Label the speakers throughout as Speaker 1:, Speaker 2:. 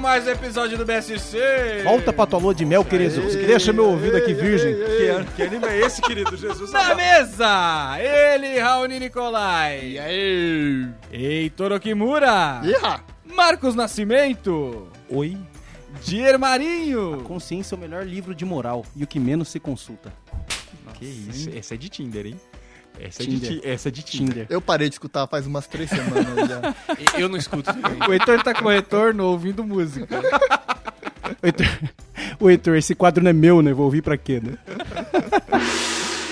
Speaker 1: mais um episódio do BSC.
Speaker 2: Volta pra tua lua de mel, querido. Deixa meu ouvido aqui virgem.
Speaker 3: Que, que anime é esse, querido? Jesus
Speaker 1: Na
Speaker 3: amado.
Speaker 1: mesa, ele, Raoni Nicolai. E aí? Heitor Okimura. Marcos Nascimento.
Speaker 2: Oi.
Speaker 1: Dier Marinho.
Speaker 2: Consciência é o melhor livro de moral e o que menos se consulta.
Speaker 3: Que isso? Essa é de Tinder, hein? Essa, É, de,
Speaker 2: Tinder.
Speaker 3: ti- essa é de Tinder.
Speaker 2: Tinder.
Speaker 4: Eu parei de escutar faz umas três semanas já.
Speaker 5: Eu não escuto.
Speaker 1: O Heitor tá com retorno ouvindo música.
Speaker 2: O Heitor, o Heitor, esse quadro não é meu, né? Vou ouvir pra quê, né?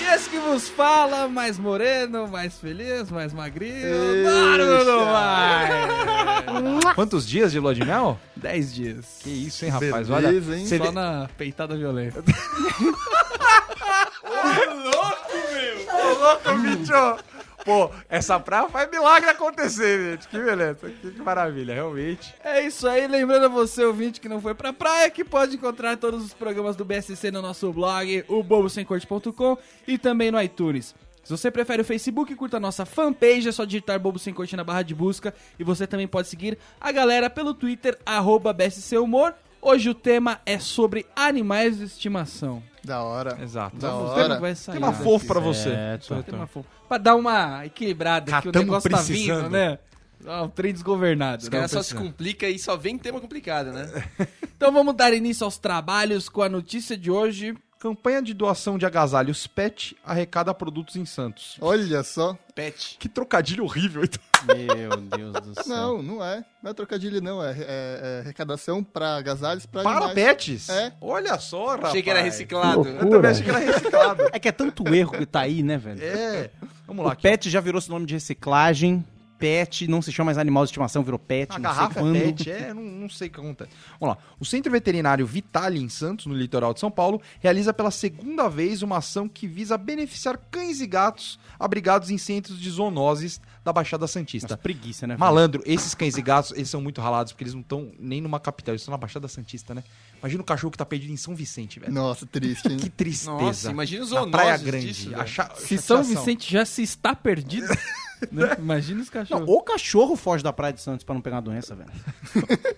Speaker 1: E esse que vos fala, mais moreno, mais feliz, mais magrinho.
Speaker 4: Eixa.
Speaker 1: Barulho vai.
Speaker 3: Quantos dias de lua de mel?
Speaker 1: Dez dias.
Speaker 3: Que isso, hein, rapaz? Olha,
Speaker 4: Beleza, hein?
Speaker 3: você
Speaker 1: Só
Speaker 3: vê-
Speaker 1: na peitada violenta.
Speaker 3: louco, bicho! Pô, essa praia faz milagre acontecer, gente. Que beleza, que, que maravilha, realmente.
Speaker 1: É isso aí, lembrando a você, ouvinte, que não foi pra praia, que pode encontrar todos os programas do BSC no nosso blog, o bobosemcorte.com e também no iTunes. Se você prefere o Facebook, curta a nossa fanpage, é só digitar Bobo Sem Corte na barra de busca. E você também pode seguir a galera pelo Twitter, arroba BSC Humor. Hoje o tema é sobre animais de estimação.
Speaker 4: Da hora.
Speaker 3: Exato.
Speaker 4: Da
Speaker 1: O
Speaker 4: hora.
Speaker 1: tema vai sair.
Speaker 3: Tema
Speaker 1: né?
Speaker 3: fofo pra você.
Speaker 5: É,
Speaker 1: Só tema fofo. Pra dar uma equilibrada, que o
Speaker 3: Catamos
Speaker 1: negócio tá vindo,
Speaker 3: precisando.
Speaker 1: né? Ah, um trem desgovernado.
Speaker 5: Os
Speaker 1: né?
Speaker 5: caras só se complica e só vem tema complicado, né?
Speaker 1: Então vamos dar início aos trabalhos com a notícia de hoje.
Speaker 3: Campanha de doação de agasalhos PET arrecada produtos em Santos.
Speaker 4: Olha só.
Speaker 5: Pet.
Speaker 3: Que trocadilho horrível. então.
Speaker 2: Meu Deus do
Speaker 4: Não, não é. Não é trocadilho, não. É, é- é arrecadação pra agasalhos, pra
Speaker 3: Para
Speaker 4: animais.
Speaker 3: PETs?
Speaker 4: É.
Speaker 3: Olha só, rapaz.
Speaker 5: Achei que era reciclado.
Speaker 2: Loucura.
Speaker 3: Eu também achei que era reciclado.
Speaker 2: É que é tanto erro que tá aí, né, velho?
Speaker 3: é. Vamos lá.
Speaker 2: O
Speaker 3: aqui.
Speaker 2: pet já virou sinônimo de reciclagem. Pet não se chama mais animal de estimação, virou pet.
Speaker 3: A
Speaker 2: não
Speaker 3: garrafa
Speaker 2: sei
Speaker 3: é
Speaker 2: quando.
Speaker 3: pet, é, não, não sei o que acontece. Vamos lá. O Centro Veterinário Vitale, em Santos, no litoral de São Paulo, realiza pela segunda vez uma ação que visa beneficiar cães e gatos abrigados em centros de zoonoses da Baixada
Speaker 2: Nossa,
Speaker 3: Santista.
Speaker 2: preguiça, né? velho?
Speaker 3: Malandro, esses cães e gatos, eles são muito ralados, porque eles não estão nem numa capital, eles estão na Baixada Santista, né? Imagina o cachorro que tá perdido em São Vicente, velho.
Speaker 4: Nossa, triste, hein?
Speaker 3: Que tristeza.
Speaker 5: Nossa, imagina os
Speaker 3: Na
Speaker 5: zoonoses
Speaker 3: Praia Grande.
Speaker 5: disso, velho.
Speaker 3: a cha-
Speaker 1: Se São
Speaker 3: chateação.
Speaker 1: Vicente já se está perdido, né? imagina os
Speaker 2: Não,
Speaker 1: cachorros.
Speaker 2: o cachorro foge da Praia de Santos pra não pegar a doença, velho.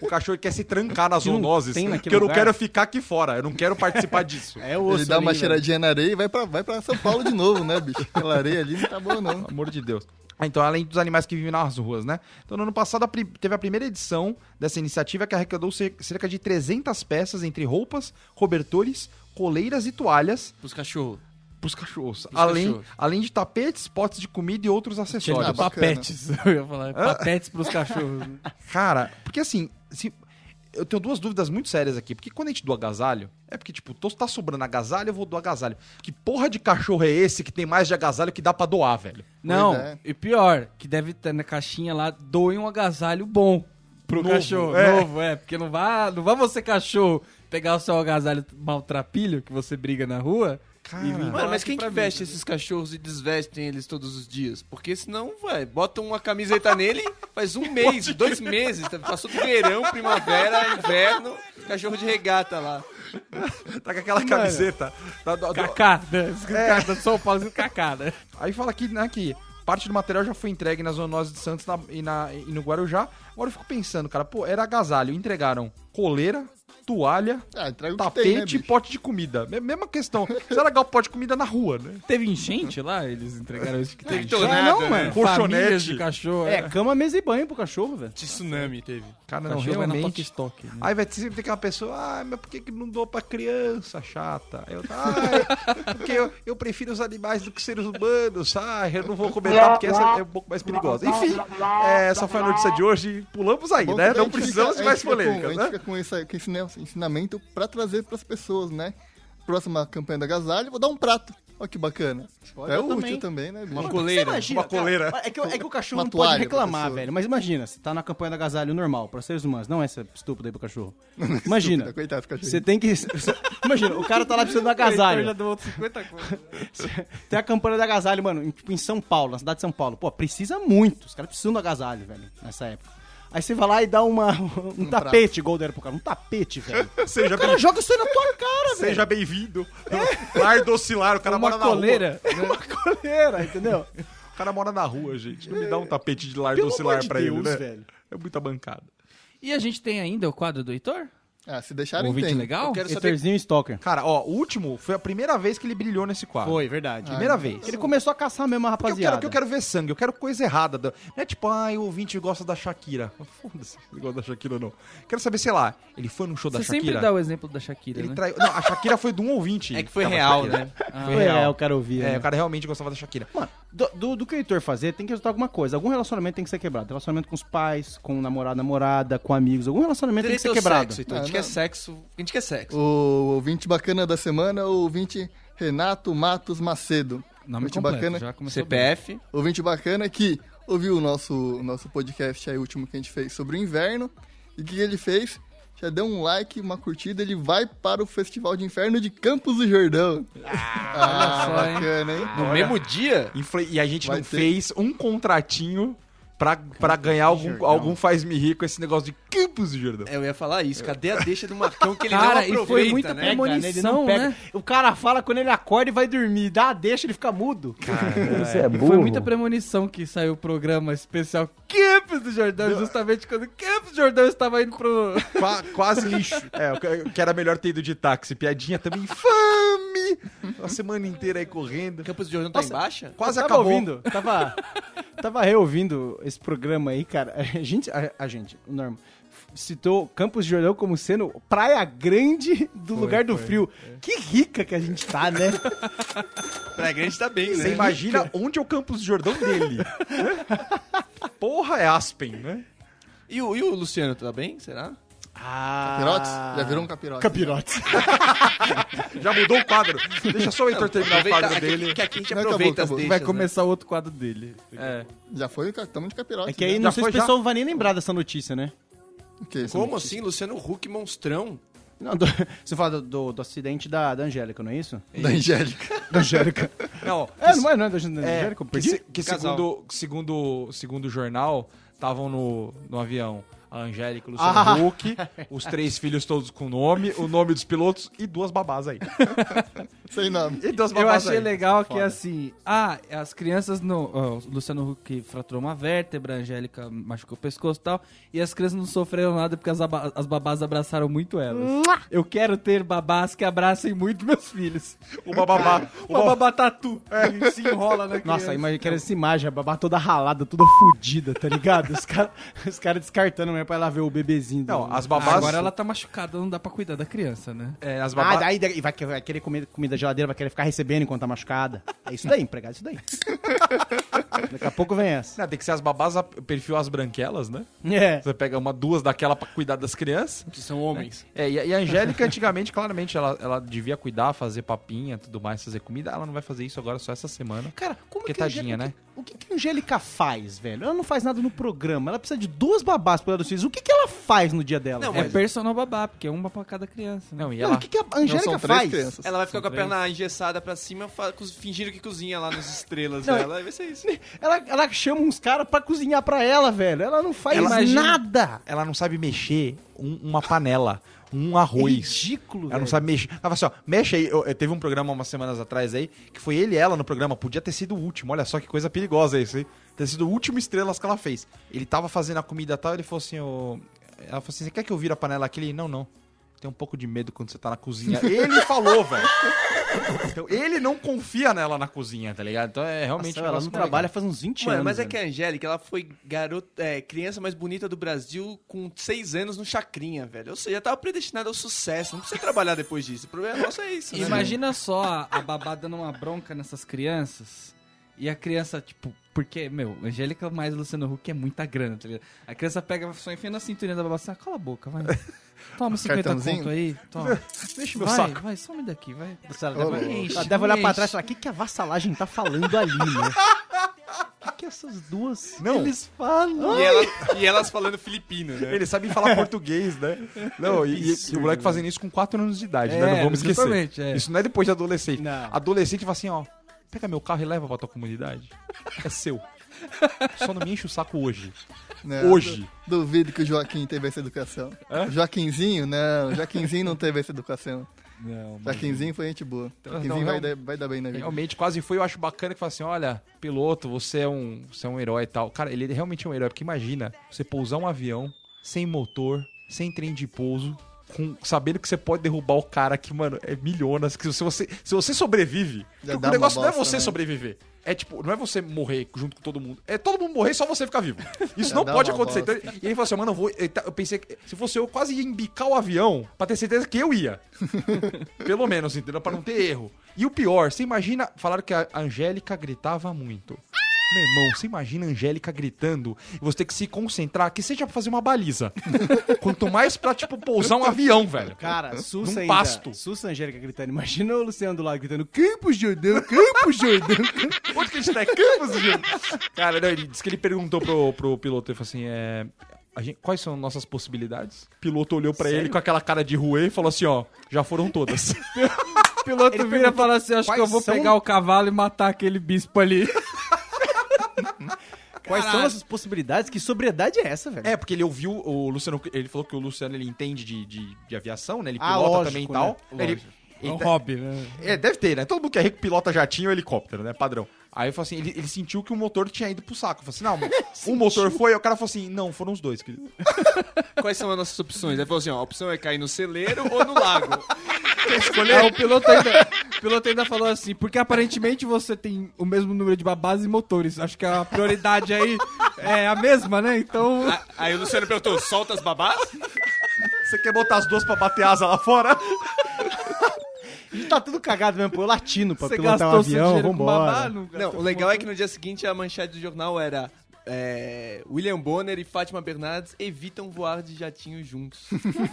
Speaker 3: O cachorro quer se trancar nas
Speaker 2: Que não
Speaker 3: zoonoses,
Speaker 2: tem naquele
Speaker 3: porque eu não
Speaker 2: lugar.
Speaker 3: quero ficar aqui fora, eu não quero participar disso.
Speaker 2: É
Speaker 4: Ele dá uma cheiradinha na areia e vai pra, vai pra São Paulo de novo, né, bicho? Aquela areia ali não tá boa, não.
Speaker 3: Pelo amor de Deus. Ah, Então, além dos animais que vivem nas ruas, né? Então, no ano passado, a pri- teve a primeira edição dessa iniciativa que arrecadou cer- cerca de 300 peças entre roupas, cobertores, coleiras e toalhas
Speaker 5: Os cachorros.
Speaker 3: pros cachorros. além,
Speaker 5: cachorros.
Speaker 3: além de tapetes, potes de comida e outros
Speaker 1: Tinha que
Speaker 3: acessórios.
Speaker 1: dar
Speaker 4: bacana.
Speaker 1: papetes, eu ia falar, papetes pros cachorros.
Speaker 3: Cara, porque assim, se- eu tenho duas dúvidas muito sérias aqui. Porque quando a gente doa agasalho, é porque, tipo, tô, tá sobrando agasalho, eu vou doar agasalho. Que porra de cachorro é esse que tem mais de agasalho que dá pra doar, velho?
Speaker 1: Não,
Speaker 4: é.
Speaker 1: e pior, que deve ter na caixinha lá, doem um agasalho bom pro
Speaker 3: Novo,
Speaker 1: cachorro.
Speaker 3: é.
Speaker 1: Novo, é, porque não vá, não vá você, cachorro, pegar o seu agasalho maltrapilho que você briga na rua.
Speaker 3: Cara.
Speaker 1: vir
Speaker 3: Mano,
Speaker 1: falar
Speaker 5: Mano, mas
Speaker 1: aqui
Speaker 5: quem
Speaker 1: pra mim,
Speaker 5: que veste
Speaker 1: né?
Speaker 5: esses cachorros e desvestem eles todos os dias? Porque senão, vai, bota uma camiseta nele, faz um mês, dois meses, tá? passou do verão, primavera, inverno, cachorro de regata lá.
Speaker 3: Tá com aquela camiseta. Tá, do- do-
Speaker 1: Cacá, né? Escrito Cacá, São Paulo, escrito Cacá, né?
Speaker 3: Aí fala aqui, né, que parte do material já foi entregue na zoonose de Santos na- e, na- e no Guarujá. Agora eu fico pensando, cara, pô, era agasalho. Entregaram coleira, toalha,
Speaker 4: Ah, entrega o que
Speaker 3: tapete
Speaker 4: tem, né,
Speaker 3: e
Speaker 4: bicho?
Speaker 3: pote de comida. Me- Mesma questão. Você era o pote de comida na rua, né?
Speaker 1: Teve enchente lá? Eles entregaram isso que teve
Speaker 5: Teve tornado,
Speaker 1: enchente.
Speaker 5: né?
Speaker 1: Famílias
Speaker 3: Colchonete.
Speaker 1: de cachorro.
Speaker 2: É, cama, mesa e banho pro cachorro, velho.
Speaker 5: Tsunami teve.
Speaker 3: Cara, não,
Speaker 1: Cachorro é vai na toque
Speaker 3: realmente.
Speaker 1: estoque. Né?
Speaker 3: Aí vai ter- sempre ter aquela pessoa, ah, mas por que, que não dou pra criança chata? Aí eu, ah, é porque eu, eu prefiro os animais do que seres humanos, ah, eu não vou comentar porque essa é um pouco mais perigosa. Enfim, é, essa foi a notícia de hoje, pulamos aí,
Speaker 4: Bom, também
Speaker 3: né?
Speaker 4: a
Speaker 3: Não
Speaker 4: gente
Speaker 3: precisamos
Speaker 4: fica-
Speaker 3: de
Speaker 4: a
Speaker 3: mais
Speaker 4: gente fica com-
Speaker 3: polêmicas,
Speaker 4: A
Speaker 3: né?
Speaker 4: gente fica com esse, com esse né, esse ensinamento pra trazer pras pessoas, né? Próxima campanha da agasalho, vou dar um prato. Olha que bacana. é útil também, né, bicho?
Speaker 5: Uma coleira.
Speaker 2: Imagina,
Speaker 3: uma coleira.
Speaker 2: cara, é, que, é que o cachorro
Speaker 4: Uma
Speaker 2: não
Speaker 4: toalha
Speaker 2: pode
Speaker 4: pra
Speaker 2: reclamar,
Speaker 4: pessoa.
Speaker 2: velho. Mas imagina, você tá na campanha da agasalho normal, pra seres humanos, não essa estúpida aí pro cachorro. Imagina.
Speaker 4: Coitado, fica cheio.
Speaker 2: Você tem que. Imagina, o cara tá lá precisando do agasalho.
Speaker 1: deu 50 contas.
Speaker 2: Tem a campanha do agasalho, mano, em, tipo, em São Paulo, na cidade de São Paulo. Pô, precisa muito. Os caras precisam do agasalho, velho, nessa época. Aí você vai lá e dá uma, um, tapete, igual deram pro cara. Um tapete, velho.
Speaker 3: Seja,
Speaker 2: O cara joga isso aí na tua cara, velho.
Speaker 3: seja bem-vindo.
Speaker 4: É.
Speaker 3: Lar docilar, o cara
Speaker 1: Uma
Speaker 3: mora na rua.
Speaker 1: coleira.
Speaker 2: uma coleira, entendeu?
Speaker 4: É.
Speaker 3: O cara mora na rua, gente. Não me dá um tapete de lar
Speaker 2: Pelo
Speaker 3: docilar
Speaker 2: amor de
Speaker 3: pra
Speaker 2: Deus,
Speaker 3: ele, né?
Speaker 2: velho.
Speaker 3: É muita bancada.
Speaker 1: E a gente tem ainda o quadro do Heitor?
Speaker 4: Ah, se
Speaker 1: Um
Speaker 4: deixarem,
Speaker 1: ouvinte
Speaker 4: tem.
Speaker 1: legal?
Speaker 3: Eu quero saber-
Speaker 2: Eterzinho e Stalker.
Speaker 3: Cara, ó, o último foi a primeira vez que ele brilhou nesse quadro.
Speaker 2: Foi, verdade.
Speaker 3: Primeira vez.
Speaker 2: Ele começou a caçar mesmo a
Speaker 3: Porque eu quero,
Speaker 2: rapaziada.
Speaker 3: que eu quero ver sangue, eu quero coisa errada. da- Não é tipo, ah, o ouvinte gosta da Shakira. Foda-se, ele gosta da Shakira ou não. Quero saber, sei lá, ele foi num show da
Speaker 1: Você
Speaker 3: Shakira.
Speaker 1: sempre dá o exemplo da Shakira,
Speaker 3: Ele
Speaker 1: né?
Speaker 3: traiu. Não, a Shakira foi de um ouvinte.
Speaker 5: É que foi
Speaker 3: tava na
Speaker 5: real,
Speaker 3: Shakira.
Speaker 5: né?
Speaker 1: Ah,
Speaker 3: Foi
Speaker 2: É,
Speaker 3: real.
Speaker 2: eu quero ouvir.
Speaker 3: É,
Speaker 2: né?
Speaker 3: o cara realmente gostava da Shakira. Mano,
Speaker 2: Do, do, do que o Heitor fazer, tem que resultar alguma coisa. Algum relacionamento tem que ser quebrado. Relacionamento com os pais, com o namorado, namorada, com amigos. Algum relacionamento
Speaker 5: Direito
Speaker 2: tem
Speaker 5: ao
Speaker 2: que ser quebrado.
Speaker 5: sexo, então. A gente
Speaker 4: Ah,
Speaker 5: quer
Speaker 4: não.
Speaker 5: sexo. A gente quer sexo.
Speaker 4: O ouvinte bacana da semana, o ouvinte Renato Matos Macedo.
Speaker 1: Nome
Speaker 4: ouvinte
Speaker 1: completo,
Speaker 4: bacana.
Speaker 1: já começou bem.
Speaker 5: CPF.
Speaker 4: Ouvinte bacana que ouviu o nosso, o nosso podcast aí, o último que a gente fez sobre o inverno. E o que ele fez? Já deu um like, uma curtida, ele vai para o Festival de Inferno de Campos do Jordão. Ah,
Speaker 1: olha só, hein?
Speaker 4: bacana, hein?
Speaker 5: No mesmo dia.
Speaker 3: infla- e a gente
Speaker 4: Vai
Speaker 3: não
Speaker 4: ter.
Speaker 3: fez um contratinho pra, pra ganhar algum, algum faz-me rir com esse negócio de Campos do Jordão.
Speaker 5: Eu ia falar isso. Cadê a deixa do Marcão que ele não
Speaker 1: Cara, e foi
Speaker 5: aproveita,
Speaker 1: muita
Speaker 5: né?
Speaker 2: Pega, né? Ele
Speaker 1: Premonição,
Speaker 2: não pega.
Speaker 1: né?
Speaker 2: O cara fala quando ele acorda e vai dormir. Dá, deixa, ele fica mudo.
Speaker 6: Você é
Speaker 1: E
Speaker 6: burro.
Speaker 1: Foi muita premonição que saiu o programa especial Campos do Jordão, justamente quando Campos do Jordão estava indo pro...
Speaker 3: Qua- quase lixo. É, eu que- que era melhor ter ido de táxi. Piadinha também infame. A semana inteira aí correndo.
Speaker 5: Campos de Jordão tá em baixa?
Speaker 3: Quase
Speaker 2: Eu tava
Speaker 3: acabou.
Speaker 2: ouvindo, tava, tava reouvindo esse programa aí, cara. A gente, a, a gente, o Norma, f- citou Campos de Jordão como sendo praia grande do lugar do frio. Que rica que a gente tá, né?
Speaker 5: Praia Grande tá bem,
Speaker 3: Você
Speaker 5: né?
Speaker 3: imagina onde é o Campos do Jordão dele. né? Porra, é Aspen, né?
Speaker 5: E o, e o Luciano, tá bem? Será?
Speaker 4: Capirotes? Já virou um capirote.
Speaker 2: Ah. Capirote.
Speaker 3: Já mudou o quadro. Deixa só o Heitor terminar o quadro
Speaker 5: que,
Speaker 3: dele.
Speaker 5: que aqui a gente
Speaker 4: Não, acabou,
Speaker 5: aproveita
Speaker 4: acabou.
Speaker 5: as deixas,
Speaker 1: Vai
Speaker 5: né?
Speaker 1: começar o outro quadro dele. É.
Speaker 4: Já foi, estamos de capirote.
Speaker 2: É que aí
Speaker 4: né?
Speaker 2: não
Speaker 3: Já
Speaker 2: sei se
Speaker 3: foi,
Speaker 2: o
Speaker 3: já?
Speaker 2: pessoal vai nem lembrar dessa notícia, né?
Speaker 4: O quê? Essa
Speaker 5: Como
Speaker 4: notícia?
Speaker 5: assim, Luciano Huck, monstrão?
Speaker 2: Não, do- você fala do, do- do acidente da, da Angélica, não é isso?
Speaker 4: Da Angélica.
Speaker 2: Da Angélica.
Speaker 3: Não,
Speaker 2: É, não é, não é da, da
Speaker 3: É,
Speaker 2: Angélica? Eu
Speaker 3: que,
Speaker 2: perdi?
Speaker 3: se- que segundo, segundo, segundo o jornal, estavam no, no avião a Angélica, o Luciano
Speaker 2: Ah.
Speaker 3: Huck, os três filhos todos com nome, o nome dos pilotos e duas babás aí.
Speaker 4: Sem nome.
Speaker 3: E duas
Speaker 1: Eu
Speaker 3: babás
Speaker 1: achei
Speaker 3: aí.
Speaker 1: legal que assim, ah, as crianças no. ó, o Luciano Huck fraturou uma vértebra, a Angélica machucou o pescoço e tal. E as crianças não sofreram nada porque as, aba- as babás abraçaram muito elas. Eu quero ter babás que abracem muito meus filhos.
Speaker 3: Uma babá.
Speaker 1: Uma babá tatu que se enrola na criança.
Speaker 2: Nossa, imagina né, que é era essa imagem, a babá toda ralada, toda fudida, tá ligado? Os caras os cara descartando mesmo pra ela ver o bebezinho. do-
Speaker 3: Não, as
Speaker 1: Ah,
Speaker 3: babás.
Speaker 1: Agora ela tá machucada, não dá pra cuidar da criança, né?
Speaker 3: é, as
Speaker 2: Ah,
Speaker 3: babás.
Speaker 2: daí, daí vai, que- vai querer comer comida da geladeira, vai querer ficar recebendo enquanto tá machucada. É isso daí, empregado, é isso daí. Daqui a pouco vem essa.
Speaker 3: Não, tem que ser as babás, a- perfil as branquelas, né?
Speaker 2: É.
Speaker 3: Você pega uma, duas daquela pra cuidar das crianças.
Speaker 5: Que são homens.
Speaker 3: É, e a, e a Angélica, antigamente, claramente, ela, ela devia cuidar, fazer papinha, tudo mais, fazer comida. Ela não vai fazer isso agora, só essa semana.
Speaker 2: Cara, como
Speaker 3: Porque
Speaker 2: a
Speaker 3: tadinha,
Speaker 2: Angélica-
Speaker 3: né?
Speaker 2: O que, que a Angélica faz, velho? Ela não faz nada no programa, ela precisa de duas babás pra ela dos filhos. O que, que ela faz no dia dela?
Speaker 5: Não,
Speaker 2: velho?
Speaker 1: É personal babá, porque é uma pra cada criança. Né?
Speaker 3: Não, e
Speaker 2: Mano,
Speaker 3: ela.
Speaker 2: o que, que a
Speaker 4: Não,
Speaker 2: Angélica
Speaker 4: são três
Speaker 2: faz?
Speaker 4: crianças.
Speaker 5: Ela vai ficar com a perna engessada pra cima, fa- co- fingindo que cozinha lá nas estrelas
Speaker 2: Não,
Speaker 5: dela. Vai ser isso.
Speaker 2: Ela, ela chama uns caras pra cozinhar pra ela, velho. Ela não faz
Speaker 3: Ela-
Speaker 2: nada.
Speaker 3: Ela não sabe mexer um- uma panela, um
Speaker 2: É
Speaker 3: arroz.
Speaker 2: ridículo,
Speaker 3: Ela não sabe mexer. Ela fala assim, ó, mexe aí. Eu- eu- teve um programa umas semanas atrás aí, que foi ele e ela no programa, podia ter sido o último. Olha só que coisa perigosa isso, hein? Ter sido o último estrelas que ela fez. Ele tava fazendo a comida e tal, ele falou assim, ô. Ela falou assim: você quer que eu vire a panela aqui? Ele, não, não. Tem um pouco de medo quando você tá na cozinha. ele falou, velho. Então, ele não confia nela na cozinha, tá ligado? Então é realmente.
Speaker 2: Nossa,
Speaker 3: um
Speaker 2: ela não
Speaker 3: negócio
Speaker 2: trabalha faz uns 20
Speaker 5: Mano,
Speaker 2: anos.
Speaker 5: mas é
Speaker 2: velho.
Speaker 5: que a Angélica, ela foi garota, é, criança mais bonita do Brasil com seis anos no Chacrinha, velho. Ou seja, tava predestinada ao sucesso. Não precisa trabalhar depois disso. O problema nosso é isso. né?
Speaker 1: Imagina só a- a babá dando uma bronca nessas crianças e a criança, tipo, porque, meu, Angélica mais Luciano Huck é muita grana, tá ligado? A criança pega, só enfia na cinturinha da babá assim, ah, cala a boca, vai. Toma 50
Speaker 4: Cartãozinho?
Speaker 1: conto aí, toma.
Speaker 3: Deixa meu
Speaker 1: Vai,
Speaker 3: saco.
Speaker 1: vai, some daqui, vai.
Speaker 2: Nossa, Ela
Speaker 4: Ô,
Speaker 3: é
Speaker 2: deve,
Speaker 4: louco.
Speaker 2: ela
Speaker 1: Enche,
Speaker 2: deve olhar pra
Speaker 1: enche.
Speaker 2: trás e falar: o que, que a vassalagem tá falando ali, né? O que, que essas duas.
Speaker 3: Não.
Speaker 2: Eles falam.
Speaker 5: E, ela- e elas falando filipino, né?
Speaker 3: Ele sabe falar português, né? Não, e, e o moleque fazendo isso com 4 anos de idade, né? Não vamos esquecer.
Speaker 1: justamente, é.
Speaker 3: Isso não é depois de adolescente.
Speaker 2: Não.
Speaker 3: Adolescente vai assim, ó. Pega meu carro e leva pra tua comunidade. É seu. Só não me enche o saco hoje.
Speaker 4: né?
Speaker 3: Hoje.
Speaker 4: Du- Duvido que o Joaquim teve essa educação. Joaquinzinho? Não, Joaquinzinho não teve essa educação.
Speaker 3: Não,
Speaker 4: Joaquinzinho foi gente boa.
Speaker 3: não,
Speaker 4: Joaquinzinho vai,
Speaker 3: não.
Speaker 4: dar, vai dar bem na vida.
Speaker 3: Realmente, quase foi. Eu acho bacana que fala assim: olha, piloto, você é um, você é um herói e tal. Cara, ele realmente é um herói, porque imagina você pousar um avião sem motor, sem trem de pouso, com- sabendo que você pode derrubar o cara que, mano, é milhonas. Que se você, se você sobrevive,
Speaker 4: Já
Speaker 3: que
Speaker 4: dá uma
Speaker 3: o negócio não é
Speaker 4: bosta,
Speaker 3: você
Speaker 4: né?
Speaker 3: sobreviver. É tipo, não é você morrer junto com todo mundo. É todo mundo morrer só você ficar vivo. Isso
Speaker 4: Já
Speaker 3: não
Speaker 4: dá
Speaker 3: pode
Speaker 4: uma
Speaker 3: acontecer. Então, e ele falou assim, mano, eu, vou, eu ta- eu pensei que se fosse eu, eu quase ia embicar o avião pra ter certeza que eu ia. Pelo menos, entendeu? Pra não ter erro. E o pior, você imagina. Falaram que a Angélica gritava muito. Meu irmão, você imagina a Angélica gritando e você tem que se concentrar, que seja pra fazer uma baliza. Quanto mais pra, tipo, pousar um avião, velho.
Speaker 2: Cara, Sussa
Speaker 3: Num
Speaker 2: ainda.
Speaker 3: pasto.
Speaker 2: Sussa Angélica gritando. Imagina o Luciano do lado gritando, Campos Jordão, Campos Jordão.
Speaker 3: Onde que a gente tá? Campos, gente? Cara, não, ele disse que ele perguntou pro, pro piloto, ele falou assim, é... a gente- quais são nossas possibilidades? O piloto olhou pra ele com aquela cara de ruê e falou assim, ó, já foram todas.
Speaker 1: O piloto vira e fala assim: acho que eu
Speaker 2: quais
Speaker 1: vou
Speaker 2: são-
Speaker 1: pegar o cavalo e matar aquele bispo ali.
Speaker 2: Quais são essas possibilidades? Que sobriedade é essa, velho?
Speaker 3: É, porque ele ouviu o Luciano. Ele falou que o Luciano ele entende de, de, de aviação, né? Ele
Speaker 2: Ah,
Speaker 3: pilota
Speaker 2: lógico,
Speaker 3: também e
Speaker 2: né?
Speaker 3: tal. Ele-
Speaker 2: Lógico.
Speaker 1: É
Speaker 3: ele
Speaker 1: um
Speaker 3: tá-
Speaker 1: hobby, né?
Speaker 3: é, deve ter, né? Todo mundo que é rico pilota jatinho ou helicóptero, né? Padrão. Aí eu falei assim, ele, ele sentiu que o motor tinha ido pro saco. Eu falei assim, não, um motor foi, aí o cara falou assim, não, foram os dois, querido.
Speaker 5: Quais são as nossas opções? Aí falou assim, ó, a opção é cair no celeiro ou no lago.
Speaker 1: É, o, piloto ainda, o piloto ainda falou assim, porque aparentemente você tem o mesmo número de babás e motores. Acho que a prioridade aí é a mesma, né? Então.
Speaker 5: A- Aí o Luciano perguntou, solta as babás?
Speaker 3: Você quer botar as duas pra bater asa lá fora?
Speaker 2: Ele tá tudo cagado mesmo, pô. Eu latino pra
Speaker 1: Você
Speaker 2: pilotar
Speaker 1: gastou
Speaker 2: um
Speaker 1: seu
Speaker 2: avião,
Speaker 1: dinheiro com babá,
Speaker 2: vambora.
Speaker 1: não,
Speaker 5: Não, o legal é que no dia seguinte a manchete do jornal era é, William Bonner e Fátima Bernardes evitam voar de jatinho juntos.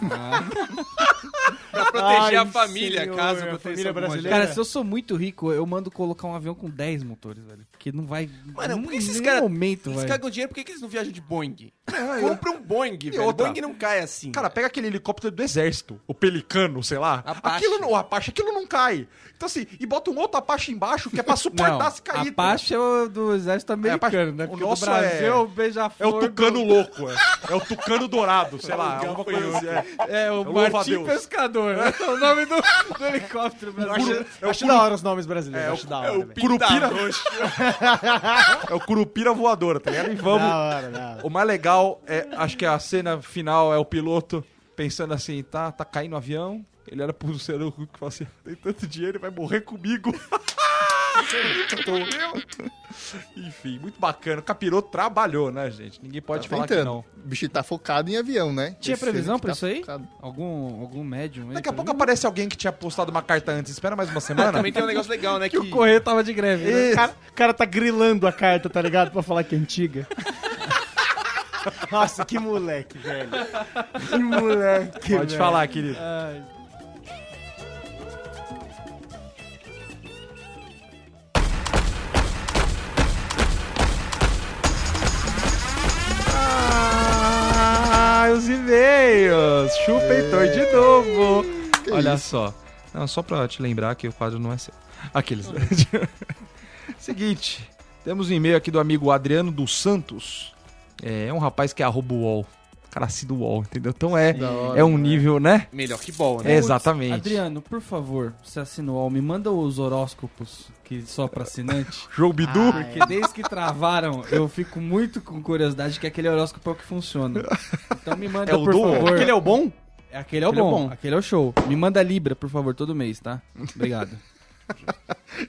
Speaker 5: pra proteger a
Speaker 2: Ai,
Speaker 5: família,
Speaker 2: senhor,
Speaker 5: caso
Speaker 2: a
Speaker 5: aconteça
Speaker 2: família
Speaker 5: alguma
Speaker 2: brasileira.
Speaker 1: Cara, se eu sou muito rico, eu mando colocar um avião com 10 motores, velho. Porque não vai.
Speaker 5: Mano,
Speaker 1: não-
Speaker 5: por que esses
Speaker 1: nenhum
Speaker 5: caras-
Speaker 1: momento,
Speaker 5: Eles
Speaker 1: velho.
Speaker 5: cagam dinheiro, por que, que eles não viajam de Boeing? Compra um Boeing, velho. O
Speaker 3: outra?
Speaker 5: Boeing não cai assim.
Speaker 3: Cara, pega aquele helicóptero do exército, o pelicano, sei lá.
Speaker 5: Apache.
Speaker 3: Aquilo não, o Apache, aquilo não cai. Então assim, e bota um outro Apache embaixo que é pra
Speaker 1: Não,
Speaker 3: suportar se cair.
Speaker 1: a Apache é o do exército americano,
Speaker 3: Apache-
Speaker 1: né?
Speaker 3: o
Speaker 1: Porque o
Speaker 3: nosso
Speaker 1: Brasil
Speaker 3: é-
Speaker 1: é o beija-flor.
Speaker 3: É o tucano
Speaker 1: do-
Speaker 3: louco, é. É o tucano dourado, sei lá. Alguma coisa assim, é.
Speaker 1: É, o
Speaker 3: o
Speaker 1: Martim
Speaker 3: louva-a-Deus.
Speaker 1: Pescador. É o nome do, do helicóptero brasileiro.
Speaker 2: Eu acho da hora os nomes brasileiros.
Speaker 3: É,
Speaker 2: acho da hora, velho.
Speaker 3: Curupira. é o Curupira voadora, tá ligado? E
Speaker 2: Da
Speaker 3: vamos.
Speaker 2: hora, da hora.
Speaker 3: O mais legal é, acho que a cena final é o piloto pensando assim, tá, tá caindo o avião. Ele olha pro Luciano Huck e fala assim: tem tanto dinheiro, ele vai morrer comigo. Entendeu? Enfim, muito bacana. O Capiroto trabalhou, né, gente? Ninguém pode
Speaker 4: Tá
Speaker 3: falar que
Speaker 4: tentando.
Speaker 3: não.
Speaker 4: O bicho tá focado em avião, né?
Speaker 1: Tinha
Speaker 4: Esse ele
Speaker 1: previsão
Speaker 4: que
Speaker 1: pra
Speaker 4: tá
Speaker 1: isso aí?
Speaker 4: focado.
Speaker 1: Algum, algum médium aí?
Speaker 3: Daqui a
Speaker 1: pra
Speaker 3: pouco
Speaker 1: mim?
Speaker 3: aparece alguém que tinha postado uma carta antes. Espera mais uma
Speaker 5: Ah,
Speaker 3: semana.
Speaker 5: também tem um negócio legal, né? Que,
Speaker 1: o correio tava de greve. né?
Speaker 2: O cara, o cara tá grilando a carta, tá ligado? Pra falar que é antiga. Nossa, que moleque, velho. Que moleque,
Speaker 3: Pode
Speaker 2: velho.
Speaker 3: falar, querido. Ah, os e-mails. Chupeitor de novo. Olha só. Não, só pra te lembrar que o quadro não é seu. Aqueles. Seguinte. Temos um e-mail aqui do amigo Adriano dos Santos. É, é um rapaz que é arroba UOL. Cara, do UOL, entendeu? Então é,
Speaker 4: Da hora,
Speaker 3: é um nível, né?
Speaker 5: Melhor que bola, né?
Speaker 3: É, exatamente.
Speaker 1: Adriano, por favor, se assinou, me manda os horóscopos que só pra assinante.
Speaker 3: Jogo Bidu.
Speaker 1: Porque desde que travaram, eu fico muito com curiosidade que aquele horóscopo é o que funciona. Então me manda,
Speaker 3: É o
Speaker 1: por
Speaker 3: do-
Speaker 1: favor.
Speaker 2: Aquele é o bom?
Speaker 1: É, aquele é o
Speaker 2: aquele é
Speaker 1: bom,
Speaker 2: bom.
Speaker 1: aquele é o show. Me manda Libra, por favor, todo mês, tá? Obrigado.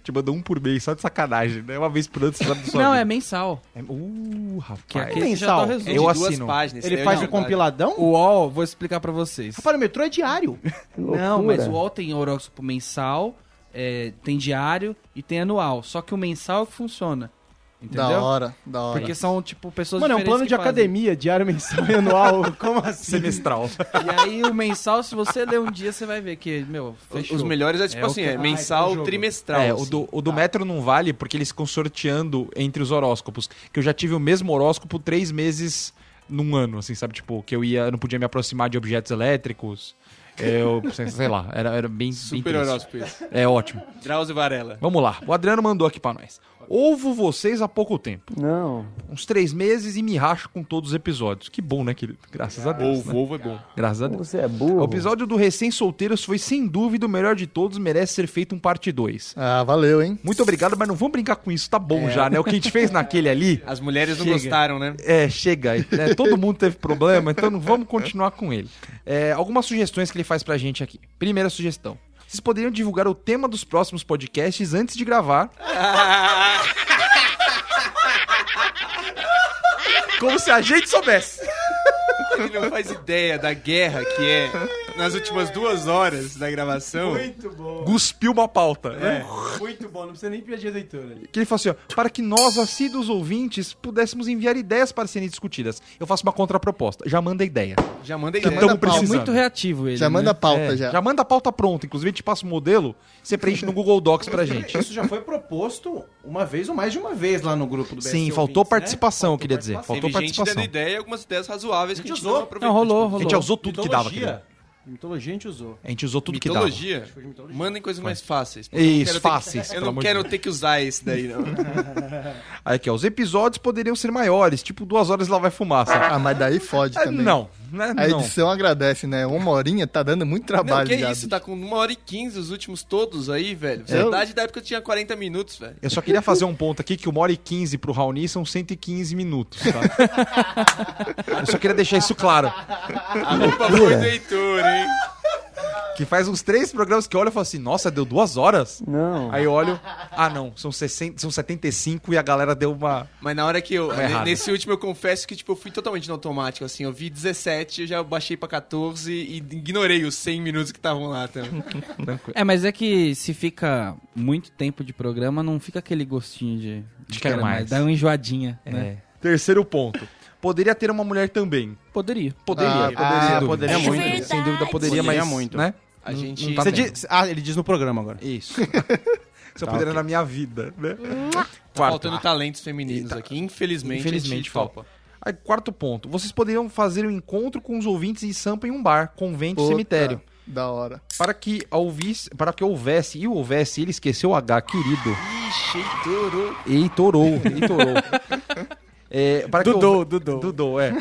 Speaker 3: Te mandou um por mês, só de sacanagem, né? Uma vez por ano você sabe do sua
Speaker 1: Não, é
Speaker 3: vida.
Speaker 1: mensal.
Speaker 3: é... Uh,
Speaker 1: Que é
Speaker 3: rapaz.
Speaker 1: aquele que já tá
Speaker 2: Mensal.
Speaker 1: o
Speaker 5: É
Speaker 1: resumo.
Speaker 5: de
Speaker 3: Eu
Speaker 5: duas
Speaker 3: assino.
Speaker 5: páginas.
Speaker 2: Ele
Speaker 5: isso
Speaker 2: faz
Speaker 5: daí
Speaker 2: o
Speaker 5: é verdade.
Speaker 2: compiladão?
Speaker 1: O UOL, vou explicar pra vocês.
Speaker 2: Rapaz, o metrô é diário.
Speaker 1: Não, mas o UOL tem horóscopo mensal, é, tem diário e tem anual. Só que o mensal é o que funciona. Entendeu?
Speaker 4: Da hora, da hora.
Speaker 1: Porque são, tipo, pessoas
Speaker 2: Mano, é um
Speaker 1: diferentes que
Speaker 2: plano de
Speaker 1: fazem.
Speaker 2: academia, diário, mensal e anual. Como assim?
Speaker 3: Semestral.
Speaker 1: E aí, o mensal, se você ler um dia, você vai ver que, meu, fechou.
Speaker 5: Os melhores é tipo
Speaker 1: É o
Speaker 5: assim,
Speaker 1: que-
Speaker 5: é
Speaker 1: Ah,
Speaker 5: mensal,
Speaker 1: esse jogo.
Speaker 5: trimestral.
Speaker 3: É, o
Speaker 5: assim.
Speaker 3: do, o do Metro não vale porque eles ficam sorteando entre os horóscopos. Que eu já tive o mesmo horóscopo três meses num ano, assim, sabe? Tipo, que eu ia, eu não podia me aproximar de objetos elétricos. Eu, sei lá, era, era bem. bem
Speaker 5: Super
Speaker 3: tenso.
Speaker 5: horóscopo esse.
Speaker 3: É ótimo.
Speaker 5: Drauzio Varela.
Speaker 3: Vamos lá. O Adriano mandou aqui pra nós. Ouvo vocês há pouco tempo.
Speaker 2: Não.
Speaker 3: Uns três meses e me racho com todos os episódios. Que bom, né, querido? Graças a Deus. né?
Speaker 5: Ovo é bom.
Speaker 3: Graças a Deus.
Speaker 2: Você é burro.
Speaker 3: O episódio do Recém-Solteiros foi sem dúvida o melhor de todos, merece ser feito um parte 2.
Speaker 4: Ah, valeu, hein?
Speaker 3: Muito obrigado, mas não vamos brincar com isso, tá bom já, né? O que a gente fez naquele ali,
Speaker 5: As mulheres não
Speaker 3: Chega.
Speaker 5: gostaram, né?
Speaker 3: é, chega aí. né? Todo mundo teve problema, então não vamos continuar com ele. É, algumas sugestões que ele faz pra gente aqui. Primeira sugestão. Vocês poderiam divulgar o tema dos próximos podcasts antes de gravar. Como se a gente soubesse.
Speaker 5: Ele não faz ideia da guerra que é nas últimas duas horas da gravação.
Speaker 2: Muito bom.
Speaker 3: Cuspiu uma pauta, né?
Speaker 2: Muito bom. Não precisa nem pedir azeitona.
Speaker 3: Que ele falou assim, ó, para que nós, assíduos ouvintes, pudéssemos enviar ideias para serem discutidas. Eu faço uma contraproposta. Já manda ideia.
Speaker 5: Já manda
Speaker 4: Já
Speaker 5: ideia.
Speaker 4: manda
Speaker 3: Tamo
Speaker 4: pauta.
Speaker 3: precisando.
Speaker 1: Muito reativo ele. né?
Speaker 4: Já manda a pauta
Speaker 3: É,
Speaker 4: já.
Speaker 3: Já manda a pauta pronta. Inclusive, a gente passa o modelo, você preenche no Google Docs pra gente.
Speaker 2: Isso já foi proposto uma vez ou mais de uma vez lá no grupo do BS
Speaker 3: Sim, faltou
Speaker 2: Ouvintes, né?
Speaker 3: participação, eu queria dizer.
Speaker 2: participação.
Speaker 3: Faltou
Speaker 5: Teve gente dando
Speaker 3: participação.
Speaker 5: ideia e algumas ideias razoáveis que a gente
Speaker 2: Usou.
Speaker 5: não aproveitou.
Speaker 1: Não, rolou,
Speaker 3: A
Speaker 1: rolou.
Speaker 3: gente já usou tudo que dava. querido.
Speaker 2: Mitologia. Mitologia a gente usou.
Speaker 3: A gente usou tudo que dava.
Speaker 5: Tipo, Mitologia.
Speaker 2: Foi de mitologia.
Speaker 5: Mandem coisas mais fáceis. porque eu não quero ter
Speaker 3: Isso,
Speaker 5: que-
Speaker 3: fáceis.
Speaker 5: Eu
Speaker 3: pelo
Speaker 5: não
Speaker 3: amor de
Speaker 5: quero
Speaker 3: Deus.
Speaker 5: ter que usar esse daí, não.
Speaker 3: Aí aqui, ó, os episódios poderiam ser maiores, tipo duas horas lá vai fumaça.
Speaker 4: Ah, mas daí fode
Speaker 3: Ah,
Speaker 4: também.
Speaker 3: não, né?
Speaker 4: A
Speaker 3: Não.
Speaker 4: edição agradece, né? Uma horinha tá dando muito
Speaker 5: Não,
Speaker 4: trabalho
Speaker 5: que
Speaker 4: já.
Speaker 5: isso, tá com uma hora e quinze os últimos todos aí, velho. Verdade, da época eu tinha 40 minutos, velho.
Speaker 3: Eu só queria fazer um ponto aqui que uma hora e 15 pro Raoni são 115 minutos, tá? Eu só queria deixar isso claro.
Speaker 5: A culpa foi do Heitor, hein?
Speaker 3: Que faz uns três programas que eu olho e falo assim, nossa, deu duas horas? Não. Aí eu olho, ah não, são, 60, são 75 e a galera deu uma...
Speaker 5: Mas na hora que eu.
Speaker 3: Tá errado.
Speaker 5: Nesse último eu confesso que, tipo, eu fui totalmente no automático, assim. Eu vi 17, eu já baixei pra 14 e ignorei os 100 minutos que estavam lá também.
Speaker 1: É, mas é que se fica muito tempo de programa, não fica aquele gostinho de. né,
Speaker 3: De quero mais.
Speaker 1: Dá uma enjoadinha, né?
Speaker 3: né? Terceiro ponto, poderia ter uma mulher também.
Speaker 1: Poderia.
Speaker 4: Ah,
Speaker 3: Poderia,
Speaker 4: poderia,
Speaker 3: sem
Speaker 4: poderia
Speaker 2: É
Speaker 3: dúvida.
Speaker 7: muito.
Speaker 3: É Sem dúvida poderia,
Speaker 2: Poderia
Speaker 3: mas...
Speaker 2: muito.
Speaker 3: Né?
Speaker 5: A gente.
Speaker 3: tá
Speaker 2: Você
Speaker 3: vendo.
Speaker 2: diz- ah, ele diz no programa agora.
Speaker 3: Isso. Se eu puder é na minha vida, né?
Speaker 5: Tá
Speaker 3: Quarto.
Speaker 5: faltando talentos femininos aqui, infelizmente.
Speaker 3: Infelizmente,
Speaker 5: a gente
Speaker 3: falta. Aí, quarto ponto. Vocês poderiam fazer um encontro com os ouvintes em Sampa em um bar, convento e
Speaker 4: Puta,
Speaker 3: cemitério.
Speaker 4: Da hora.
Speaker 3: Para que, ouvisse, para que houvesse, e houvesse, ele esqueceu o H, querido.
Speaker 5: Ixi, Heitor,
Speaker 3: Eitorou, eitorou. É, para que
Speaker 2: Dudou,
Speaker 3: houve-
Speaker 2: Dudou.
Speaker 3: Dudou, é.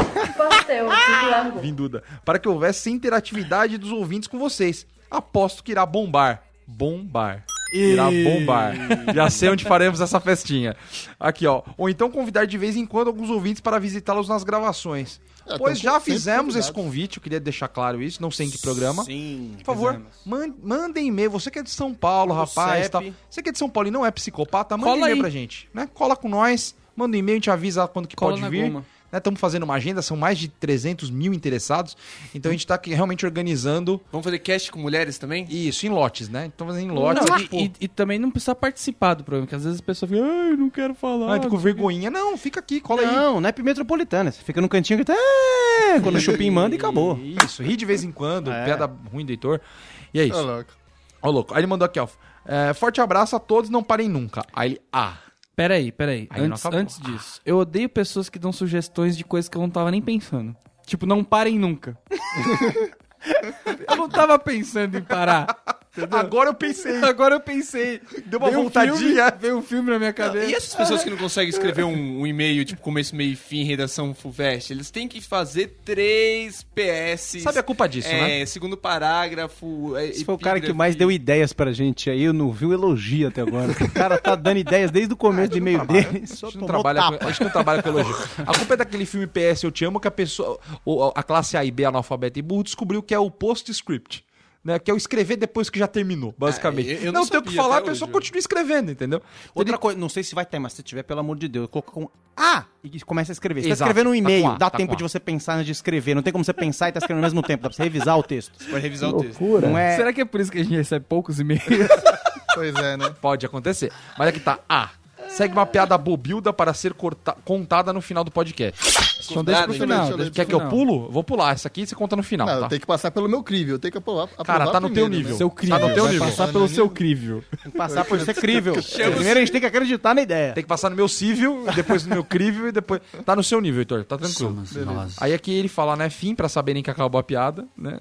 Speaker 3: Vinduda. Para que houvesse interatividade dos ouvintes com vocês. Aposto que irá bombar. Bombar. Irá bombar. Já sei onde faremos essa festinha. Aqui, ó. Ou então convidar de vez em quando alguns ouvintes para visitá-los nas gravações.
Speaker 4: Ah,
Speaker 3: pois
Speaker 4: tão
Speaker 3: já
Speaker 4: sempre
Speaker 3: fizemos esse
Speaker 4: convidados.
Speaker 3: convite, eu queria deixar claro isso, não sei em que programa.
Speaker 5: Sim.
Speaker 3: Por favor, man- mandem e-mail. Você que é de São Paulo, rapaz.
Speaker 5: CEP.
Speaker 3: tal. Você que é de São Paulo e não é psicopata, manda
Speaker 1: Cola
Speaker 3: e-mail
Speaker 1: aí.
Speaker 3: pra gente. Né? Cola com nós, manda um e-mail, a gente avisa quando que
Speaker 1: Cola
Speaker 3: pode
Speaker 1: na
Speaker 3: vir.
Speaker 1: goma.
Speaker 3: Estamos Né, fazendo uma agenda, são mais de 300 mil interessados. Então a gente está realmente organizando
Speaker 5: Vamos fazer cast com mulheres também?
Speaker 3: isso em lotes, né? Estamos fazendo em lotes.
Speaker 1: Não,
Speaker 3: aí,
Speaker 1: e-
Speaker 3: tipo,
Speaker 1: e, e também não precisa participar do programa, porque às vezes a pessoa fica, ai, eu não quero falar.
Speaker 3: ah, tô com vergonhinha. Não, fica aqui, cola aí.
Speaker 2: Não, não é metropolitana. Você fica no cantinho que tá. "É", Quando o Chupim manda e acabou.
Speaker 3: Isso, ri de vez em quando,
Speaker 2: É.
Speaker 3: piada ruim do Heitor. E é
Speaker 4: Tá
Speaker 3: isso.
Speaker 4: louco.
Speaker 3: Ó, louco. Aí ele mandou aqui, ó. é, forte abraço a todos, não parem nunca. Aí ele, ah,
Speaker 1: Peraí, peraí.
Speaker 3: Aí não
Speaker 1: antes,
Speaker 3: acabou.
Speaker 1: antes disso, eu odeio pessoas que dão sugestões de coisas que eu não tava nem pensando. Tipo, não parem nunca. eu não tava pensando em parar.
Speaker 3: agora eu pensei.
Speaker 1: Agora eu pensei.
Speaker 3: Deu uma
Speaker 1: Veio um
Speaker 3: vontadinha.
Speaker 1: filme, veio um filme na minha cabeça.
Speaker 5: E essas pessoas que não conseguem escrever um, um e-mail, tipo, começo, meio e fim, redação FUVEST, eles têm que fazer três PS.
Speaker 3: Sabe a culpa disso, né?
Speaker 5: É, segundo parágrafo. é,
Speaker 2: Esse foi o cara que
Speaker 5: epígrafe.
Speaker 2: mais deu ideias pra gente aí, eu não vi o elogio até agora. O cara tá dando ideias desde o começo do e-mail dele,
Speaker 3: A
Speaker 2: só
Speaker 3: gente,
Speaker 2: tomou
Speaker 3: não trabalha
Speaker 2: tapa.
Speaker 3: com, a gente não trabalha com elogio. A culpa é daquele filme PS Eu Te Amo que a pessoa, ou a classe A e B, analfabeta e burro, descobriu que é o postscript. Né, que é o escrever depois que já terminou, basicamente.
Speaker 5: Ah, eu- eu
Speaker 3: não
Speaker 5: não
Speaker 3: tem o que
Speaker 5: sabia
Speaker 3: falar, a
Speaker 5: até
Speaker 3: pessoa
Speaker 5: hoje.
Speaker 3: continua escrevendo, entendeu? Então,
Speaker 2: Outra coisa, não sei se vai ter, mas se tiver, pelo amor de Deus, coloca com A e começa a escrever. Você
Speaker 3: Exato,
Speaker 2: tá escrevendo um
Speaker 3: tá
Speaker 2: e-mail,
Speaker 3: com A,
Speaker 2: dá
Speaker 3: tá com
Speaker 2: tempo
Speaker 3: A.
Speaker 2: de você pensar antes de escrever. Não tem como você pensar e tá escrevendo ao mesmo tempo, dá pra você revisar o texto.
Speaker 5: Pode revisar o texto.
Speaker 2: Não é.
Speaker 1: Será que é por isso que a gente recebe poucos e-mails?
Speaker 4: Pois é, né?
Speaker 3: Pode acontecer. Mas aqui tá A. Segue uma piada bobilda para ser corta- contada no final do podcast.
Speaker 1: Então deixa pro
Speaker 5: Cuidado, hein?
Speaker 1: final.
Speaker 4: Deixa eu ler
Speaker 1: deixa
Speaker 3: Quer
Speaker 1: pro
Speaker 3: que eu
Speaker 1: final.
Speaker 3: pulo? Vou pular. Essa aqui você conta no final,
Speaker 4: Não,
Speaker 3: tá?
Speaker 4: tem que passar pelo meu crível. Tem que aprovar.
Speaker 3: Cara,
Speaker 4: aprovar
Speaker 3: tá no teu
Speaker 4: primeiro, né?
Speaker 3: nível.
Speaker 1: Seu crível.
Speaker 3: Tá no teu
Speaker 1: vai
Speaker 3: nível.
Speaker 1: passar pelo seu crível.
Speaker 2: Tem que passar por ser crível. Primeiro a gente tem que acreditar na ideia.
Speaker 3: Tem que passar no meu cível, depois no meu crível e depois. Tá no seu nível, Heitor, tá tranquilo. Beleza. Aí aqui ele fala, né? Fim pra saberem que acabou a piada, né?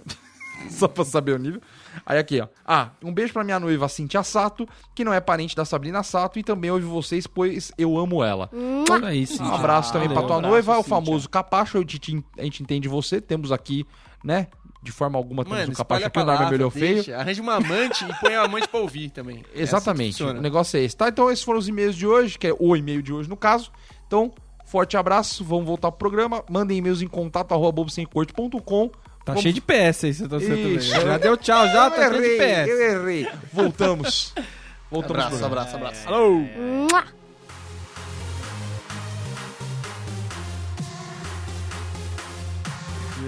Speaker 3: Só pra saber o nível. Aí aqui, ó. Ah, um beijo pra minha noiva Cintia Sato, que não é parente da Sabrina Sato, e também ouve vocês, pois eu amo ela.
Speaker 1: Olha aí, Cíntia.
Speaker 3: Um abraço também pra
Speaker 1: Valeu.
Speaker 3: tua noiva, o famoso capacho, eu te- te- a gente entende você, temos aqui, né? De forma alguma temos
Speaker 5: Mano,
Speaker 3: um capacho
Speaker 5: espalha a
Speaker 3: aqui, o Narmer
Speaker 5: palavra,
Speaker 3: Melhor Feio.
Speaker 5: deixa, Arranja uma amante e põe a amante pra ouvir também. É assim que
Speaker 3: Exatamente.
Speaker 5: funciona.
Speaker 3: o negócio é esse, tá? Então esses foram os e-mails de hoje, que é o e-mail de hoje no caso. Então, forte abraço, vamos voltar pro programa. Mandem e-mails em contato arroba bobosemcorte.com.
Speaker 1: Tá
Speaker 3: Vamos-
Speaker 1: cheio de PS aí, você tá certo também.
Speaker 3: Ixi,
Speaker 1: Já deu tchau, já tá cheio de PS.
Speaker 3: eu errei. Voltamos. Voltamos. pro
Speaker 4: Abraço, abraço,
Speaker 3: programa.
Speaker 4: abraço.
Speaker 1: Alô?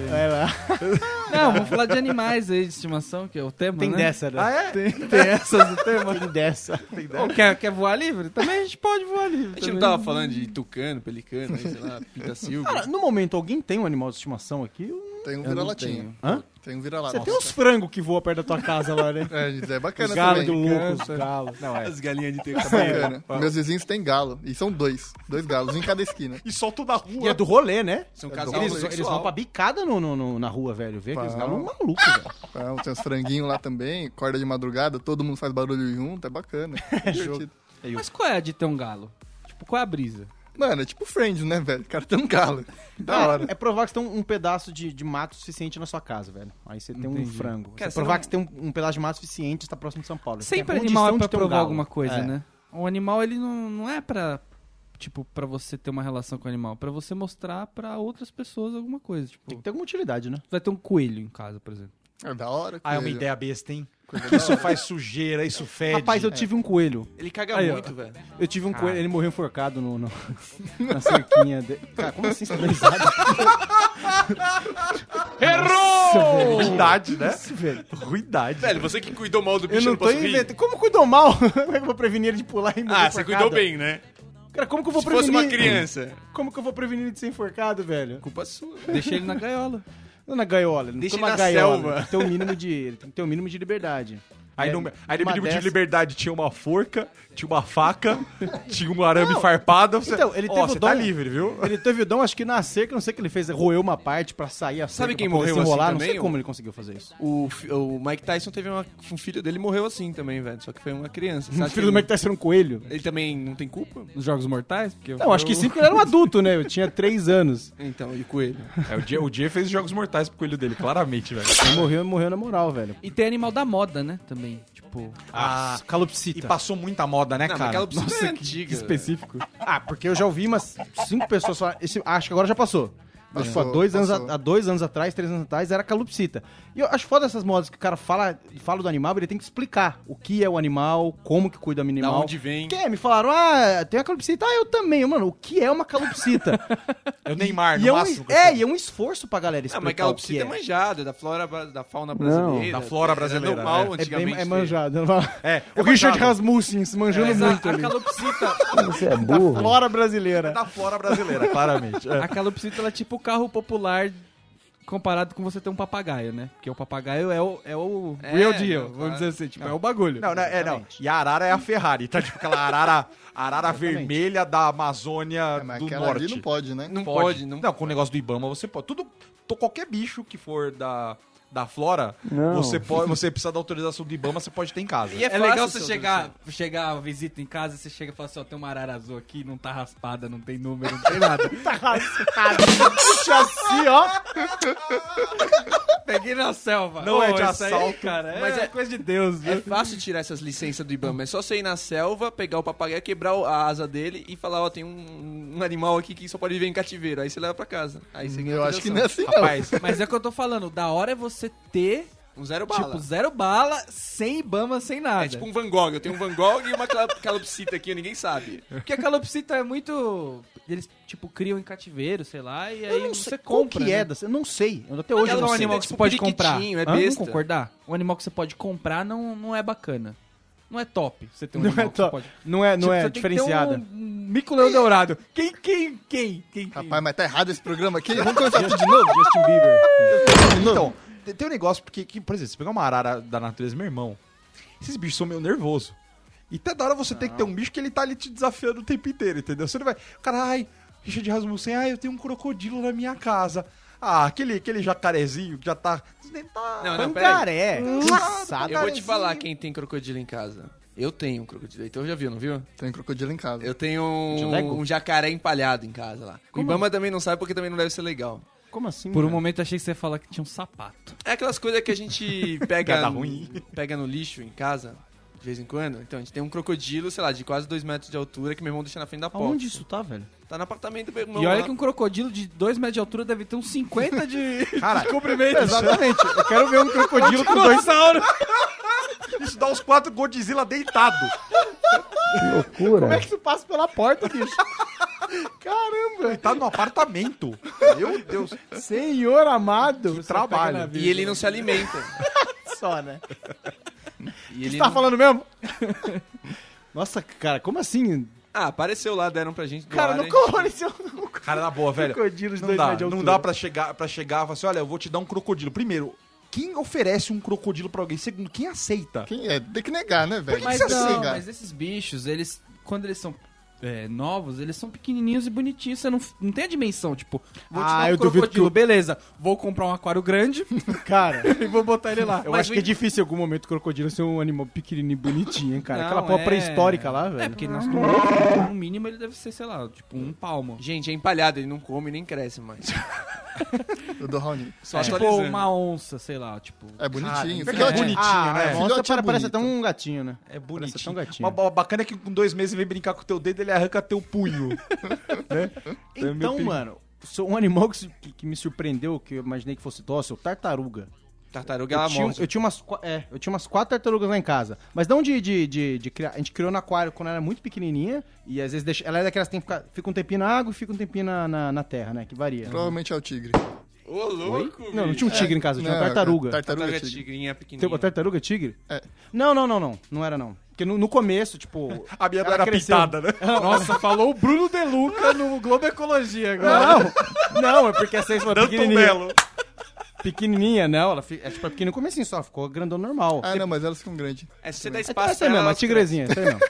Speaker 2: Vai lá.
Speaker 1: Não, vamos falar de animais aí de estimação, que é o tema,
Speaker 2: Tem
Speaker 1: né?
Speaker 2: dessa, né?
Speaker 3: Ah, é?
Speaker 1: Tem, tem essas do tema.
Speaker 2: Tem dessa.
Speaker 1: Ou quer, quer voar livre? Também né? a gente pode voar livre.
Speaker 5: A gente não tava falando de tucano, pelicano, aí, sei lá, pinta silva.
Speaker 2: Cara, no momento, alguém tem um animal de estimação aqui?
Speaker 4: Tem um vira-latinho.
Speaker 2: Hã?
Speaker 4: Tem um vira-lata.
Speaker 2: Você tem uns frangos que voam perto da tua casa lá, né?
Speaker 4: É, gente, é
Speaker 2: Os
Speaker 4: bacana
Speaker 2: galos um
Speaker 4: também. tá
Speaker 2: do louco, os galos. Não, é.
Speaker 5: As galinhas de terra.
Speaker 4: Bacana. Meus vizinhos têm galo. E são dois. Dois galos, um em cada esquina.
Speaker 3: E solto da rua.
Speaker 2: E é do rolê, né?
Speaker 5: São
Speaker 4: Eles-
Speaker 5: casal
Speaker 2: Eles,
Speaker 3: é
Speaker 5: homossexual.
Speaker 2: eles vão pra bicada no, no- no- na rua, velho. Vê aqueles
Speaker 4: Pau.
Speaker 2: galos malucos, velho.
Speaker 4: Então, tem uns franguinhos lá também. Corda de madrugada, todo mundo faz barulho junto. É bacana. É divertido.
Speaker 1: Mas qual é a de ter um galo? Tipo, qual é a brisa?
Speaker 4: Mano, é tipo Friends, né, velho? O cara tem um galo. Da hora.
Speaker 2: É provar que você tem um, um pedaço de, de mato suficiente na sua casa, velho. Aí você tem um frango. é
Speaker 5: Cara, você
Speaker 2: provar
Speaker 5: não-
Speaker 2: que você tem um, um pedaço de mato suficiente está próximo de São Paulo. Você
Speaker 1: Sempre
Speaker 2: tem
Speaker 1: animal é
Speaker 2: condição
Speaker 1: pra
Speaker 2: de ter um
Speaker 1: provar
Speaker 2: galo.
Speaker 1: alguma coisa,
Speaker 2: É.
Speaker 1: né? O animal, ele não, não é pra, tipo, pra você ter uma relação com o animal. é Pra você mostrar pra outras pessoas alguma coisa.
Speaker 2: Tem
Speaker 1: Tipo,
Speaker 2: que ter alguma utilidade, né?
Speaker 1: vai ter um coelho em casa, por exemplo.
Speaker 4: É da hora.
Speaker 3: Ah, é uma
Speaker 4: coelho.
Speaker 3: ideia besta, hein?
Speaker 4: Coisa da
Speaker 3: Isso
Speaker 4: hora.
Speaker 3: faz sujeira, isso
Speaker 5: É
Speaker 3: fede.
Speaker 2: Rapaz, eu tive um coelho.
Speaker 5: Ele caga
Speaker 2: Aí, ó.
Speaker 5: muito, velho.
Speaker 2: Eu tive um coelho, ele morreu enforcado no, no- na cerquinha. De... Cara, como assim você tá risada?
Speaker 3: Errou! Ruidade, né?
Speaker 2: Isso, velho.
Speaker 3: Ruidade.
Speaker 5: Velho, você que cuidou mal do bicho,
Speaker 2: Eu não
Speaker 5: eu
Speaker 2: tô
Speaker 5: posso rir?
Speaker 2: inventando. Como cuidou mal? Como é que eu vou prevenir ele de pular e morrer
Speaker 5: Ah, você
Speaker 2: enforcado?
Speaker 5: cuidou bem, né?
Speaker 2: Cara, como que eu vou
Speaker 5: Se
Speaker 2: prevenir?
Speaker 5: fosse uma criança.
Speaker 2: Como que eu vou prevenir ele de ser enforcado, velho?
Speaker 5: É, Culpa sua.
Speaker 1: Deixei ele na gaiola.
Speaker 2: Não na gaiola, não
Speaker 5: Deixa
Speaker 2: ficou na
Speaker 5: ele na
Speaker 2: gaiola.
Speaker 5: selva.
Speaker 2: Tem que ter um mínimo de, ele tem que ter um mínimo de liberdade.
Speaker 3: Aí,
Speaker 2: É,
Speaker 3: no, aí no
Speaker 2: uma
Speaker 3: mínimo de
Speaker 2: dessa-
Speaker 3: liberdade tinha uma forca, tinha uma faca, tinha um arame farpado. Você...
Speaker 2: Então, ele
Speaker 3: Ó,
Speaker 2: teve o
Speaker 3: você tá
Speaker 2: dom-
Speaker 3: livre, viu?
Speaker 2: Ele teve o dom, acho que na cerca, não sei o que ele fez, roeu uma parte pra sair a cerca.
Speaker 5: Sabe quem
Speaker 2: pra poder
Speaker 5: morreu
Speaker 2: se enrolar,
Speaker 5: assim
Speaker 2: não sei
Speaker 5: também,
Speaker 2: como
Speaker 5: o-
Speaker 2: ele conseguiu fazer isso.
Speaker 5: O, fi- o Mike Tyson teve uma, um filho dele morreu assim também, velho. Só que foi uma criança. Sabe
Speaker 2: O filho do
Speaker 5: que
Speaker 2: Mike Tyson era um coelho?
Speaker 5: ele, ele também não tem culpa?
Speaker 1: Nos Jogos Mortais? Porque eu-
Speaker 2: Não, acho que sim, porque ele era um adulto, né? Eu tinha três anos.
Speaker 5: Então, e o coelho?
Speaker 3: É, o, dia, o dia fez os jogos mortais pro coelho dele, claramente, velho.
Speaker 2: Ele morreu, morreu na moral, velho.
Speaker 1: E tem animal da moda, né? Também. Tipo,
Speaker 3: Ah,
Speaker 2: calopsita.
Speaker 3: e passou muita moda, né,
Speaker 5: Não, mas
Speaker 3: cara?
Speaker 5: aquela precisa é antiga.
Speaker 1: específico.
Speaker 2: Ah, porque eu já ouvi umas cinco pessoas falar. esse- ah, acho que agora já passou. Mas, tipo, há
Speaker 4: Passou,
Speaker 2: dois, anos,
Speaker 4: passou.
Speaker 2: a- há dois anos atrás, três anos atrás, era calopsita. E eu acho foda essas modas que o cara fala, fala do animal, ele tem que explicar o que é o animal, como que cuida do
Speaker 5: Da
Speaker 2: animal.
Speaker 5: onde vem.
Speaker 2: Que é, me falaram, ah, tem a calopsita. Ah, eu também. Mano, o que é uma calopsita?
Speaker 3: É o Neymar,
Speaker 2: e
Speaker 3: no
Speaker 2: é, um,
Speaker 3: máximo. que eu
Speaker 2: é,
Speaker 3: sei.
Speaker 2: e é um esforço pra galera
Speaker 5: Ah,
Speaker 2: explicar
Speaker 5: mas
Speaker 2: o
Speaker 5: calopsita
Speaker 2: que
Speaker 5: é
Speaker 2: é.
Speaker 5: manjada, da flora, bra- da fauna brasileira.
Speaker 3: da flora
Speaker 5: Era
Speaker 3: brasileira, né?
Speaker 5: normal,
Speaker 2: É, bem,
Speaker 5: antigamente.
Speaker 2: é manjado. né?
Speaker 3: É,
Speaker 2: o
Speaker 3: é
Speaker 2: Richard
Speaker 3: manjado.
Speaker 2: Rasmussen se manjando
Speaker 1: Mas a,
Speaker 2: muito né?
Speaker 1: a
Speaker 2: ali.
Speaker 1: calopsita,
Speaker 2: Flora brasileira.
Speaker 3: da flora brasileira, claramente. É.
Speaker 1: a calopsita ela é tipo o carro popular comparado com você ter um papagaio, né? Porque o papagaio é o, é o
Speaker 5: É,
Speaker 1: real deal,
Speaker 5: não,
Speaker 1: vamos
Speaker 5: claro.
Speaker 1: dizer assim. Tipo, é o bagulho.
Speaker 3: Não, não, é, não. E a arara é a Ferrari, tá? Tipo aquela arara, arara vermelha da Amazônia
Speaker 4: É, mas
Speaker 3: do
Speaker 4: aquela
Speaker 3: Norte.
Speaker 4: ali não pode, né?
Speaker 5: Não pode, não.
Speaker 3: com o negócio do Ibama você pode. Tudo, to- qualquer bicho que for da, da flora, você pode, você precisa da autorização do Ibama, você pode ter em casa.
Speaker 5: E
Speaker 1: É
Speaker 5: fácil,
Speaker 1: legal você
Speaker 5: seu
Speaker 1: chegar, chegar a visita em casa, você chega e fala assim, ó, tem uma arara azul aqui, não tá raspada, não tem número, não tem nada.
Speaker 2: Tá Puxa assim, ó.
Speaker 1: Peguei na selva.
Speaker 3: Não é de
Speaker 1: isso aí,
Speaker 3: assalto.
Speaker 1: cara.
Speaker 5: Mas
Speaker 1: é,
Speaker 5: é-
Speaker 1: coisa de Deus,
Speaker 5: É
Speaker 1: viu?
Speaker 5: fácil tirar essas licenças do Ibama. É só você ir na selva, pegar o papagaio, quebrar o- a asa dele e falar, ó, tem um, um animal aqui que só pode viver em cativeiro. Aí você leva pra casa. Aí você ganha
Speaker 4: Eu acho que não é
Speaker 5: autorização.
Speaker 4: assim, não.
Speaker 3: Rapaz,
Speaker 1: Mas é o que eu tô falando, da hora é você ter,
Speaker 5: Um zero bala.
Speaker 1: tipo, zero bala, sem Ibama, sem nada.
Speaker 5: é tipo um Van Gogh. Eu tenho um Van Gogh e uma cala- calopsita aqui, ninguém sabe.
Speaker 1: Porque a calopsita é muito. Eles, tipo, criam em cativeiro, sei lá, e aí
Speaker 2: Eu não
Speaker 1: você
Speaker 2: sei qual
Speaker 1: compra.
Speaker 2: que
Speaker 1: né?
Speaker 2: é dessa. Eu não sei. Eu até hoje
Speaker 1: Ela
Speaker 2: eu
Speaker 1: não é
Speaker 2: não
Speaker 1: um
Speaker 2: sei.
Speaker 1: animal
Speaker 5: é
Speaker 1: que
Speaker 5: tipo
Speaker 1: você pode comprar.
Speaker 5: periquitinho, é
Speaker 1: Hã? Vamos
Speaker 5: besta.
Speaker 1: concordar? Um animal que você pode comprar não, não é bacana. Não é top você ter um
Speaker 2: Não
Speaker 1: animal
Speaker 2: é
Speaker 1: que
Speaker 2: top.
Speaker 1: você pode...
Speaker 2: Não é,
Speaker 1: Tipo,
Speaker 2: não é
Speaker 1: você tem que ter
Speaker 2: diferenciada.
Speaker 1: Um um mico-leão dourado. Quem, quem, quem, quem? quem?
Speaker 4: Rapaz, mas tá errado esse programa aqui. Vamos começar tudo de novo?
Speaker 2: Justin Bieber.
Speaker 3: então, te- tem um negócio porque, que, por exemplo, se pegar uma arara da natureza, meu irmão, esses bichos são meio nervoso. E até da hora você tem que ter um bicho que ele tá ali te desafiando o tempo inteiro, entendeu? Você não vai, cara, ai, Richard Rasmussen, ai, eu tenho um crocodilo na minha casa.
Speaker 8: Ah, aquele, aquele jacarezinho que já tá desdentado.
Speaker 5: Não,
Speaker 2: Um
Speaker 5: não, Ah, peraí.
Speaker 2: Pancaré. Cansado.
Speaker 5: Eu vou te falar quem tem crocodilo em casa. Eu tenho um crocodilo. Então já viu, não viu?
Speaker 4: Tem crocodilo em casa.
Speaker 5: Eu tenho um, um jacaré empalhado em casa lá. O Ibama também não sabe porque também não deve ser legal.
Speaker 2: Como assim?
Speaker 1: Por um
Speaker 2: cara?
Speaker 1: momento achei que você ia falar que tinha um sapato.
Speaker 5: É aquelas coisas que a gente pega,
Speaker 8: Piada
Speaker 5: no-
Speaker 8: ruim.
Speaker 5: pega no lixo em casa, de vez em quando. Então a gente tem um crocodilo, sei lá, de quase dois metros de altura que meu irmão deixa na frente da porta.
Speaker 2: Aonde isso tá, velho?
Speaker 5: Tá no apartamento do meu irmão.
Speaker 1: e olha
Speaker 5: lá.
Speaker 1: que um crocodilo de 2 metros de altura deve ter uns 50 de,
Speaker 8: Cara,
Speaker 1: de comprimento.
Speaker 2: Exatamente. Eu quero ver um crocodilo com dois.
Speaker 1: Dinossauro.
Speaker 8: Isso dá uns quatro Godzilla deitado.
Speaker 2: Como é que tu passa pela porta, bicho? Caramba!
Speaker 8: Deitado no tá apartamento. Meu Deus.
Speaker 2: Senhor amado!
Speaker 8: Que
Speaker 2: Você
Speaker 8: trabalho.
Speaker 2: pega na vida.
Speaker 5: E ele não se alimenta.
Speaker 2: Só, né?
Speaker 5: E ele
Speaker 2: Você tá
Speaker 5: não-
Speaker 2: falando mesmo? Nossa, cara, como assim?
Speaker 5: Ah, apareceu lá, deram pra gente.
Speaker 2: Cara,
Speaker 5: doar,
Speaker 2: não
Speaker 5: né?
Speaker 2: coloreceu um
Speaker 8: Cara, na boa, velho.
Speaker 2: crocodilo de
Speaker 8: Não
Speaker 2: dois
Speaker 8: dá,
Speaker 2: metros de
Speaker 8: não
Speaker 2: altura.
Speaker 8: dá pra chegar, pra chegar e falar assim, olha, eu vou te dar um crocodilo. Primeiro, quem oferece um crocodilo pra alguém? Segundo, quem aceita?
Speaker 4: Quem é? Tem que negar, né, velho?
Speaker 1: Mas
Speaker 4: Tem que
Speaker 2: assim,
Speaker 1: não,
Speaker 4: negar.
Speaker 1: mas esses bichos, eles. Quando eles são é, novos, eles são pequenininhos e bonitinhos. Você não, não tem a dimensão, tipo, vou te
Speaker 2: Ah,
Speaker 1: dar um
Speaker 2: eu duvido
Speaker 1: crocodilo,
Speaker 2: que eu-
Speaker 1: beleza. Vou comprar um aquário grande
Speaker 2: Cara,
Speaker 1: e vou botar ele lá.
Speaker 2: eu
Speaker 1: Mas
Speaker 2: acho
Speaker 1: o
Speaker 2: que é difícil em algum momento o crocodilo ser um animal pequenininho e bonitinho, hein, cara.
Speaker 1: Não,
Speaker 2: Aquela porra
Speaker 1: é.
Speaker 2: pré-histórica lá,
Speaker 1: É,
Speaker 2: velho.
Speaker 1: porque nós
Speaker 2: Ah.
Speaker 1: tomamos, no mínimo ele deve ser, sei lá, tipo um palmo.
Speaker 5: Gente, é empalhado, ele não come nem cresce mais.
Speaker 4: Eu dou Raoni.
Speaker 2: É.
Speaker 5: Só
Speaker 1: tipo
Speaker 5: atualizando.
Speaker 1: uma onça, sei lá, tipo.
Speaker 4: É bonitinho.
Speaker 8: Cara,
Speaker 4: filhote.
Speaker 8: é bonitinho,
Speaker 2: ah,
Speaker 8: né?
Speaker 2: a monstro
Speaker 4: Filhote é
Speaker 2: parece
Speaker 4: bonito.
Speaker 2: até um gatinho, né?
Speaker 8: É
Speaker 2: Parece até um
Speaker 8: bonitinho.
Speaker 2: gatinho.
Speaker 8: Mas o bacana é que com dois meses ele vem brincar com o teu dedo, ele arranca teu punho. Então é meu
Speaker 2: Então,
Speaker 8: perigo.
Speaker 2: mano, sou um animal que, su- que- que me surpreendeu, que eu imaginei que fosse dócil, é tartaruga.
Speaker 5: Tartaruga,
Speaker 2: Eu
Speaker 8: Ah,
Speaker 5: ela
Speaker 2: tinha, um-
Speaker 5: morde.
Speaker 2: eu tinha umas, qua- é, eu tinha umas quatro tartarugas lá em casa. Mas não de, de, de, de criar. A gente criou no aquário quando ela era muito pequenininha. E às vezes deixa, ela é daquelas que tem que ficar, fica um tempinho na água e fica um tempinho na, na, na terra, né? Que varia.
Speaker 4: Provavelmente é o tigre.
Speaker 5: Ô, louco!
Speaker 2: Não, não tinha um
Speaker 8: É,
Speaker 2: tigre em casa, tinha uma
Speaker 4: Não, é
Speaker 2: tartaruga.
Speaker 4: Tartaruga,
Speaker 5: Tartaruga é
Speaker 4: tigre.
Speaker 2: Tem
Speaker 5: tigrinha
Speaker 2: uma
Speaker 5: pequenininha.
Speaker 2: tartaruga tigre?
Speaker 4: É.
Speaker 2: Não, não, não, não. Não era, não. Porque no, no começo, tipo.
Speaker 8: A minha não
Speaker 2: ela
Speaker 8: era
Speaker 2: cresceu.
Speaker 8: pintada, né?
Speaker 1: Nossa, falou o Bruno De Luca no Globo Ecologia agora.
Speaker 2: Não, não, é porque essa aí foi
Speaker 8: Danton
Speaker 2: pequenininha.
Speaker 8: Belo.
Speaker 2: Pequenininha, não. Ela fi- é, tipo, é pequenininha no comecinho só, ficou grandona
Speaker 8: É,
Speaker 2: normal.
Speaker 4: Ah, não, mas elas ficam grandes.
Speaker 5: É, se você dá
Speaker 2: Essa,
Speaker 5: espaço
Speaker 2: essa
Speaker 5: pra ela,
Speaker 2: mesmo, a
Speaker 5: ela
Speaker 2: tigrezinha, essa aí mesmo.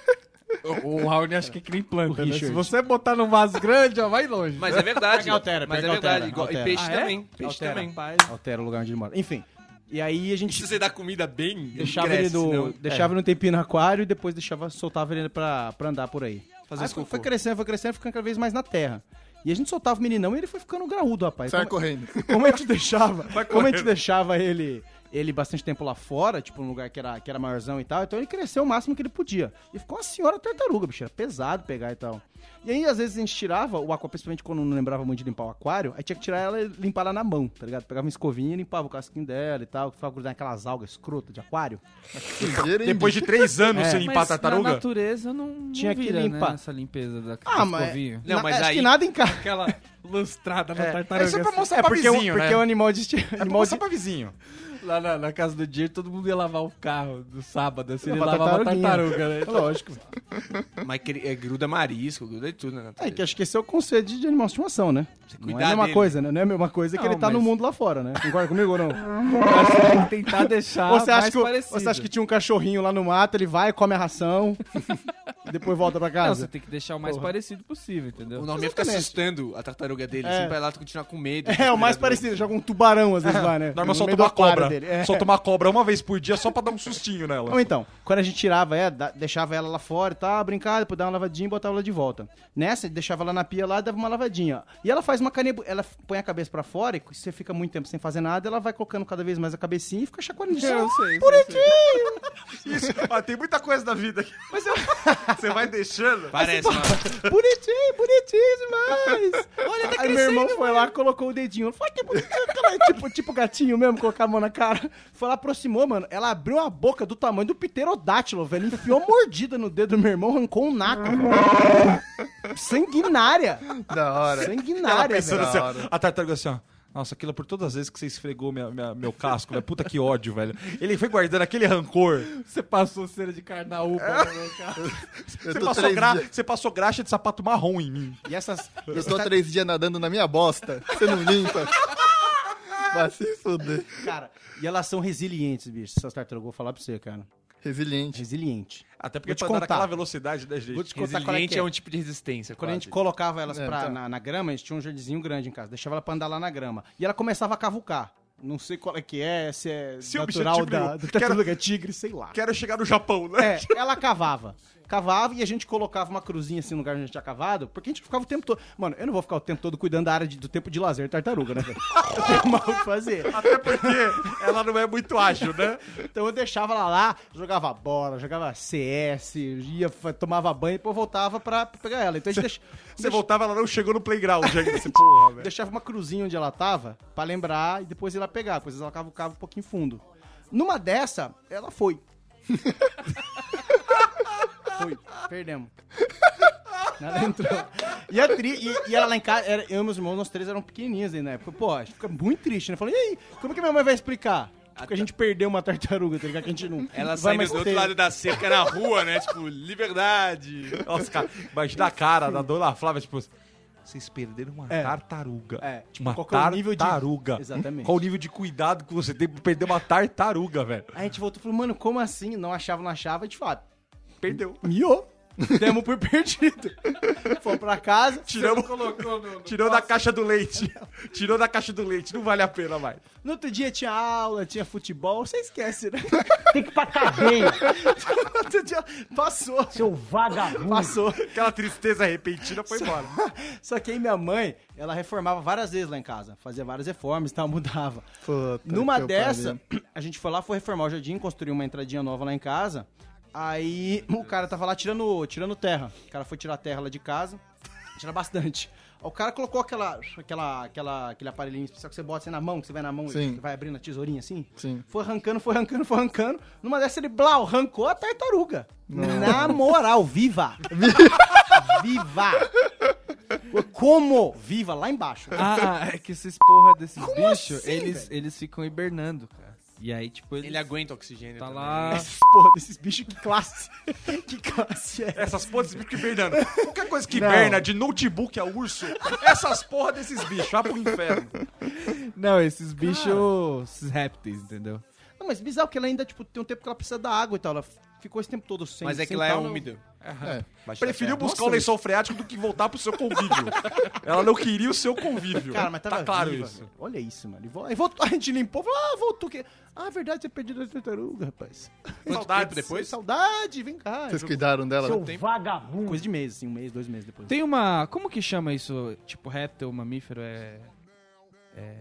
Speaker 1: O, o Raoni acho que é que nem planta,
Speaker 2: O
Speaker 1: né? Se
Speaker 2: Richard.
Speaker 1: você botar num vaso grande, ó, vai longe.
Speaker 5: Mas é verdade.
Speaker 2: Pega a altera,
Speaker 5: mas
Speaker 2: pega
Speaker 5: é
Speaker 2: a altera,
Speaker 5: verdade. igual-
Speaker 2: altera.
Speaker 5: E peixe
Speaker 1: Ah, é?
Speaker 5: também. Peixe
Speaker 1: Altera.
Speaker 5: também.
Speaker 2: Altera o lugar onde ele mora. Enfim. E aí a gente
Speaker 5: Se você dá comida bem, ele
Speaker 2: deixava
Speaker 5: cresce,
Speaker 2: ele no.
Speaker 5: senão-
Speaker 2: Deixava ele um tempinho no aquário e depois deixava, soltava ele pra, pra andar por aí.
Speaker 5: Fazer
Speaker 2: aí
Speaker 5: os
Speaker 2: foi,
Speaker 5: cocô.
Speaker 2: foi crescendo, foi crescendo, ficando cada vez mais na terra. E a gente soltava o meninão e ele foi ficando graúdo, rapaz.
Speaker 4: Sai
Speaker 2: Como-
Speaker 4: correndo.
Speaker 2: como a gente deixava, como a gente deixava ele, ele bastante tempo lá fora, tipo, num lugar que era, que era maiorzão e tal, então ele cresceu o máximo que ele podia. E ficou uma senhora tartaruga, bicho, era pesado pegar e tal. E aí, às vezes, a gente tirava o aquário, principalmente quando não lembrava muito de limpar o aquário, aí tinha que tirar ela e limpar ela na mão, tá ligado? Pegava uma escovinha e limpava o casquinho dela e tal, que ficava grudando aquelas algas escrotas de aquário.
Speaker 4: Sujeira, hein,
Speaker 8: Depois de três anos
Speaker 2: É.
Speaker 8: sem limpar a tartaruga.
Speaker 1: na natureza não,
Speaker 2: Tinha que
Speaker 1: vira,
Speaker 2: limpar.
Speaker 1: né, essa limpeza da
Speaker 2: Ah, mas-
Speaker 1: escovinha.
Speaker 5: Não,
Speaker 2: Na-
Speaker 5: mas
Speaker 2: acho
Speaker 5: aí-
Speaker 2: que nada em casa.
Speaker 1: Aquela lustrada na tartaruga.
Speaker 8: É só pra
Speaker 1: assim.
Speaker 8: mostrar
Speaker 2: É
Speaker 8: pra
Speaker 2: porque, é um-
Speaker 8: vizinho,
Speaker 2: porque
Speaker 8: né?
Speaker 2: é um animal de...
Speaker 8: É pra
Speaker 2: Animal
Speaker 8: mostrar
Speaker 2: de...
Speaker 8: pra vizinho.
Speaker 1: Lá na, na casa do Diego, todo mundo ia lavar o carro do sábado, assim, ele
Speaker 2: Uma
Speaker 1: lavava a
Speaker 2: tartaruguinha.
Speaker 1: tartaruga, né?
Speaker 2: Lógico.
Speaker 5: Mas cri- é, gruda marisco, gruda de tudo, né?
Speaker 2: É
Speaker 5: natureza.
Speaker 2: que acho que esse é o conceito de animal de estimação, né? Não é
Speaker 5: cuidar
Speaker 2: a mesma
Speaker 5: dele.
Speaker 2: coisa, né? Não é a mesma coisa que
Speaker 1: Não,
Speaker 2: ele tá no
Speaker 1: mas-
Speaker 2: mundo lá fora, né? Concorda comigo ou não?
Speaker 1: Tem que tentar deixar
Speaker 2: Ou você, acha
Speaker 1: Ah, mais
Speaker 2: que, o-
Speaker 1: parecido.
Speaker 2: você acha que tinha um cachorrinho lá no mato, ele vai, come a ração, e depois volta pra
Speaker 1: Não, você
Speaker 2: casa?
Speaker 1: tem que deixar o mais
Speaker 2: Porra.
Speaker 1: parecido possível, entendeu?
Speaker 5: O Norminha fica
Speaker 2: Exatamente.
Speaker 5: assustando a tartaruga dele,
Speaker 2: É.
Speaker 5: assim, pra ela continuar com medo.
Speaker 2: É, o mais parecido, joga um tubarão às vezes lá, né?
Speaker 8: Norma
Speaker 2: No
Speaker 8: solta
Speaker 2: meio do
Speaker 8: uma
Speaker 2: aquário
Speaker 8: cobra.
Speaker 2: dele. É.
Speaker 8: Solta uma cobra uma vez por dia só pra dar um sustinho nela.
Speaker 2: Ou então, quando a gente tirava, é, da- deixava ela lá fora e tal, brincava, depois dava uma lavadinha e botava ela de volta. Nessa, deixava ela na pia lá e dava uma lavadinha. E ela faz uma canebu... Ela f- põe a cabeça pra fora e se você fica muito tempo sem fazer nada, ela vai colocando cada vez mais a cabecinha e fica chacoalhando. Assim,
Speaker 1: Eu sei,
Speaker 2: Por
Speaker 1: eu sei.
Speaker 8: Isso, ó, tem muita coisa da vida aqui. Mas eu... Você vai deixando.
Speaker 5: Parece, mano.
Speaker 2: Bonitinho, bonitinho demais. Olha, tá Aí meu irmão foi lá, colocou o dedinho. Falei, que bonitinho, cara. tipo, tipo gatinho mesmo, colocar a mão na cara. Foi lá, aproximou, mano. Ela abriu a boca do tamanho do pterodátilo, velho. Enfiou a mordida no dedo do meu irmão, arrancou um naco. velho. Sanguinária.
Speaker 4: Da hora.
Speaker 8: Ela
Speaker 2: Sanguinária,
Speaker 8: pensando
Speaker 2: velho.
Speaker 8: assim, ó, a tartaruga assim, ó. Nossa, aquilo é por todas as vezes que você esfregou minha- minha- meu casco,
Speaker 3: né?
Speaker 8: velho. Puta que ódio, velho. Ele foi guardando aquele rancor.
Speaker 1: Você passou cera de carnaúba
Speaker 2: É.
Speaker 1: né? no meu carro.
Speaker 4: Eu
Speaker 8: Você
Speaker 4: tô
Speaker 8: passou,
Speaker 4: três
Speaker 8: gra-
Speaker 4: dias-
Speaker 8: você passou graxa de sapato marrom em mim.
Speaker 2: E essas...
Speaker 4: Eu tô três dias nadando na minha bosta. Você não limpa. Vai se fuder.
Speaker 2: Cara, e elas são resilientes, bicho. Essas tartarugas, vou falar pra você, cara.
Speaker 4: Resiliente.
Speaker 2: Resiliente.
Speaker 3: Até porque
Speaker 2: Vou te
Speaker 3: pra dar
Speaker 2: contar.
Speaker 3: aquela velocidade, né, gente?
Speaker 2: Vou te contar qual é
Speaker 5: Resiliente
Speaker 2: que é.
Speaker 5: é um tipo de resistência.
Speaker 2: Quando a gente
Speaker 5: quase.
Speaker 2: colocava elas
Speaker 4: É,
Speaker 2: pra-
Speaker 4: então.
Speaker 2: na, na grama, a gente tinha um jardinzinho grande em casa. Deixava ela pra andar lá na grama. E ela começava a cavucar. Não sei qual é que é, se é
Speaker 3: Se
Speaker 2: natural
Speaker 3: objetivo
Speaker 2: da,
Speaker 3: nenhum.
Speaker 2: do
Speaker 3: Quero-
Speaker 2: tartaruga tigre, sei lá.
Speaker 3: Quero chegar no Japão, né?
Speaker 2: É, ela cavava. Cavava e a gente colocava uma cruzinha assim no lugar onde a gente tinha cavado, porque a gente ficava o tempo todo. Mano, eu não vou ficar o tempo todo cuidando da área de- do tempo de lazer tartaruga, né, velho? Eu tenho mal o que fazer.
Speaker 3: Até porque ela não é muito ágil, né?
Speaker 2: Então eu deixava ela lá, jogava bola, jogava CS, ia, fa- tomava banho e depois voltava pra pra pegar ela. Então a gente deixa,
Speaker 3: Você
Speaker 2: deixa-
Speaker 3: voltava, ela não chegou no playground ainda, esse porra,
Speaker 5: É.
Speaker 3: velho.
Speaker 2: deixava uma cruzinha onde ela tava pra lembrar e depois ir lá pegar. Depois ela cavucava um pouquinho fundo. Numa dessa, ela foi. foi, perdemos. Ela entrou. E, a tri, e, e ela lá em casa, era- eu e meus irmãos, nós três eram pequenininhos ainda na época. Pô, a gente fica muito triste, né? Falando, e aí, como é que minha mãe vai explicar? Porque a gente perdeu uma tartaruga, tá ligado? Que a gente não.
Speaker 5: Ela
Speaker 2: não
Speaker 5: sai do
Speaker 2: mais
Speaker 5: outro
Speaker 2: ter.
Speaker 5: lado da cerca na rua, né? Tipo, liberdade.
Speaker 3: Nossa, cara, imagina a cara da dona Flávia, tipo, vocês perderam uma
Speaker 2: É.
Speaker 3: tartaruga.
Speaker 2: É, tipo,
Speaker 3: uma
Speaker 2: qual que é o nível de-
Speaker 3: tartaruga.
Speaker 2: Exatamente.
Speaker 3: Qual o nível de cuidado que você tem pra perder uma tartaruga, velho?
Speaker 2: Aí a gente voltou e falou, mano, como assim? Não achava, não achava, e de fato.
Speaker 3: Perdeu.
Speaker 2: "Ah, Miou. Demos por perdido. Fomos pra casa.
Speaker 3: Tiramos,
Speaker 1: Colocou no...
Speaker 3: tirou da caixa do leite. Tirou da caixa do leite. Não vale a pena mais.
Speaker 2: No outro dia tinha aula, tinha futebol. Você esquece, né?
Speaker 7: Tem que ir pra cadeia,
Speaker 2: No outro dia passou.
Speaker 7: seu vagabundo.
Speaker 2: Passou.
Speaker 3: Aquela tristeza repentina foi embora.
Speaker 2: Só que aí minha mãe, ela reformava várias vezes lá em casa. Fazia várias reformas e tal, mudava.
Speaker 4: Puta
Speaker 2: Numa
Speaker 4: que eu
Speaker 2: dessa,
Speaker 4: pariu.
Speaker 2: a gente foi lá, foi reformar o jardim, construir uma entradinha nova lá em casa. Aí o cara tava lá tirando, tirando terra. O cara foi tirar terra lá de casa, tira bastante. Aí O cara colocou aquela, aquela, aquela, aquele aparelhinho especial que você bota assim na mão, que você vai na mão e
Speaker 4: Sim.
Speaker 2: vai abrindo a tesourinha assim.
Speaker 4: Sim.
Speaker 2: Foi arrancando, foi arrancando, foi arrancando. Numa dessa ele, blau, arrancou a tartaruga. Na moral, viva! viva! Como? Viva, lá embaixo.
Speaker 1: Ah, ah, é que esses porra desses
Speaker 2: Como
Speaker 1: bichos,
Speaker 2: assim,
Speaker 1: eles, eles ficam hibernando, cara. E aí, tipo, ele,
Speaker 5: Ele aguenta oxigênio.
Speaker 1: tá
Speaker 5: também.
Speaker 1: lá...
Speaker 2: Essas porra desses bichos, que classe. que classe é
Speaker 3: Essas porra desses bichos que hibernando. Qualquer coisa que hiberna, de notebook a urso, essas porra desses bichos. Vai pro inferno.
Speaker 1: Não, esses bichos... Esses répteis, entendeu?
Speaker 2: Não, mas bizarro que ela ainda, tipo, tem um tempo que ela precisa da água e tal. Ela f- ficou esse tempo todo sem.
Speaker 5: Mas é que
Speaker 2: sem
Speaker 5: lá é
Speaker 2: tal, não-
Speaker 5: úmido.
Speaker 4: É.
Speaker 5: Baixo da
Speaker 3: Preferiu
Speaker 5: terra.
Speaker 3: buscar o lençol freático do que voltar pro seu convívio. Ela não queria o seu convívio.
Speaker 2: Cara, mas tava
Speaker 3: tá claro
Speaker 2: viva,
Speaker 3: isso.
Speaker 2: velho. Olha isso, mano. E vo- Aí voltou, a gente limpou, falou, ah, voltou. Que... Ah, verdade, você perdeu a tartaruga, rapaz.
Speaker 5: Quanto tempo depois?
Speaker 2: Saudade, vem cá.
Speaker 4: Vocês
Speaker 2: Jogou-
Speaker 4: cuidaram dela?
Speaker 7: Seu vagabundo.
Speaker 2: Coisa de mês, assim, um mês, dois meses depois.
Speaker 1: Tem uma... Como que chama isso? Tipo, réptil, mamífero, é... É...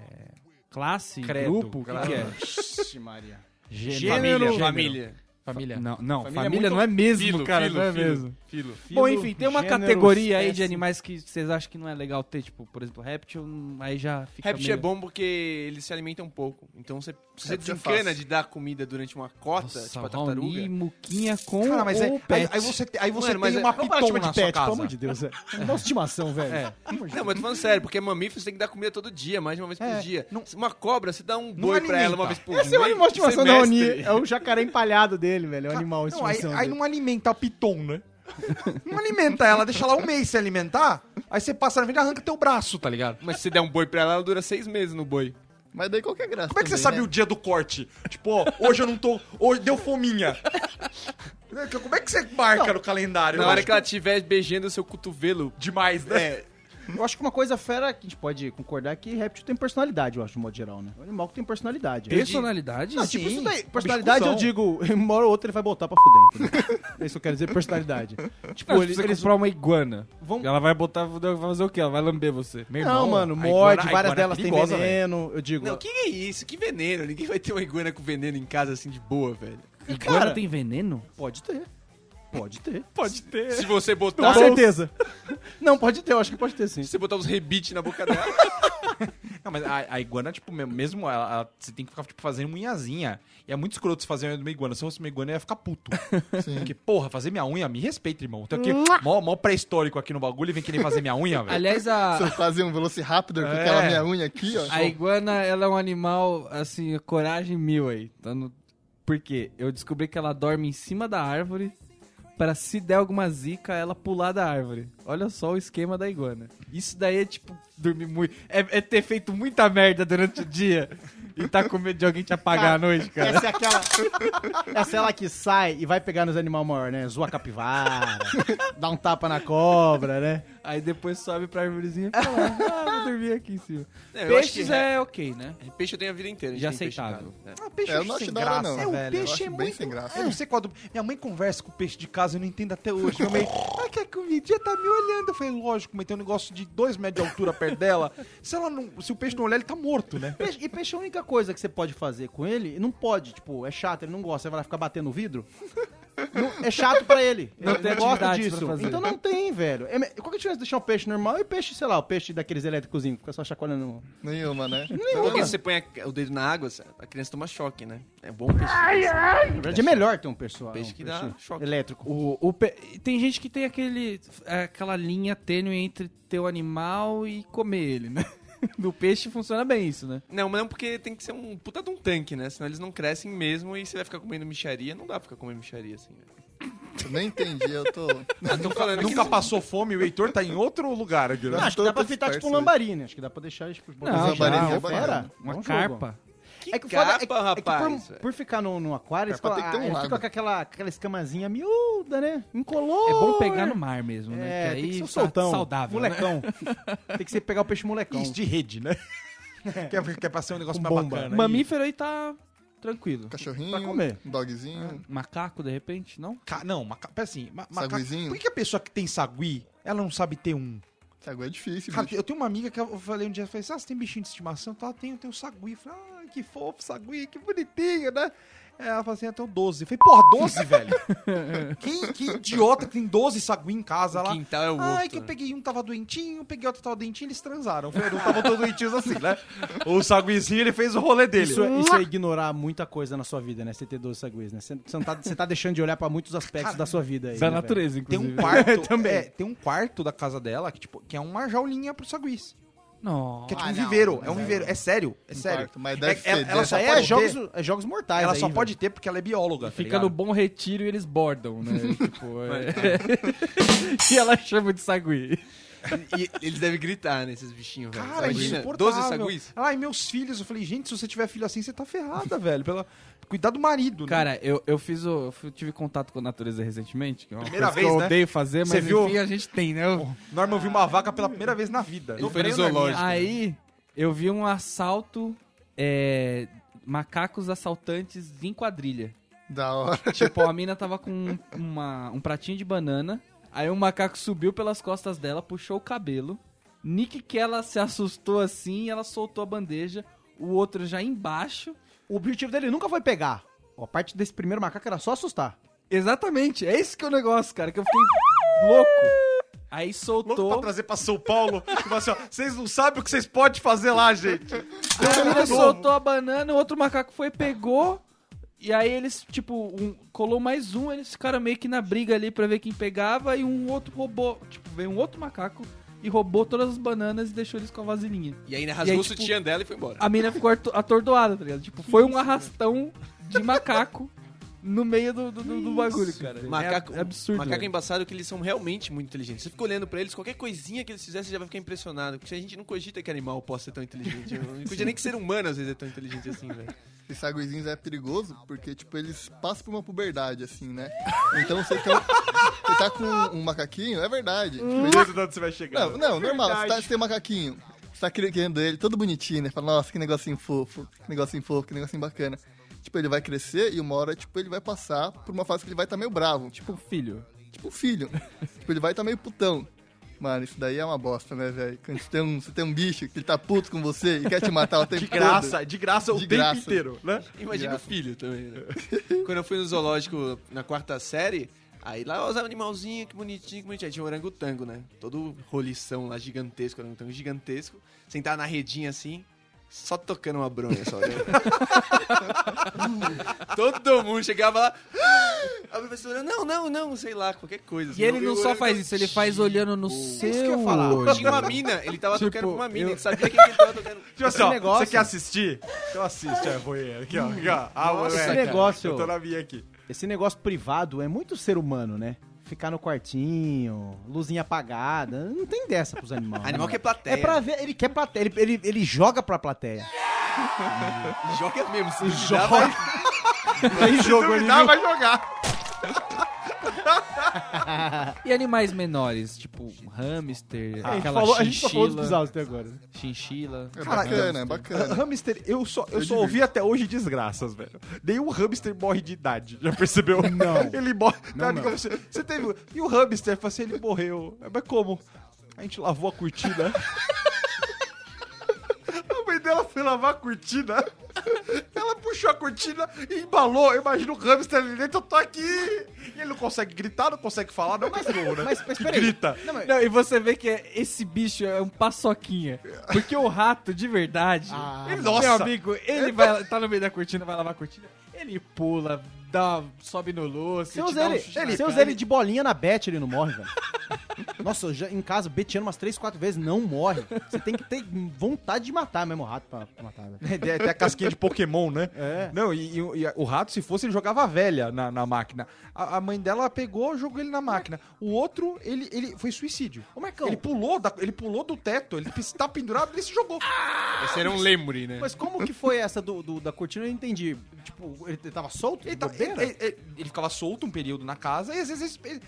Speaker 1: Classe?
Speaker 3: Credo,
Speaker 1: grupo? O que
Speaker 3: claro.
Speaker 1: que é?
Speaker 2: Vixe, Maria.
Speaker 1: Família.
Speaker 5: Família. Família.
Speaker 1: Família. Não, não família,
Speaker 2: Família é muito-
Speaker 1: não é mesmo,
Speaker 5: Filo,
Speaker 1: cara,
Speaker 5: filo,
Speaker 1: não é
Speaker 5: filo,
Speaker 1: mesmo.
Speaker 5: Filo.
Speaker 1: Bom, enfim, tem uma
Speaker 2: gênero,
Speaker 1: categoria aí de
Speaker 2: espécie.
Speaker 1: animais que vocês acham que não é legal ter, tipo, por exemplo, réptil, hum, aí já fica
Speaker 5: Réptil é
Speaker 1: meio...
Speaker 5: bom porque eles se alimentam um pouco. Então você, se você
Speaker 4: Réptil é
Speaker 5: desencana
Speaker 4: fácil.
Speaker 5: de dar comida durante uma cota, tipo a tartaruga.
Speaker 1: Raoni, muquinha com
Speaker 3: Cara, mas
Speaker 1: o
Speaker 3: é, aí,
Speaker 1: pet.
Speaker 3: aí você, te- aí você
Speaker 5: Mano, mas
Speaker 3: tem
Speaker 5: é-
Speaker 3: uma
Speaker 2: Vamos parar de
Speaker 3: piton
Speaker 2: chamar
Speaker 3: na
Speaker 2: de
Speaker 3: sua
Speaker 2: pet, pelo
Speaker 3: casa.
Speaker 2: amor de Deus. É. Não dá uma estimação, velho. Pelo amor de
Speaker 5: Não, mas tô falando sério, porque mamífero você tem que dar comida todo dia, mais de uma vez
Speaker 2: É,
Speaker 5: por dia. Uma cobra, você dá um boi pra
Speaker 3: alimenta.
Speaker 5: ela uma vez por
Speaker 2: Esse é o animal de estimação da Oni.
Speaker 5: semestre.
Speaker 2: É o jacaré empalhado dele, velho. É o animal de
Speaker 3: Não, aí,
Speaker 2: estimação.
Speaker 3: aí
Speaker 2: dele.
Speaker 3: não alimenta a piton, né? Não alimenta ela, deixa lá um mês se alimentar, aí você passa na frente e arranca teu braço, tá ligado?
Speaker 5: Mas se você der um boi pra ela, ela dura seis meses no boi.
Speaker 4: Mas daí qual que é a graça?
Speaker 3: Como é que você sabe o dia do corte? Tipo, ó, hoje eu não tô. Hoje deu fominha. Como é que você marca no calendário?
Speaker 5: Na
Speaker 3: Eu
Speaker 5: hora
Speaker 3: acho
Speaker 5: que ela estiver beijando o seu cotovelo, tipo,
Speaker 3: Demais, né?
Speaker 2: Eu acho que uma coisa fera que a gente pode concordar é que réptil tem personalidade, eu acho, de modo geral, né? É um animal que tem personalidade.
Speaker 1: Personalidade? assim,
Speaker 2: Não,
Speaker 1: Sim.
Speaker 2: tipo isso daí. Personalidade, eu
Speaker 3: bicho
Speaker 2: digo, uma hora ou outra ele vai botar pra fuder. entendeu? é isso que eu quero dizer, personalidade. Tipo,
Speaker 1: Não, se
Speaker 2: eles,
Speaker 1: você
Speaker 2: eles
Speaker 1: comprar uma iguana,
Speaker 2: vão...
Speaker 1: ela vai botar, vai fazer o quê? Ela vai lamber você.
Speaker 3: Meu
Speaker 2: Não, mano,
Speaker 3: a
Speaker 2: morde, várias
Speaker 3: iguana- a iguana é
Speaker 2: delas têm
Speaker 3: perigosa, velho.
Speaker 2: veneno, eu digo...
Speaker 5: Não, que é isso? Que veneno? Ninguém vai ter uma iguana com veneno em casa assim de boa, velho.
Speaker 1: Iguana
Speaker 2: Cara,
Speaker 1: tem veneno?
Speaker 2: Pode ter. Pode ter.
Speaker 1: Pode ter.
Speaker 5: Se você
Speaker 2: Com
Speaker 5: botar, se
Speaker 2: certeza. Não, pode ter, eu acho que pode ter sim.
Speaker 5: você botar uns rebites na boca dela,
Speaker 3: Não, mas a, a iguana, tipo, me- mesmo ela, ela- você tem que ficar, tipo, fazendo unhazinha. E é muito escroto você fazer a unha de uma iguana. Se fosse uma iguana, eu ia ficar puto. Porque, porra, fazer minha unha, me respeita, irmão. Tem aqui, mó, mó pré-histórico aqui no bagulho e vem querer fazer minha unha, velho.
Speaker 1: Aliás, a,
Speaker 4: Se eu fazer um Velociraptor com
Speaker 3: É.
Speaker 4: aquela minha unha aqui, ó.
Speaker 1: A iguana, ela é um animal, assim, coragem mil aí. Tá no- Por quê? Eu descobri que ela dorme em cima da árvore para se der alguma zica, ela pular da árvore. Olha só o esquema da iguana. Isso daí é, tipo, dormir muito... É, é ter feito muita merda durante o dia e tá com medo de alguém te apagar à noite, cara.
Speaker 2: Essa é aquela. Essa é ela que sai e vai pegar nos animais maiores, né? Zoa a capivara, dá um tapa na cobra, né?
Speaker 1: Aí depois sobe pra árvorezinha e fala, ah, vou dormir aqui em cima.
Speaker 5: É, eu acho que
Speaker 1: Peixes é ok, né?
Speaker 5: Peixe eu tenho a vida inteira.
Speaker 1: Já
Speaker 5: tem peixe em
Speaker 1: aceitável.
Speaker 5: casa.
Speaker 3: Ah, peixe
Speaker 4: É, eu não acho
Speaker 3: sem
Speaker 4: da hora,
Speaker 3: graça.
Speaker 4: não,
Speaker 3: é, o
Speaker 4: velho. Eu
Speaker 3: peixe
Speaker 4: acho
Speaker 3: é
Speaker 4: bem
Speaker 3: muito...
Speaker 4: sem graça.
Speaker 3: Eu não sei qual do... Minha mãe conversa com o peixe de casa, eu não entendo até hoje. Minha mãe, ah, quer comidinha? Tá me olhando. Eu falei, lógico, mãe, tem um negócio de dois metros de altura perto dela. Se, ela não... Se o peixe não olhar, ele tá morto, né?
Speaker 2: Peixe- e peixe é a única coisa que você pode fazer com ele. E não pode, tipo, é chato, ele não gosta. Você vai lá ficar batendo no vidro? Não- é chato pra ele.
Speaker 1: Não
Speaker 2: ele
Speaker 1: tem
Speaker 2: não gosta
Speaker 1: atividades
Speaker 2: disso.
Speaker 1: pra fazer.
Speaker 2: Então não tem, velho. É, me- qual que é a diferença de deixar um peixe normal e peixe, sei lá, o peixe daqueles elétricos, fica só chacoalhando.
Speaker 4: Nenhuma, né?
Speaker 5: Porque se você põe a- o dedo na água, a criança toma choque, né? É bom peixe.
Speaker 2: Na verdade, é melhor ter um peixe só.
Speaker 5: Peixe
Speaker 2: um
Speaker 5: que dá choque.
Speaker 2: Elétrico.
Speaker 1: O, o pe- Tem gente que tem aquele, aquela linha tênue entre ter o animal e comer ele, né? Do peixe funciona bem isso, né?
Speaker 5: Não, mas não porque tem que ser um puta de um tanque, né? Senão eles não crescem mesmo e você vai ficar comendo micharia. Não dá pra ficar comendo micharia assim, velho.
Speaker 4: Eu nem entendi, eu tô.
Speaker 5: Ah, tô falando que-
Speaker 3: Nunca passou fome, o Heitor tá em outro lugar aqui, né?
Speaker 2: Acho que dá pra fritar tipo um lambarine. Acho que dá pra deixar tipo, eles.
Speaker 1: Não,
Speaker 2: botar
Speaker 1: lambarine
Speaker 2: já,
Speaker 4: é bacana.
Speaker 2: fora.
Speaker 1: Uma
Speaker 2: Bom um jogo.
Speaker 1: carpa.
Speaker 5: Que
Speaker 2: o foda
Speaker 5: capa,
Speaker 2: é que
Speaker 5: rapaz.
Speaker 2: por, por ficar no, no aquário, eles
Speaker 4: Carpa tem
Speaker 2: colocam-
Speaker 4: que ter um
Speaker 2: eles
Speaker 4: lado.
Speaker 2: ficam com aquela, aquela escamazinha miúda, né? Incolor.
Speaker 1: É bom pegar no mar mesmo, né?
Speaker 2: É,
Speaker 1: que
Speaker 2: tem
Speaker 1: aí
Speaker 2: que ser um
Speaker 1: tá
Speaker 2: soltão.
Speaker 1: saudável. né?
Speaker 2: Molecão. tem que ser pegar o peixe molecão.
Speaker 3: Isso, de rede, né? Quer, quer pra ser um negócio
Speaker 2: Com
Speaker 3: mais
Speaker 2: bomba.
Speaker 3: bacana.
Speaker 1: Mamífero aí tá tranquilo.
Speaker 4: Cachorrinho,
Speaker 2: Pra comer.
Speaker 4: um dogzinho.
Speaker 1: Macaco, de repente, não?
Speaker 3: Ca- Não, maca... pera assim, ma- macaco.
Speaker 4: Saguizinho?
Speaker 3: Por que, que a pessoa que tem sagui, ela não sabe ter um?
Speaker 4: Esse agulha é difícil,
Speaker 3: Cara,
Speaker 4: bicho.
Speaker 3: eu tenho uma amiga que eu falei um dia, eu falei, ah, você tem bichinho de estimação? Tá, tenho, tenho sagui. Eu falei, ah, que fofo, sagui, que bonitinho, né? É, Ela falou assim, eu tenho 12. Eu falei, porra, 12, velho? que, que idiota que tem 12 sagui em casa
Speaker 5: O
Speaker 3: lá.
Speaker 5: quintal é o outro.
Speaker 3: Ai, que eu peguei um, tava doentinho, peguei outro, tava doentinho, eles transaram. Eu falei, não estavam todos doentinhos assim, né? O saguizinho, ele fez o rolê dele.
Speaker 2: Isso, é- isso é ignorar muita coisa na sua vida, né? Você ter 12 saguis, né? Você, você não tá, você tá deixando de olhar pra muitos aspectos da sua vida aí.
Speaker 1: Da
Speaker 2: né,
Speaker 1: natureza,
Speaker 3: Tem
Speaker 1: inclusive.
Speaker 3: um quarto,
Speaker 2: Também.
Speaker 3: é, tem um quarto da casa dela que, tipo, que é uma jaulinha pro saguis.
Speaker 1: Não.
Speaker 3: Que é tipo
Speaker 4: Ah,
Speaker 3: um
Speaker 4: não,
Speaker 3: viveiro,
Speaker 4: mas
Speaker 3: é um
Speaker 4: é-
Speaker 3: viveiro, é sério, é
Speaker 4: Um
Speaker 3: sério.
Speaker 4: quarto, mas deve
Speaker 3: É-
Speaker 4: feder.
Speaker 3: ela- ela
Speaker 2: velho?
Speaker 3: só
Speaker 2: Aí
Speaker 3: pode
Speaker 2: é jogos,
Speaker 3: ter-
Speaker 2: é jogos mortais
Speaker 3: Ela
Speaker 2: aí,
Speaker 3: só
Speaker 2: velho.
Speaker 3: pode ter porque ela é bióloga. tá
Speaker 1: Fica
Speaker 3: ligado? então.
Speaker 1: no bom retiro e eles bordam, né? tipo, é... e ela chama de sagui.
Speaker 5: E eles devem gritar, né, esses bichinhos, velho.
Speaker 3: Cara, é
Speaker 5: Imagina,
Speaker 3: insuportável.
Speaker 5: 12 saguis.
Speaker 3: Ela, ai, meus filhos. Eu falei, gente, se você tiver filho assim, você tá ferrada, velho. Pela... Cuidar do marido, né?
Speaker 1: Cara, eu, eu fiz o. Eu fui- tive contato com a natureza recentemente, que é uma
Speaker 3: Primeira
Speaker 1: coisa
Speaker 3: vez,
Speaker 1: que eu
Speaker 3: né?
Speaker 1: odeio fazer, mas
Speaker 3: Você viu?
Speaker 1: enfim, a gente tem, né? Eu-
Speaker 3: Norman viu uma vaca pela primeira vez na vida.
Speaker 5: Ele
Speaker 3: No
Speaker 5: foi no
Speaker 3: treino,
Speaker 5: zoológico.
Speaker 1: Aí eu vi um assalto. é, macacos assaltantes em quadrilha.
Speaker 4: Da hora.
Speaker 1: Tipo, a mina tava com uma- um pratinho de banana. Aí um macaco subiu pelas costas dela, puxou o cabelo. Nick que ela se assustou assim, ela soltou a bandeja. O outro já embaixo.
Speaker 2: O objetivo dele nunca foi pegar. A parte desse primeiro macaco era só assustar.
Speaker 1: Exatamente, é esse que é o negócio, cara, que eu fiquei louco. Aí
Speaker 3: Louco pra
Speaker 1: soltou.
Speaker 3: trazer pra São Paulo. e falar assim, ó, vocês não sabem o que vocês podem fazer lá, gente.
Speaker 1: Aí a mina
Speaker 3: novo.
Speaker 1: soltou a banana, o outro macaco foi, pegou. E aí eles, tipo, um- colou mais um, eles ficaram meio que na briga ali pra ver quem pegava. E um outro roubou, tipo, veio um outro macaco e roubou todas as bananas e deixou eles com a vasilhinha.
Speaker 5: E ainda rasgou
Speaker 1: E aí,
Speaker 5: o
Speaker 1: tipo,
Speaker 5: sutiã dela e foi embora.
Speaker 1: A mina ficou ato- atordoada, tá ligado? Tipo, foi um arrastão de macaco no meio do, do, do- do bagulho, cara.
Speaker 5: Macaco,
Speaker 1: é, ab- é absurdo.
Speaker 5: Macaco é
Speaker 1: velho.
Speaker 5: embaçado que eles são realmente muito inteligentes. Você fica olhando pra eles, qualquer coisinha que eles fizessem, você já vai ficar impressionado. Porque a gente não cogita que animal possa ser tão inteligente. Não cogita nem que ser humano às vezes é tão inteligente assim, velho.
Speaker 4: Esses saguizinhos é perigoso porque, tipo, eles passam por uma puberdade, assim, né? Então você, tem um- você tá com um macaquinho, é verdade. Tipo, ele-
Speaker 3: Meu Deus, onde você vai chegar. né?
Speaker 4: Não, não, normal. Você, tá, você tem um macaquinho. Você tá querendo ele, todo bonitinho, né? Fala, nossa, que negocinho fofo, que negocinho fofo, que negocinho bacana. Tipo, ele vai crescer e uma hora, tipo, ele vai passar por uma fase que ele vai estar meio bravo. Tipo,
Speaker 3: um
Speaker 1: Tipo, filho.
Speaker 4: tipo filho. tipo, ele vai estar meio putão. Mano, isso daí é uma bosta, né, velho? Quando você tem, um, você tem um bicho que ele tá puto com você e quer te matar o tempo
Speaker 3: De graça, de graça o
Speaker 4: De
Speaker 3: tempo
Speaker 4: graça.
Speaker 3: inteiro, né?
Speaker 5: Imagina o filho também, né? Quando eu fui no zoológico na quarta série, aí lá os animalzinhos, que bonitinho, que bonitinho. Aí tinha um orangotango, né? Todo rolição lá, gigantesco, orangotango gigantesco. Sentado na redinha assim, só tocando uma bronha só. né? Todo mundo chegava lá. "Ah!" A professora, não, não, não, sei lá, qualquer coisa.
Speaker 1: E ele não só faz isso, ele faz olhando no
Speaker 5: É isso que eu
Speaker 1: seu
Speaker 5: ia falar.
Speaker 1: olho.
Speaker 5: Tinha uma mina, ele tava
Speaker 1: Tipo,
Speaker 5: tocando com uma mina,
Speaker 1: eu-
Speaker 5: ele sabia quem que ele tava tocando.
Speaker 3: Tipo assim, ó,
Speaker 2: negócio-
Speaker 3: você quer assistir? Então assiste, ó, vou ele. Aqui, ó. Aqui, ó. Ah,
Speaker 2: Nossa,
Speaker 3: moleque,
Speaker 2: esse negócio-
Speaker 3: Eu tô na minha aqui.
Speaker 2: Esse negócio privado é muito ser humano, né? Ficar no quartinho, luzinha apagada. Não tem dessa pros animais.
Speaker 5: Animal
Speaker 2: né?
Speaker 5: que é plateia.
Speaker 2: É pra ver, ele quer plateia, ele, ele, ele joga pra plateia.
Speaker 5: Joga mesmo. Se
Speaker 2: joga.
Speaker 5: duvidar, vai-
Speaker 2: Tem jogo ali.
Speaker 8: Não, vai jogar.
Speaker 1: E animais menores, tipo hamster,
Speaker 2: É, A gente,
Speaker 1: aquela
Speaker 2: falou, a gente só falou dos
Speaker 1: chinchila.
Speaker 2: bizarros até agora.
Speaker 1: Chinchila.
Speaker 4: É
Speaker 8: Caraca,
Speaker 4: bacana, é bacana.
Speaker 3: Hum, Hamster, eu só,
Speaker 4: Eu
Speaker 3: eu só
Speaker 4: divirto.
Speaker 3: ouvi até hoje desgraças, velho. Nenhum hamster morre de idade, já percebeu?
Speaker 2: Não.
Speaker 3: Ele morre.
Speaker 2: Não,
Speaker 3: Não,
Speaker 2: não.
Speaker 3: Você, você teve. E o hamster? Eu falei assim, ele morreu. Mas como? A gente lavou a cortina. A mãe dela foi lavar a cortina. Ela puxou a cortina e embalou. Eu imagino o hamster ali dentro, eu tô aqui. E ele não consegue gritar, não consegue falar, não é mais novo, né?
Speaker 2: Mas, mas
Speaker 3: Que
Speaker 2: peraí.
Speaker 3: grita.
Speaker 2: Não, mas-
Speaker 1: Não, e você vê que é- esse bicho é um paçoquinha. Porque o rato, de verdade,
Speaker 2: Ah,
Speaker 1: ele,
Speaker 3: nossa.
Speaker 1: meu amigo, ele vai tá no meio da cortina, vai lavar a cortina, ele pula, dá, sobe no louço,
Speaker 2: Você
Speaker 1: te
Speaker 2: usa
Speaker 1: dá um
Speaker 2: ele,
Speaker 1: chute na
Speaker 2: você
Speaker 1: cara.
Speaker 2: usa ele de bolinha na bet, ele não morre, velho. Nossa, eu já, em casa, beteando umas 3, 4 vezes, não morre. Você tem que ter vontade de matar mesmo o rato pra, pra matar, velho.
Speaker 3: É, Até a casquinha de Pokémon, né?
Speaker 2: É.
Speaker 3: Não, e, e- e o rato, se fosse, ele jogava a velha na, na máquina. A, a mãe dela pegou, jogou ele na máquina. O outro, ele, ele foi suicídio.
Speaker 2: Ô, Marcão,
Speaker 3: Ele pulou, da- ele pulou do teto, ele tá pendurado, ele se jogou.
Speaker 2: Ah,
Speaker 5: Esse era um lembre, né?
Speaker 2: mas como que foi essa do, do- da cortina? Eu não entendi. Tipo, ele tava solto?
Speaker 3: Ele,
Speaker 2: de
Speaker 3: tá-
Speaker 2: bobeira?
Speaker 3: ele- ele- ele ficava solto um período na casa e às vezes. ele-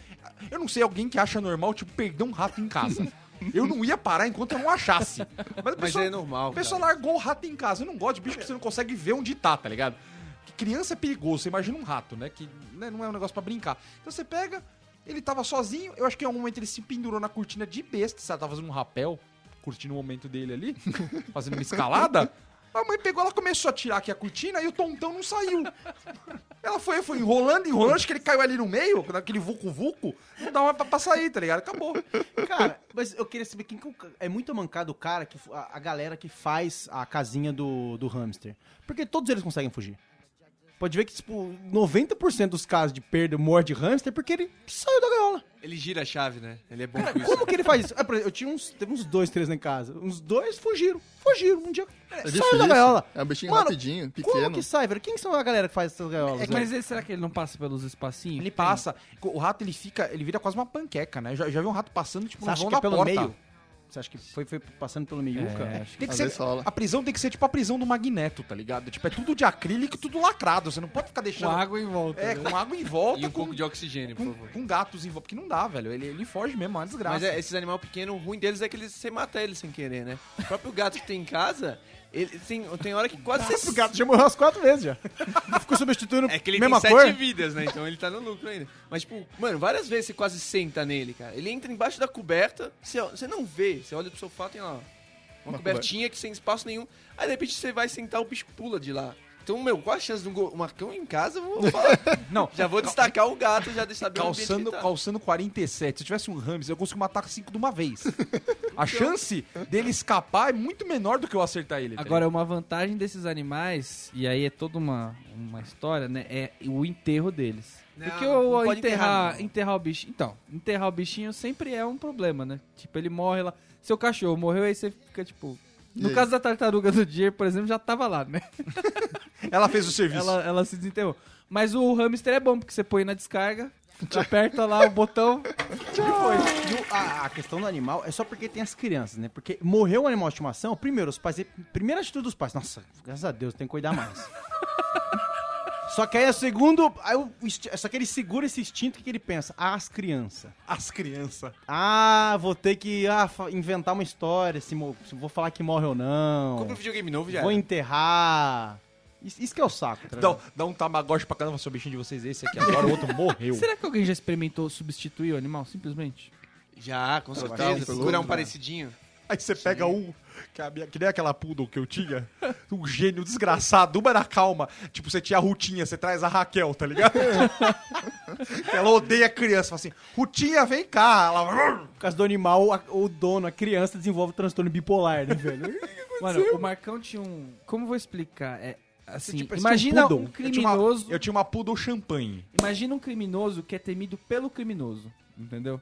Speaker 3: eu não sei, alguém que acha normal, tipo, perder um rato em casa. Eu não ia parar enquanto eu não achasse. Mas, a
Speaker 5: Mas
Speaker 3: pessoa-
Speaker 5: é normal,
Speaker 3: A pessoa largou o rato em casa. Eu não gosto de bicho que você não consegue ver onde tá, tá ligado? Que criança é perigoso, você imagina um rato, né? Que né, não é um negócio pra brincar. Então você pega, ele tava sozinho, eu acho que em algum momento ele se pendurou na cortina de besta, sabe? Tava fazendo um rapel, curtindo o momento dele ali, fazendo uma escalada. A mãe pegou, ela começou a tirar aqui a cortina e o tontão não saiu. Ela foi, foi enrolando, enrolando, acho que ele caiu ali no meio, naquele vucu-vucu, não dá mais pra, pra sair, tá ligado? Acabou.
Speaker 2: Cara, mas eu queria saber quem que é o ca- é muito mancado o cara que f- a, a galera que faz a casinha do, do hamster. Porque todos eles conseguem fugir. Pode ver que tipo 90% dos casos de perda morte de hamster é porque ele saiu da gaiola.
Speaker 5: Ele gira a chave, né? Ele é bom com isso.
Speaker 2: Como que ele faz isso? É, por exemplo, eu tinha uns, teve uns dois, três lá em casa. Uns dois fugiram. Fugiram um dia.
Speaker 4: É
Speaker 2: saiu da
Speaker 4: difícil.
Speaker 2: gaiola.
Speaker 4: É um bichinho
Speaker 2: Mano,
Speaker 4: rapidinho,
Speaker 2: Como
Speaker 4: pequeno.
Speaker 2: que sai, velho? Quem são a galera É que faz essas gaiolas?
Speaker 5: é.
Speaker 2: velho?
Speaker 1: Mas ele- será É que ele não passa pelos espacinhos?
Speaker 3: Ele passa. O rato ele fica, ele vira quase uma panqueca, né? Já, já vi um rato passando, tipo,
Speaker 2: Você
Speaker 3: no
Speaker 2: acha
Speaker 3: vão
Speaker 2: que é
Speaker 3: da
Speaker 2: pelo
Speaker 3: porta.
Speaker 2: meio? Você acha que foi, foi passando pelo meio,
Speaker 1: É,
Speaker 2: cara?
Speaker 3: Tem que
Speaker 4: Às
Speaker 3: ser,
Speaker 4: vezes rola.
Speaker 3: a prisão tem que ser tipo a prisão do magneto, tá ligado? Tipo, é tudo de acrílico e tudo lacrado. Você não pode ficar
Speaker 1: Com
Speaker 3: deixando.
Speaker 1: água em volta.
Speaker 3: É,
Speaker 1: né?
Speaker 3: com água em volta,
Speaker 5: tá E um
Speaker 3: com,
Speaker 5: pouco de oxigênio, por
Speaker 3: com,
Speaker 5: favor.
Speaker 3: com gatos em volta. Porque não dá, velho. Ele, ele foge mesmo, é uma desgraça.
Speaker 5: Mas é, esses animais pequenos, o ruim deles é que eles, você mata eles sem querer, né? O próprio gato que tem em casa, ele tem, tem hora que quase
Speaker 2: O
Speaker 5: você...
Speaker 2: gato já morreu umas quatro vezes já. Ficou substituindo
Speaker 5: É que ele
Speaker 2: mesma
Speaker 5: tem
Speaker 2: cor.
Speaker 5: sete vidas, né? Então ele tá no lucro ainda. Mas, tipo, mano, várias vezes você quase senta nele, cara. Ele entra embaixo da coberta, você, você não vê. Você olha pro sofá, tem lá uma, cobertinha que sem espaço nenhum. Aí, de repente, você vai sentar, o bicho pula de lá. Então, meu, qual a chance de um, go- um Marcão em casa? Eu Vou falar.
Speaker 3: Não,
Speaker 5: já vou destacar o gato, já deixar bem o ambiente
Speaker 3: calçando,
Speaker 5: que ele tá.
Speaker 3: calçando 47. Se eu tivesse um Rams, eu consigo matar cinco de uma vez. A chance dele escapar é muito menor do que eu acertar ele. tá
Speaker 1: Agora, é uma vantagem desses animais, e aí é toda uma, uma história, né? É o enterro deles.
Speaker 5: Não,
Speaker 1: Porque
Speaker 5: não
Speaker 1: o
Speaker 5: pode
Speaker 1: enterrar,
Speaker 5: enterrar,
Speaker 1: enterrar,
Speaker 5: não.
Speaker 1: o bichinho. Então, enterrar o bichinho sempre é um problema, né? Tipo, ele morre lá. Seu cachorro morreu, aí você fica tipo. No
Speaker 4: E aí?
Speaker 1: caso da tartaruga do Dier, por exemplo, já tava lá, né?
Speaker 3: ligado? Ela fez o serviço.
Speaker 1: Ela, ela se desenterrou. Mas o hamster é bom, porque você põe na descarga, aperta lá o botão.
Speaker 2: E o- a, a questão do animal é só porque tem as crianças, né? Porque morreu um animal de estimação, primeiro, os pais. Primeira atitude dos pais, nossa, graças a Deus, tem que cuidar mais. só que aí o segundo. Aí o insti- só que ele segura esse instinto o que, que ele pensa. "Ah, As crianças.
Speaker 3: As crianças.
Speaker 2: Ah, vou ter que ah, fa- inventar uma história, se, mo- se vou falar que morre ou
Speaker 5: Compra um
Speaker 2: não.
Speaker 5: videogame novo já.
Speaker 3: é?
Speaker 2: Vou
Speaker 5: era.
Speaker 2: enterrar. Isso, isso que é o saco, tá
Speaker 3: Dá,
Speaker 2: ligado?
Speaker 3: dá um tamagotchi pra caramba, seu bichinho de vocês, esse aqui. Agora o outro morreu.
Speaker 1: Será que alguém já experimentou substituir o animal, simplesmente?
Speaker 5: Já, com
Speaker 4: calma,
Speaker 5: certeza.
Speaker 4: pelo
Speaker 5: Procurar um
Speaker 4: menos,
Speaker 5: parecidinho.
Speaker 3: Aí você pega um, que, a minha- que nem aquela poodle que eu tinha, um gênio desgraçado, uma na calma. Tipo, você tinha a Rutinha, você traz a Raquel, tá ligado? ela odeia criança, fala assim, Rutinha, vem cá. Ela...
Speaker 2: Por causa do animal, a- o dono, a criança, desenvolve transtorno bipolar, né, velho?
Speaker 1: Mano, o Marcão tinha um. Como eu vou explicar? É. Assim,
Speaker 2: Tipo, parecia um
Speaker 1: imagina
Speaker 2: poodle.
Speaker 1: um
Speaker 3: Eu tinha, uma,
Speaker 1: criminoso.
Speaker 3: eu tinha uma poodle champanhe.
Speaker 1: Imagina um criminoso que é temido pelo criminoso, entendeu?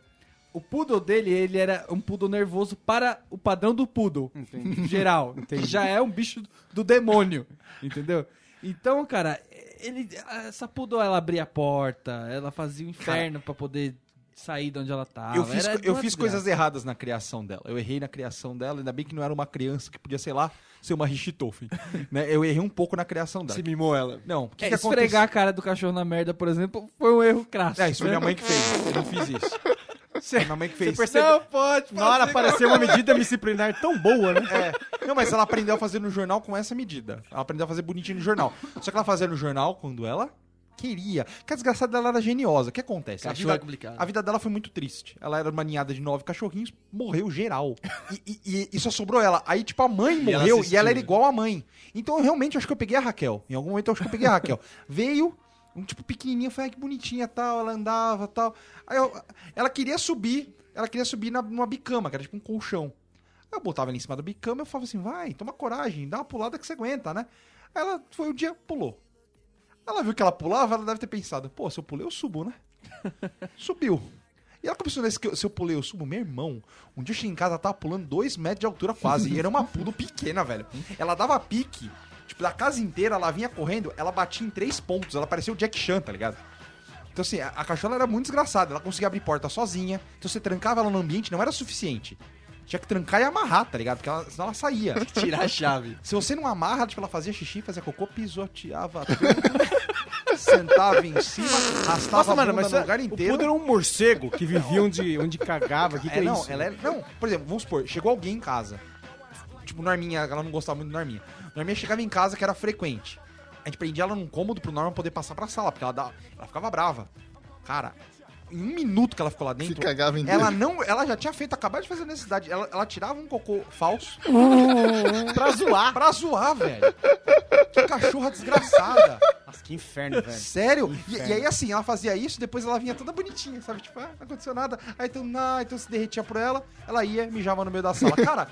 Speaker 1: O poodle dele, ele era um poodle nervoso para o padrão do poodle, geral. Que já é um bicho do demônio, entendeu? Então, cara, ele, essa poodle, ela abria a porta, ela fazia o inferno pra poder sair de onde Ah, ela tava.
Speaker 3: Eu fiz,
Speaker 1: Era
Speaker 3: eu
Speaker 1: uma
Speaker 3: fiz
Speaker 1: desgraça.
Speaker 3: coisas erradas na criação dela. Eu errei na criação dela, ainda bem que não era uma criança que podia, sei lá, ser uma Richitofen. né? Eu errei um pouco na criação dela.
Speaker 5: Se mimou ela.
Speaker 3: Não, o que,
Speaker 1: É,
Speaker 3: que
Speaker 1: esfregar a cara do cachorro na merda, por exemplo, foi um erro crasso.
Speaker 3: aconteceu? É, isso foi minha mãe que fez. Eu não fiz isso. Foi minha mãe que fez.
Speaker 1: Não pode
Speaker 2: Na hora apareceu uma medida disciplinar tão boa, né?
Speaker 3: É. Não, mas ela aprendeu a fazer no jornal com essa medida. Ela aprendeu a fazer bonitinho no jornal. Só que ela fazia no jornal quando ela queria. Que a desgraçada dela era geniosa. O que acontece? A
Speaker 5: Cachorro é
Speaker 3: vida,
Speaker 5: complicado.
Speaker 3: a vida dela foi muito triste. Ela era uma ninhada de nove cachorrinhos, morreu geral. E, e- e- e só sobrou ela. Aí, tipo, a mãe
Speaker 5: ela
Speaker 3: morreu e
Speaker 5: assistiu,
Speaker 3: ela era
Speaker 5: né?
Speaker 3: igual à mãe. Então, eu realmente acho que eu peguei a Raquel. Em algum momento, eu acho que eu peguei a Raquel. Veio. Um tipo pequenininho, eu falei, ai, que bonitinha, tal, ela andava, tal. Aí eu- ela queria subir, ela queria subir na, numa bicama, que era tipo um colchão. Aí eu botava ela em cima da bicama eu falava assim, vai, toma coragem, dá uma pulada que você aguenta, né? Aí ela foi o dia, pulou. Ela viu que ela pulava, ela deve ter pensado, pô, se eu pulei, eu subo, né? Subiu. E ela começou nesse que eu- se eu pulei, eu subo, meu irmão. Um dia eu cheguei em casa, ela tava pulando dois metros de altura quase. E era uma pulo pequena, velho. Ela dava pique, tipo, da casa inteira, ela vinha correndo, ela batia em três pontos, ela parecia o Jack Chan, tá ligado? Então, assim, a, a cachorra era muito desgraçada. Ela conseguia abrir porta sozinha. Então, você trancava ela no ambiente, não era suficiente. Tinha que trancar e amarrar, tá ligado? Porque ela, senão ela saía.
Speaker 5: Tirar a chave.
Speaker 3: Se você não amarra, tipo, ela fazia xixi, fazia cocô, pisoteava tudo. sentava em cima,
Speaker 2: Nossa,
Speaker 3: arrastava a bunda
Speaker 2: mano, mas é
Speaker 3: no lugar
Speaker 2: o
Speaker 3: inteiro.
Speaker 2: Pudo
Speaker 1: é
Speaker 2: era um morcego que vivia onde, onde cagava. Que que
Speaker 3: É,
Speaker 2: é
Speaker 3: não,
Speaker 2: isso?
Speaker 3: ela é. Não, por exemplo, vamos supor, chegou alguém em casa. Tipo, Norminha, ela não gostava muito do Norminha. Norminha chegava em casa que era frequente. A gente prendia ela num cômodo pro Norma poder passar pra sala, porque ela, dá, ela ficava brava. Cara, em um minuto que ela ficou lá
Speaker 4: Se
Speaker 3: dentro,
Speaker 4: cagava inteiro.
Speaker 3: ela não. Ela já tinha feito, acabado de fazer a necessidade. Ela, ela tirava um cocô falso
Speaker 2: pra zoar.
Speaker 3: pra zoar, velho. Que cachorra desgraçada.
Speaker 2: Nossa, que inferno,
Speaker 3: É.
Speaker 2: velho.
Speaker 3: Sério? E, e aí, assim, ela fazia isso, depois ela vinha toda bonitinha, sabe? Tipo, ah, não aconteceu nada. Aí então, não, então se derretia por ela, ela ia, mijava no meio da sala. Cara,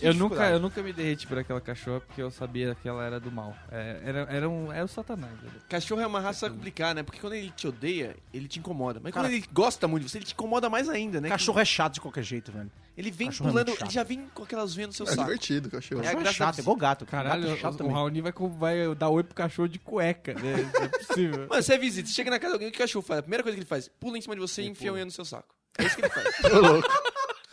Speaker 1: Eu nunca,
Speaker 3: dificuldade.
Speaker 1: eu nunca me derreti por aquela cachorra porque eu sabia que ela era do mal. É, era, era, um, era o satanás. velho.
Speaker 5: Cachorro é uma raça complicada, né? Porque quando ele te odeia, ele te incomoda. Mas quando ele gosta muito de você, ele te incomoda mais ainda, né?
Speaker 2: Cachorro é chato de qualquer jeito, velho.
Speaker 5: Ele vem
Speaker 2: cachorro é
Speaker 5: pulando,
Speaker 2: muito chato.
Speaker 5: ele já vem com aquelas veias no seu
Speaker 4: É
Speaker 5: saco.
Speaker 4: divertido, cachorro.
Speaker 5: É,
Speaker 2: Cachorro é
Speaker 5: graças a
Speaker 2: chato,
Speaker 5: Deus.
Speaker 2: é igual gato.
Speaker 1: Caralho,
Speaker 2: gato é chato
Speaker 1: o, o
Speaker 2: também.
Speaker 1: Raoni vai, co- vai dar oi pro cachorro de cueca, né? Não é possível.
Speaker 5: Mano, você é visita, você chega na casa de alguém, o que o cachorro faz? A primeira coisa que ele faz, pula em cima de você e enfia o unha no seu saco. É isso que ele faz.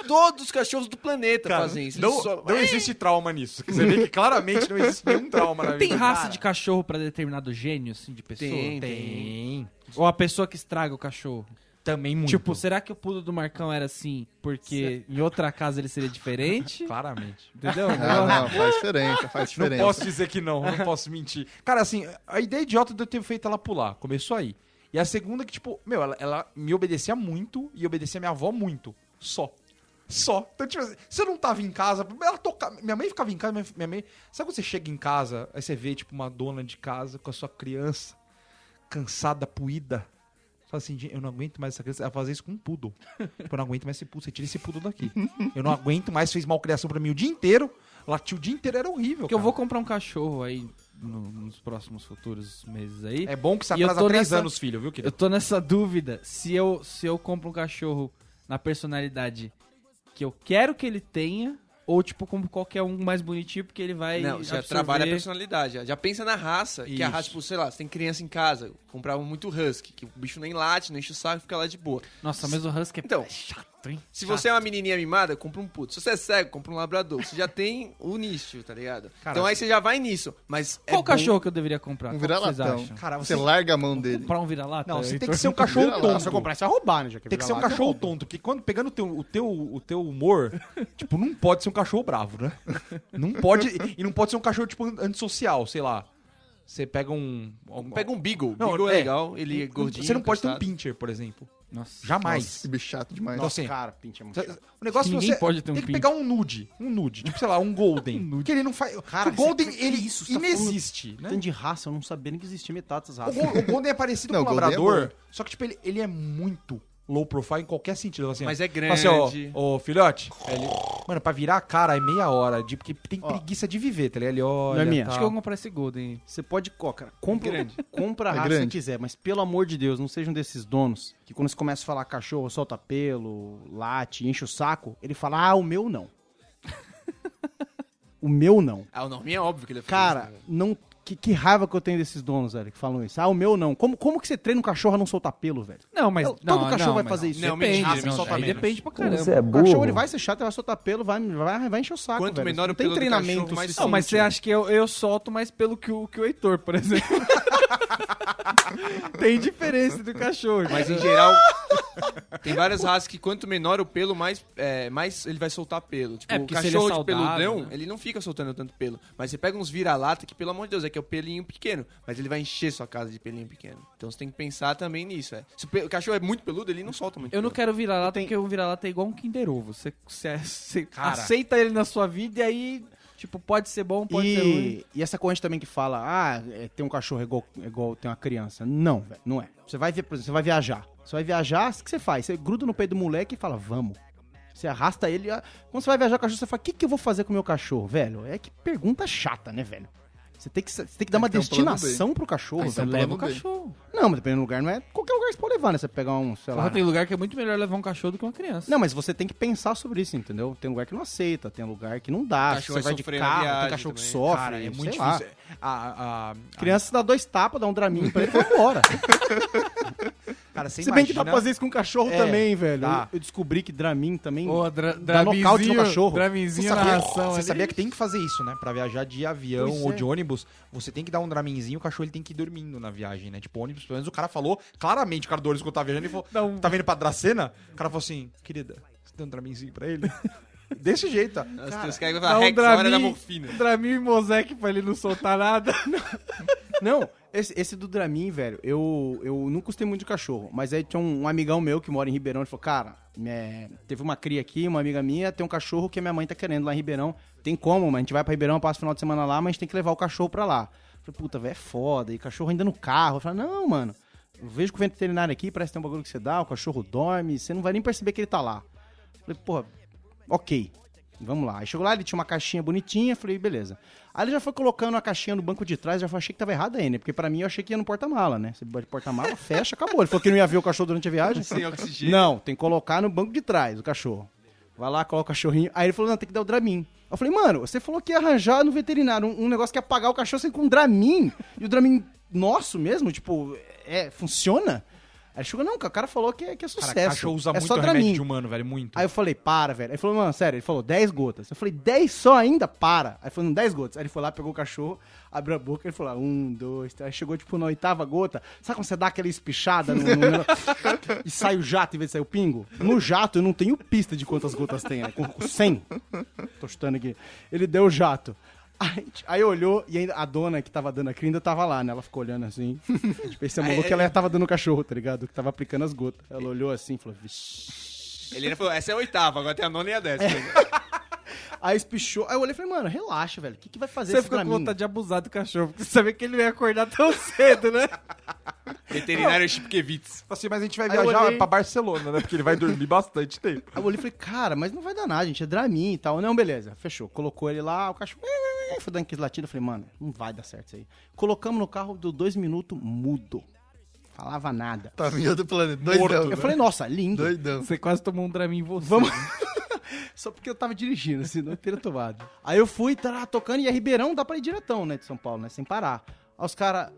Speaker 5: Todos os cachorros do planeta fazem isso. Eles
Speaker 3: não,
Speaker 5: só-
Speaker 3: não existe trauma nisso. Você vê que claramente não existe nenhum trauma na
Speaker 1: Tem
Speaker 3: vida.
Speaker 1: raça de cachorro pra determinado gênio, assim, de pessoa?
Speaker 5: Tem, tem.
Speaker 3: Tem.
Speaker 1: Ou a pessoa que estraga o cachorro?
Speaker 3: Também muito.
Speaker 1: Tipo, será que o pulo do Marcão era assim porque em outra casa ele seria diferente?
Speaker 3: claramente.
Speaker 1: Entendeu?
Speaker 4: Não, não, faz diferença, faz
Speaker 3: Não
Speaker 4: diferença. Um
Speaker 3: posso dizer que não, não posso mentir. Cara, assim, a ideia idiota de eu ter feito ela pular. Começou aí. E a segunda que, tipo, meu, ela, ela me obedecia muito e obedecia minha avó muito. Só. Só. Então, tipo assim, se eu não tava em casa, ela tocava. Minha mãe ficava em casa, minha, minha mãe. Sabe quando você chega em casa, aí você vê, tipo, uma dona de casa com a sua criança, cansada, puída. Você Fala assim, "Gente, eu não aguento mais essa criança. Ela fazia isso com um poodle. Tipo, eu não aguento mais esse poodle. Você tira esse poodle daqui. Eu não aguento mais. Fez malcriação pra mim o dia inteiro. Latiu o dia inteiro. Era horrível.
Speaker 1: Porque eu
Speaker 3: cara.
Speaker 1: vou comprar um cachorro aí no- nos próximos futuros meses aí.
Speaker 3: É bom que você
Speaker 1: E eu
Speaker 3: atrasa
Speaker 1: tô
Speaker 3: três
Speaker 1: nessa-
Speaker 3: anos, filho, viu,
Speaker 1: Eu
Speaker 3: querido?
Speaker 1: tô nessa dúvida se eu, se eu compro um cachorro na personalidade que eu quero que ele tenha, ou tipo, como qualquer um mais bonitinho, porque ele
Speaker 2: é
Speaker 1: vai.
Speaker 5: Não, já
Speaker 1: absorver-
Speaker 5: trabalha a personalidade. Já, já pensa na raça. Que a
Speaker 1: Isso.
Speaker 5: raça, tipo, sei lá, você tem criança em casa. Comprava muito husky, que o bicho nem late, não enche o saco, fica lá de boa.
Speaker 1: Nossa, mas o Husky é
Speaker 5: Então,
Speaker 1: chato, hein?
Speaker 5: Se você é uma menininha mimada, compra um puto. Se você é cego, compra um labrador. Você já tem o nicho, tá ligado? Então aí você já vai nisso. Mas é
Speaker 1: Qual
Speaker 5: bom-
Speaker 1: cachorro que eu deveria comprar?
Speaker 4: Um
Speaker 1: Qual que vocês
Speaker 4: vira-latão.
Speaker 1: acham?
Speaker 3: Cara,
Speaker 4: Você
Speaker 3: você...
Speaker 4: larga a mão dele.
Speaker 1: Comprar um vira-lata?
Speaker 3: Não, você
Speaker 1: Eu
Speaker 3: tem
Speaker 1: tô-
Speaker 3: que ser um cachorro
Speaker 4: Vira lá,
Speaker 3: tonto.
Speaker 2: Se eu comprar, isso é roubar, né? Já
Speaker 3: Tem que ser um
Speaker 2: vira-lata,
Speaker 3: cachorro
Speaker 2: rouba.
Speaker 3: tonto, porque quando pegando o teu, o teu, o teu humor, tipo, não pode ser um cachorro bravo, né? Não pode. E não pode ser um cachorro, tipo, antissocial, sei lá. Você pega um. algum-
Speaker 5: Pega um beagle.
Speaker 3: Não,
Speaker 5: beagle é,
Speaker 3: é.
Speaker 5: legal, ele é gordinho.
Speaker 3: Você não pode ter um
Speaker 5: encostado.
Speaker 3: pincher, por exemplo.
Speaker 1: Nossa.
Speaker 3: Jamais.
Speaker 4: Que bicho chato demais.
Speaker 2: Nossa,
Speaker 4: Nossa.
Speaker 3: Nossa. assim.
Speaker 2: cara, pinche é muito chato.
Speaker 3: Cê- O negócio é
Speaker 1: Ninguém
Speaker 3: você
Speaker 1: pode ter um
Speaker 3: tem que
Speaker 1: pincher.
Speaker 3: pegar um nude. Um nude. Tipo, sei lá, um golden. Que ele não faz.
Speaker 2: Cara,
Speaker 3: o golden,
Speaker 2: cê-
Speaker 3: ele
Speaker 2: que isso? Você tá
Speaker 3: inexiste, né?
Speaker 2: Tem de raça, eu não sabia nem que existia metade dessas
Speaker 3: O,
Speaker 2: raças.
Speaker 3: Go- o Golden é parecido
Speaker 4: Não,
Speaker 3: com o
Speaker 4: o Golden é
Speaker 3: Labrador, só que, tipo, ele, ele é muito low profile em qualquer sentido. Assim,
Speaker 5: Mas
Speaker 3: ó.
Speaker 5: é
Speaker 3: Fala Assim,
Speaker 5: grande.
Speaker 3: ó, ô, filhote. Aí ele- mano, pra virar a cara é meia hora, de, porque tem preguiça de viver, tá ligado?
Speaker 2: é
Speaker 3: Ele olha,
Speaker 2: Norminha,
Speaker 3: tal.
Speaker 1: Acho que eu vou comprar esse Golden.
Speaker 2: Você pode co- cara, compra, compra a
Speaker 4: É
Speaker 2: raça que
Speaker 4: grande.
Speaker 2: quiser, mas pelo amor de Deus, não sejam desses donos que quando você começa a falar cachorro, solta pelo, late, enche o saco, ele fala, ah, o meu não. o meu não.
Speaker 5: Ah, o Norminha é óbvio que ele é
Speaker 2: Cara, não Que, que raiva que eu tenho desses donos, velho, que falam isso. Ah, o meu não. Como, como que você treina um cachorro a não soltar pelo, velho?
Speaker 1: Não, mas.
Speaker 2: Todo
Speaker 1: não,
Speaker 2: cachorro
Speaker 1: não,
Speaker 2: vai
Speaker 1: mas
Speaker 2: fazer
Speaker 1: não.
Speaker 2: isso.
Speaker 1: Depende,
Speaker 5: Depende,
Speaker 1: meu,
Speaker 5: meu,
Speaker 1: solta
Speaker 5: aí
Speaker 1: depende pra caramba.
Speaker 9: Você é
Speaker 2: O cachorro
Speaker 9: burro.
Speaker 2: ele vai ser chato, ele vai soltar pelo, vai, vai, vai encher o saco.
Speaker 5: Quanto
Speaker 2: velho.
Speaker 5: menor
Speaker 2: Não
Speaker 5: o
Speaker 2: tem
Speaker 5: pelo do
Speaker 2: treinamento
Speaker 5: cachorro, mais
Speaker 2: suficiente.
Speaker 1: Não, mas você acha que eu, eu solto mais pelo que o, que o Heitor, por exemplo. Tem diferença do cachorro.
Speaker 5: Mas em geral, tem várias raças que quanto menor o pelo, mais, é, mais ele vai soltar pelo. Tipo,
Speaker 1: É,
Speaker 5: o
Speaker 1: porque se ele é
Speaker 5: cachorro de
Speaker 1: saudável,
Speaker 5: peludão,
Speaker 1: né?
Speaker 5: ele não fica soltando tanto pelo. Mas você pega uns vira-lata que, pelo amor de Deus, é que é o pelinho pequeno. Mas ele vai encher sua casa de pelinho pequeno. Então você tem que pensar também nisso. É. Se o, pe- o cachorro é muito peludo, ele não solta muito
Speaker 1: Eu não
Speaker 5: pelo.
Speaker 1: quero virar lata, porque um vira-lata é igual um Kinder Ovo. Você, você- você aceita ele na sua vida e aí, tipo, pode ser bom, pode ser ruim.
Speaker 2: E, e essa corrente também que fala, ah, é, tem um cachorro é igual, é igual tem uma criança. Não, velho, não é. Você vai, vi- por exemplo, você vai viajar. Você vai viajar, o que você faz? Você gruda no peito do moleque e fala, vamos. Você arrasta ele. ah, Quando você vai viajar com o cachorro, você fala, o que, que eu vou fazer com o meu cachorro, velho? É que pergunta chata, né, velho? Você tem que, sa- você tem que dar uma
Speaker 4: que ter um plano B.
Speaker 2: destinação pro cachorro,
Speaker 4: Ah, então
Speaker 2: velho.
Speaker 4: plano
Speaker 1: Leva o
Speaker 4: bem.
Speaker 1: cachorro.
Speaker 2: Não, mas dependendo do lugar, não é qualquer lugar que você pode levar, né? Você pegar um, sei lá...
Speaker 1: Porra, tem lugar que é muito melhor levar um cachorro do que uma criança.
Speaker 2: Não, mas você tem que pensar sobre isso, entendeu? Tem lugar que não aceita, tem lugar que não dá.
Speaker 5: Cachorro
Speaker 2: Você vai de
Speaker 5: sofrer na
Speaker 2: carro, tem
Speaker 5: viagem
Speaker 2: cachorro que
Speaker 5: também.
Speaker 2: sofre.
Speaker 1: Cara, é muito
Speaker 2: sei lá.
Speaker 1: difícil. A, a- a-
Speaker 2: Tá. Criança dá dois tapas, dá um draminho pra ele e vai embora.
Speaker 3: Cara, você
Speaker 2: Se bem que tá dá pra fazer isso com um cachorro
Speaker 3: né? É,
Speaker 2: também, velho.
Speaker 3: dá.
Speaker 2: Eu, eu descobri que dramin também
Speaker 1: Ô, dra
Speaker 2: dá nocaute no cachorro.
Speaker 1: Draminzinho na
Speaker 3: sabia-
Speaker 1: ração
Speaker 3: Você
Speaker 1: ali.
Speaker 3: sabia que tem que fazer isso, né? Pra viajar de avião
Speaker 2: Pois
Speaker 3: ou
Speaker 2: é.
Speaker 3: de ônibus, você tem que dar um draminzinho, o cachorro ele tem que ir dormindo na viagem, né? Tipo, ônibus, pelo menos o cara falou claramente, o cara do ônibus quando tava viajando, ele falou,
Speaker 1: Dá um-
Speaker 3: tá vindo pra Dracena? O cara falou assim, querida, você tem um draminzinho pra ele? Desse jeito, tá?
Speaker 5: Nossa, tem uns caras que
Speaker 1: Dá
Speaker 5: falam,
Speaker 1: um
Speaker 5: Rex, a hora da
Speaker 1: Dramin-
Speaker 5: morfina.
Speaker 1: Dramin e Mosec pra ele não soltar nada.
Speaker 2: Não, esse, esse do Dramin, velho, eu, eu não gostei muito de cachorro. Mas aí tinha um, um amigão meu que mora em Ribeirão, ele falou, cara, é, teve uma cria aqui, uma amiga minha, tem um cachorro que a minha mãe tá querendo lá em Ribeirão. Tem como, mas a gente vai pra Ribeirão, passa o final de semana lá, mas a gente tem que levar o cachorro pra lá. Eu falei, puta, velho, é foda, e cachorro ainda no carro. Eu falei, não, mano, eu vejo que o veterinário aqui, parece que tem um bagulho que você dá, o cachorro dorme, você não vai nem perceber que ele tá lá. Eu falei, porra, ok, vamos lá. Aí chegou lá, ele tinha uma caixinha bonitinha, falei, beleza. Aí ele já foi colocando a caixinha no banco de trás, já falei, achei que tava errado aí, né? Porque pra mim eu achei que ia no porta-mala, né? Você bota de porta-mala, fecha, acabou. Ele falou que não ia ver o cachorro durante a viagem.
Speaker 5: Sem oxigênio.
Speaker 2: Não, tem que colocar no banco de trás o cachorro. Vai lá, coloca o cachorrinho. Aí ele falou, não, tem que dar o Dramin. Eu falei, mano, você falou que ia arranjar no veterinário um, um negócio que ia apagar o cachorro sem com um Dramin. E o Dramin nosso mesmo, tipo, é, funciona? Aí chegou, não, cara, o cara falou que é, que é sucesso.
Speaker 3: Cara, cachorro usa
Speaker 2: é
Speaker 3: muito
Speaker 2: só
Speaker 3: remédio
Speaker 2: Dramin.
Speaker 3: de humano, velho, muito.
Speaker 2: Aí eu falei, para, velho. Aí ele falou, mano, sério, ele falou 10 gotas. Eu falei, 10 só ainda? Para. Aí ele falou, não, 10 gotas. Aí ele foi lá, pegou o cachorro, abriu a boca, ele falou, um, dois, três. Aí chegou, tipo, na oitava gota. Sabe quando você dá aquela espichada no, no- e sai o jato em vez de sair o pingo? No jato eu não tenho pista de quantas gotas tem, né? Com com 100. Tô chutando aqui. Ele deu o jato. Aí, aí olhou e ainda a dona que tava dando a cria ainda tava lá, né? Ela ficou olhando assim. Tipo, esse amor que ela tava dando o cachorro, tá ligado? Que tava aplicando as gotas. Ela olhou assim e falou, vixi.
Speaker 5: Ele ainda falou, essa é a oitava, agora tem a nona e a décima.
Speaker 1: É.
Speaker 2: Aí espichou. Aí eu olhei e falei, mano, relaxa, velho. O que, que vai fazer
Speaker 1: Você
Speaker 2: esse
Speaker 1: ficou com
Speaker 2: Dramin?
Speaker 1: vontade de abusar do cachorro, porque você sabia que ele não ia acordar tão cedo, né?
Speaker 5: Veterinário é Chipkevitz.
Speaker 3: Falei assim, mas a gente vai
Speaker 2: Aí eu
Speaker 3: viajar
Speaker 2: olhei-
Speaker 3: pra Barcelona, né? Porque ele vai dormir bastante tempo.
Speaker 2: Aí eu olhei e falei, cara, mas não vai dar nada, gente. É Dramin e tal. Não, beleza. Fechou. Colocou ele lá, o cachorro. Foi dando aqueles latidos. Eu falei, mano, não vai dar certo isso aí. Colocamos no carro, deu dois minutos, mudo. Falava nada.
Speaker 4: Tá em outro planeta. Doidão.
Speaker 2: Eu
Speaker 4: né?
Speaker 2: falei, nossa, lindo.
Speaker 4: Doidão.
Speaker 1: Você quase tomou um Dramin em você.
Speaker 2: Vamos. Só porque eu tava dirigindo, assim, não teria tomado. Aí eu fui, tá, tocando, e a Ribeirão dá pra ir diretão, né, de São Paulo, né, sem parar. Aí os caras.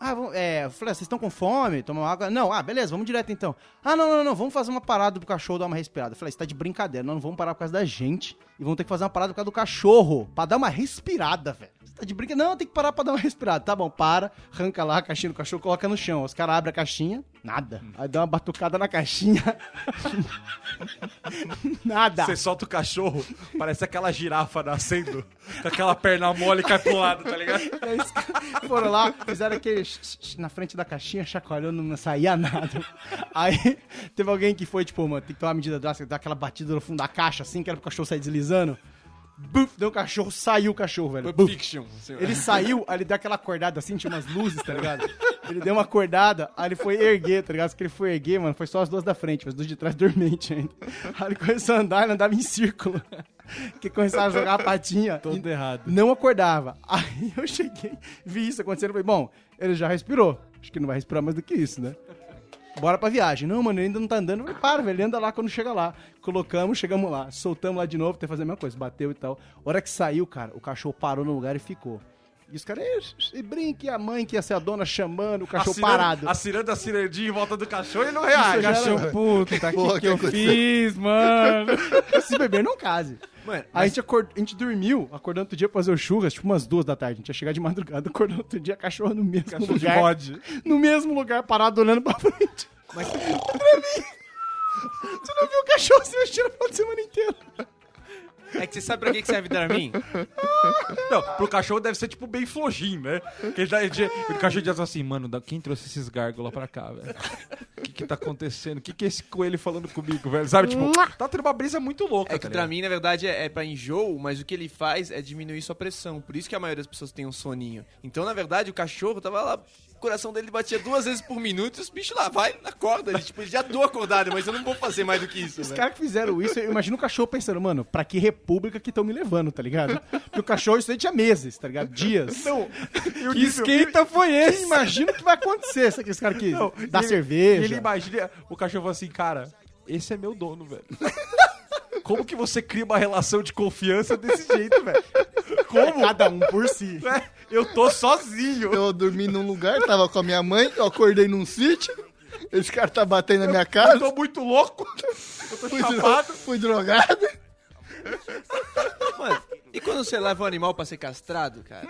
Speaker 2: Ah, vamos- é, eu falei, ah, vocês estão com fome? Tomar uma água? Não, ah, beleza, vamos direto então. Ah, não, não, não, vamos fazer uma parada pro cachorro dar uma respirada. Eu falei, você tá de brincadeira, nós não vamos parar por causa da gente e vamos ter que fazer uma parada por causa do cachorro, pra dar uma respirada, velho. Você tá de brincadeira? Não, tem que parar pra dar uma respirada. Tá bom, para, arranca lá a caixinha do cachorro, coloca no chão. Os caras abrem a caixinha, nada. Aí dá uma batucada na caixinha, nada.
Speaker 3: Você solta o cachorro, parece aquela girafa nascendo, com aquela perna mole e cai pro lado, tá ligado?
Speaker 2: Aí os caras É foram lá, fizeram aquele sh- sh- sh- na frente da caixinha, chacoalhando, não saía nada. Aí teve alguém que foi, tipo, mano, tem que tomar uma medida drástica, dar aquela batida no fundo da caixa, assim, que era pro cachorro sair deslizando. Buf, deu o cachorro, saiu o cachorro, velho.
Speaker 5: Pulp
Speaker 2: Buf.
Speaker 5: Fiction.
Speaker 1: assim,
Speaker 5: assim.
Speaker 2: Ele saiu, aí ele deu aquela acordada assim, tinha umas luzes, tá ligado? Ele deu uma acordada, aí ele foi erguer, tá ligado? Porque ele foi erguer, mano, foi só as duas da frente, mas as duas de trás dormente ainda. Aí ele começou a andar, ele andava em círculo. Que começava a jogar a patinha.
Speaker 1: Todo
Speaker 2: e
Speaker 1: errado.
Speaker 2: Não acordava. Aí eu cheguei, vi isso acontecendo, falei, bom, ele já respirou. Acho que não vai respirar mais do que isso, né? Bora pra viagem. Não, mano, ele ainda não tá andando. Eu falei, para, velho, ele anda lá quando chega lá. Colocamos, chegamos lá. Soltamos lá de novo, tem que fazer a mesma coisa. Bateu e tal. A hora que saiu, cara, o cachorro parou no lugar e ficou. E os caras, e, e brinque, e a mãe que ia ser a dona chamando, o cachorro
Speaker 3: Assinando-
Speaker 2: parado.
Speaker 3: Assinando a cirandinha em volta do cachorro, ele não
Speaker 1: Ah,
Speaker 3: reage.
Speaker 1: cachorro puto, tá aqui
Speaker 4: Porra,
Speaker 1: que
Speaker 4: que
Speaker 1: eu
Speaker 4: coisa.
Speaker 1: fiz, mano.
Speaker 2: né? Se beber, não case.
Speaker 10: Mano,
Speaker 2: Aí a gente, acor- a gente dormiu, acordando outro dia pra fazer o churras, tipo umas duas da tarde. A gente ia chegar de madrugada, acordando outro dia, cachorro no mesmo lugar. No mesmo lugar, parado olhando pra frente. Mas pra mim, tu não viu o cachorro se mexendo o final de semana inteiro.
Speaker 5: É que você sabe pra que que serve Dramin?
Speaker 3: Não, pro cachorro deve ser tipo bem flojinho, né? Porque ele dá- ele- o cachorro diz assim, mano, da- quem trouxe esses gárgulas pra cá, velho? O que que tá acontecendo? O que que é esse coelho falando comigo, velho? Sabe, tipo, tá tendo uma brisa muito louca, tá
Speaker 5: É que o
Speaker 3: ligado?
Speaker 5: Dramin, na verdade, é, é pra enjoo, mas o que ele faz é diminuir sua pressão. Por isso que a maioria das pessoas tem um soninho. Então, na verdade, o cachorro tava lá, o coração dele batia duas vezes por minuto e os bichos lá, vai, acorda. Ele, tipo, já tô acordado, mas eu não vou fazer mais do que isso,
Speaker 2: Os
Speaker 5: velho.
Speaker 2: caras que fizeram isso, eu imagino o cachorro pensando, mano, pra que república que estão me levando, tá ligado? Porque o cachorro isso aí tinha meses, tá ligado? Dias. Não,
Speaker 1: Que esquenta foi esse?
Speaker 2: imagina o que vai acontecer, sabe aqueles caras que
Speaker 3: Não,
Speaker 2: dá
Speaker 3: e ele-
Speaker 2: cerveja.
Speaker 3: E ele imagina, o cachorro assim, cara, esse é meu dono, velho. Como que você cria uma relação de confiança desse jeito, velho? Como?
Speaker 2: Cada um por si.
Speaker 3: Né? Eu tô sozinho.
Speaker 4: Eu dormi num lugar, tava com a minha mãe, eu acordei num sítio. Esse cara tá batendo na minha casa.
Speaker 3: Eu tô muito louco. Eu tô
Speaker 4: fui, dro-
Speaker 3: chapado.
Speaker 4: fui drogado.
Speaker 5: Mano, e quando você leva um animal pra ser castrado, cara?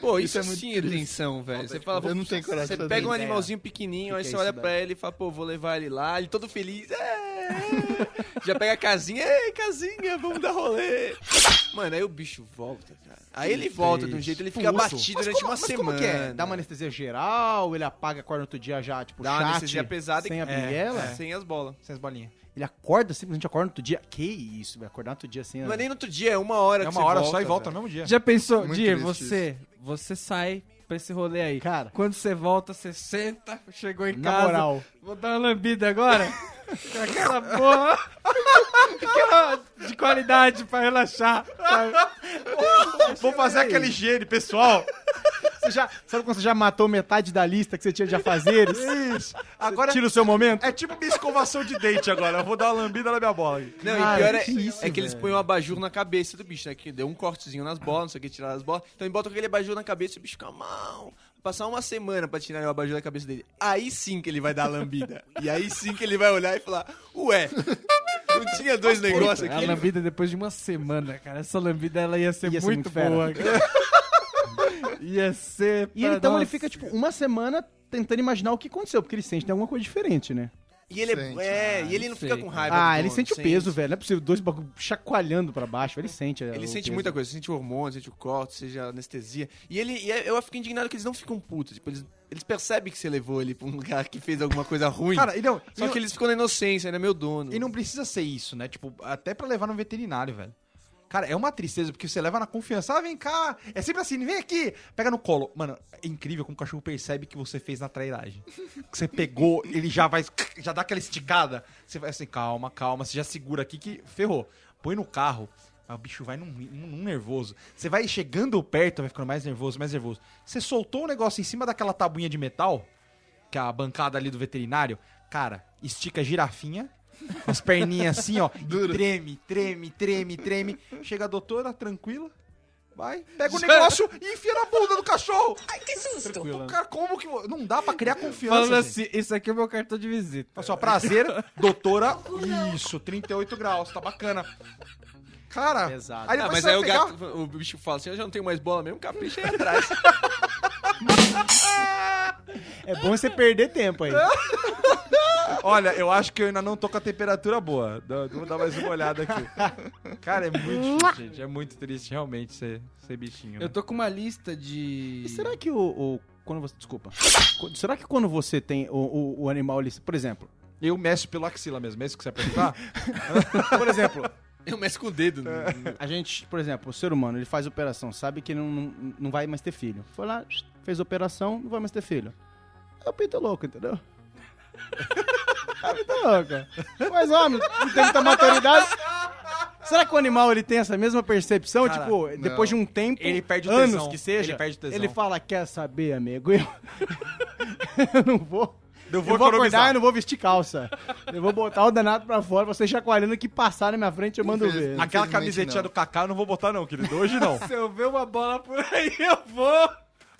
Speaker 5: Pô, isso, sim é tensão, velho. Você fala,
Speaker 4: Eu não tenho coragem de
Speaker 5: Você
Speaker 4: fazer
Speaker 5: pega um
Speaker 4: ideia.
Speaker 5: animalzinho pequenininho, aí
Speaker 2: que
Speaker 5: você
Speaker 2: é
Speaker 5: olha
Speaker 2: isso
Speaker 5: pra ele e fala, pô, vou levar ele lá. Ele todo feliz. é. Já pega a casinha, ei, casinha, vamos dar rolê. Mano, aí o bicho volta, cara. Aí ele volta de um jeito, ele fica batido durante uma semana.
Speaker 2: Como que é? Dá uma anestesia geral, ele apaga, acorda no outro dia já, tipo,
Speaker 5: Dá uma
Speaker 2: chat,
Speaker 5: anestesia pesada e-
Speaker 2: sem a
Speaker 5: É,
Speaker 2: pinguela.
Speaker 5: é, Sem as bolas.
Speaker 10: Sem as bolinhas.
Speaker 2: Ele acorda, simplesmente acorda no outro dia. Que isso, vai acordar no outro dia sem a...
Speaker 5: Não é nem no outro dia, é uma hora
Speaker 3: É
Speaker 5: que
Speaker 3: uma
Speaker 5: você
Speaker 3: hora só e volta
Speaker 5: velho.
Speaker 3: no mesmo dia.
Speaker 1: Já pensou,
Speaker 4: Muito
Speaker 1: Dir,
Speaker 4: triste
Speaker 1: você, você sai pra esse rolê aí.
Speaker 2: Cara.
Speaker 1: Quando você volta, você senta, chegou em
Speaker 2: Na
Speaker 1: casa.
Speaker 2: moral.
Speaker 1: Vou dar uma lambida agora. com aquela porra. aquela de qualidade pra relaxar.
Speaker 3: Vou fazer aquele higiene, pessoal.
Speaker 2: Você já, sabe quando você já matou metade da lista que você tinha de afazeres?
Speaker 3: Isso. Agora
Speaker 2: Tira o seu momento?
Speaker 3: é tipo minha escovação de dente agora. Eu vou dar uma lambida na minha bola. aí.
Speaker 5: Não,
Speaker 2: Cara,
Speaker 5: e pior é,
Speaker 2: que isso,
Speaker 5: é que eles põem um abajur na cabeça do bicho, né? Que deu um cortezinho nas bolas, não sei o que, tiraram as bolas. Então ele bota aquele abajur na cabeça e o bicho fica mal. Passar uma semana pra tirar o abajur da cabeça dele. Aí sim que ele vai dar a lambida. e aí sim que ele vai olhar e falar: Ué, não tinha dois negócios
Speaker 1: A
Speaker 5: aqui.
Speaker 1: lambida depois de uma semana, cara. Essa lambida ela ia ser
Speaker 2: Ia ser
Speaker 1: muito
Speaker 2: muito fera.
Speaker 1: boa. Cara. ia ser.
Speaker 2: E ele, então ele fica, tipo, uma semana tentando imaginar o que aconteceu, porque ele sente que tem alguma coisa diferente, né?
Speaker 5: E ele,
Speaker 4: Sente.
Speaker 5: é, é, e ele não
Speaker 1: sei,
Speaker 5: fica com raiva.
Speaker 2: Ah,
Speaker 5: do
Speaker 2: ele
Speaker 5: dono,
Speaker 2: Ah, sente o peso, velho. Não é possível, dois bagulho chacoalhando pra baixo. Ele sente. é,
Speaker 5: Ele sente muita coisa, sente o hormônio, sente o corte, seja a anestesia. E ele e eu fico indignado que eles não ficam putos. Tipo, eles, eles percebem que você levou ele pra um lugar que fez alguma coisa ruim.
Speaker 3: Cara, e não,
Speaker 5: Só
Speaker 3: e,
Speaker 5: que eles ficam na inocência, né? Meu dono.
Speaker 3: e não precisa ser isso, né? Tipo, até pra levar no veterinário, velho. Cara, é uma tristeza, porque você leva na confiança. Ah, vem cá. É sempre assim, vem aqui. Pega no colo. Mano, é incrível como o cachorro percebe que você fez na trairagem. Que você pegou, ele já vai... Já dá aquela esticada. Você vai assim, calma, calma. Você já segura aqui que ferrou. Põe no carro. Aí o bicho vai num, num nervoso. Você vai chegando perto, vai ficando mais nervoso, mais nervoso. Você soltou o negócio em cima daquela tabuinha de metal, que é a bancada ali do veterinário. Cara, estica a girafinha, com as perninhas assim, ó. e
Speaker 4: Duro.
Speaker 3: treme, treme, treme, treme. Chega a doutora, tranquila. Vai, pega o
Speaker 1: Já-
Speaker 3: negócio e enfia na bunda do cachorro. Ai, que susto. Cara, como que... vo- Não dá pra criar confiança,
Speaker 1: Falando
Speaker 3: gente.
Speaker 1: assim, isso aqui é meu cartão de visita.
Speaker 3: É só prazer, doutora. Isso, 38 graus, tá bacana. Cara,
Speaker 2: Pesado.
Speaker 3: aí
Speaker 5: Ah,
Speaker 3: depois
Speaker 5: mas
Speaker 3: você
Speaker 5: aí
Speaker 3: vai
Speaker 5: o,
Speaker 3: pegar...
Speaker 5: gato, o bicho fala assim, eu já não tenho mais bola mesmo, capricha aí atrás.
Speaker 2: É bom você perder tempo aí.
Speaker 5: Ah!
Speaker 3: Olha, eu acho que eu ainda não tô com a temperatura boa. Dá- Vou dar mais uma olhada aqui. Cara, é muito difícil, gente. É muito triste, realmente, ser, ser bichinho. né?
Speaker 1: Eu tô com uma lista de.
Speaker 2: E será que o, o- Quando você. Desculpa. Co- Será que quando você tem o, o, o animal ali. Por exemplo.
Speaker 3: Eu mexo pelo axila mesmo, é isso que você vai perguntar?
Speaker 2: Por exemplo,
Speaker 5: Eu mexo com o dedo. né?
Speaker 2: a gente, por exemplo, o ser humano, ele faz operação, sabe que não, não, não vai mais ter filho. Foi lá, fez operação, não vai mais ter filho. É o pinto louco, entendeu? É o pinto louco. Mas, homem, não tem muita maturidade. Será que o animal ele tem essa mesma percepção?
Speaker 3: Cara,
Speaker 2: tipo, depois de um tempo,
Speaker 3: Ele perde o
Speaker 2: anos
Speaker 3: tesão.
Speaker 2: que seja,
Speaker 3: Ele perde o tesão.
Speaker 2: ele fala: Quer saber, amigo? Eu, eu não vou. Eu vou, acordar e não vou vestir calça. Eu vou botar o danado pra fora, você chacoalhando que passar na minha frente, eu mando ver.
Speaker 4: Infeliz-
Speaker 3: Aquela
Speaker 4: Infelizmente,
Speaker 3: camisetinha
Speaker 4: não.
Speaker 3: do Kaká eu não vou botar não, querido. Hoje não.
Speaker 1: Se eu ver uma bola por aí, eu vou.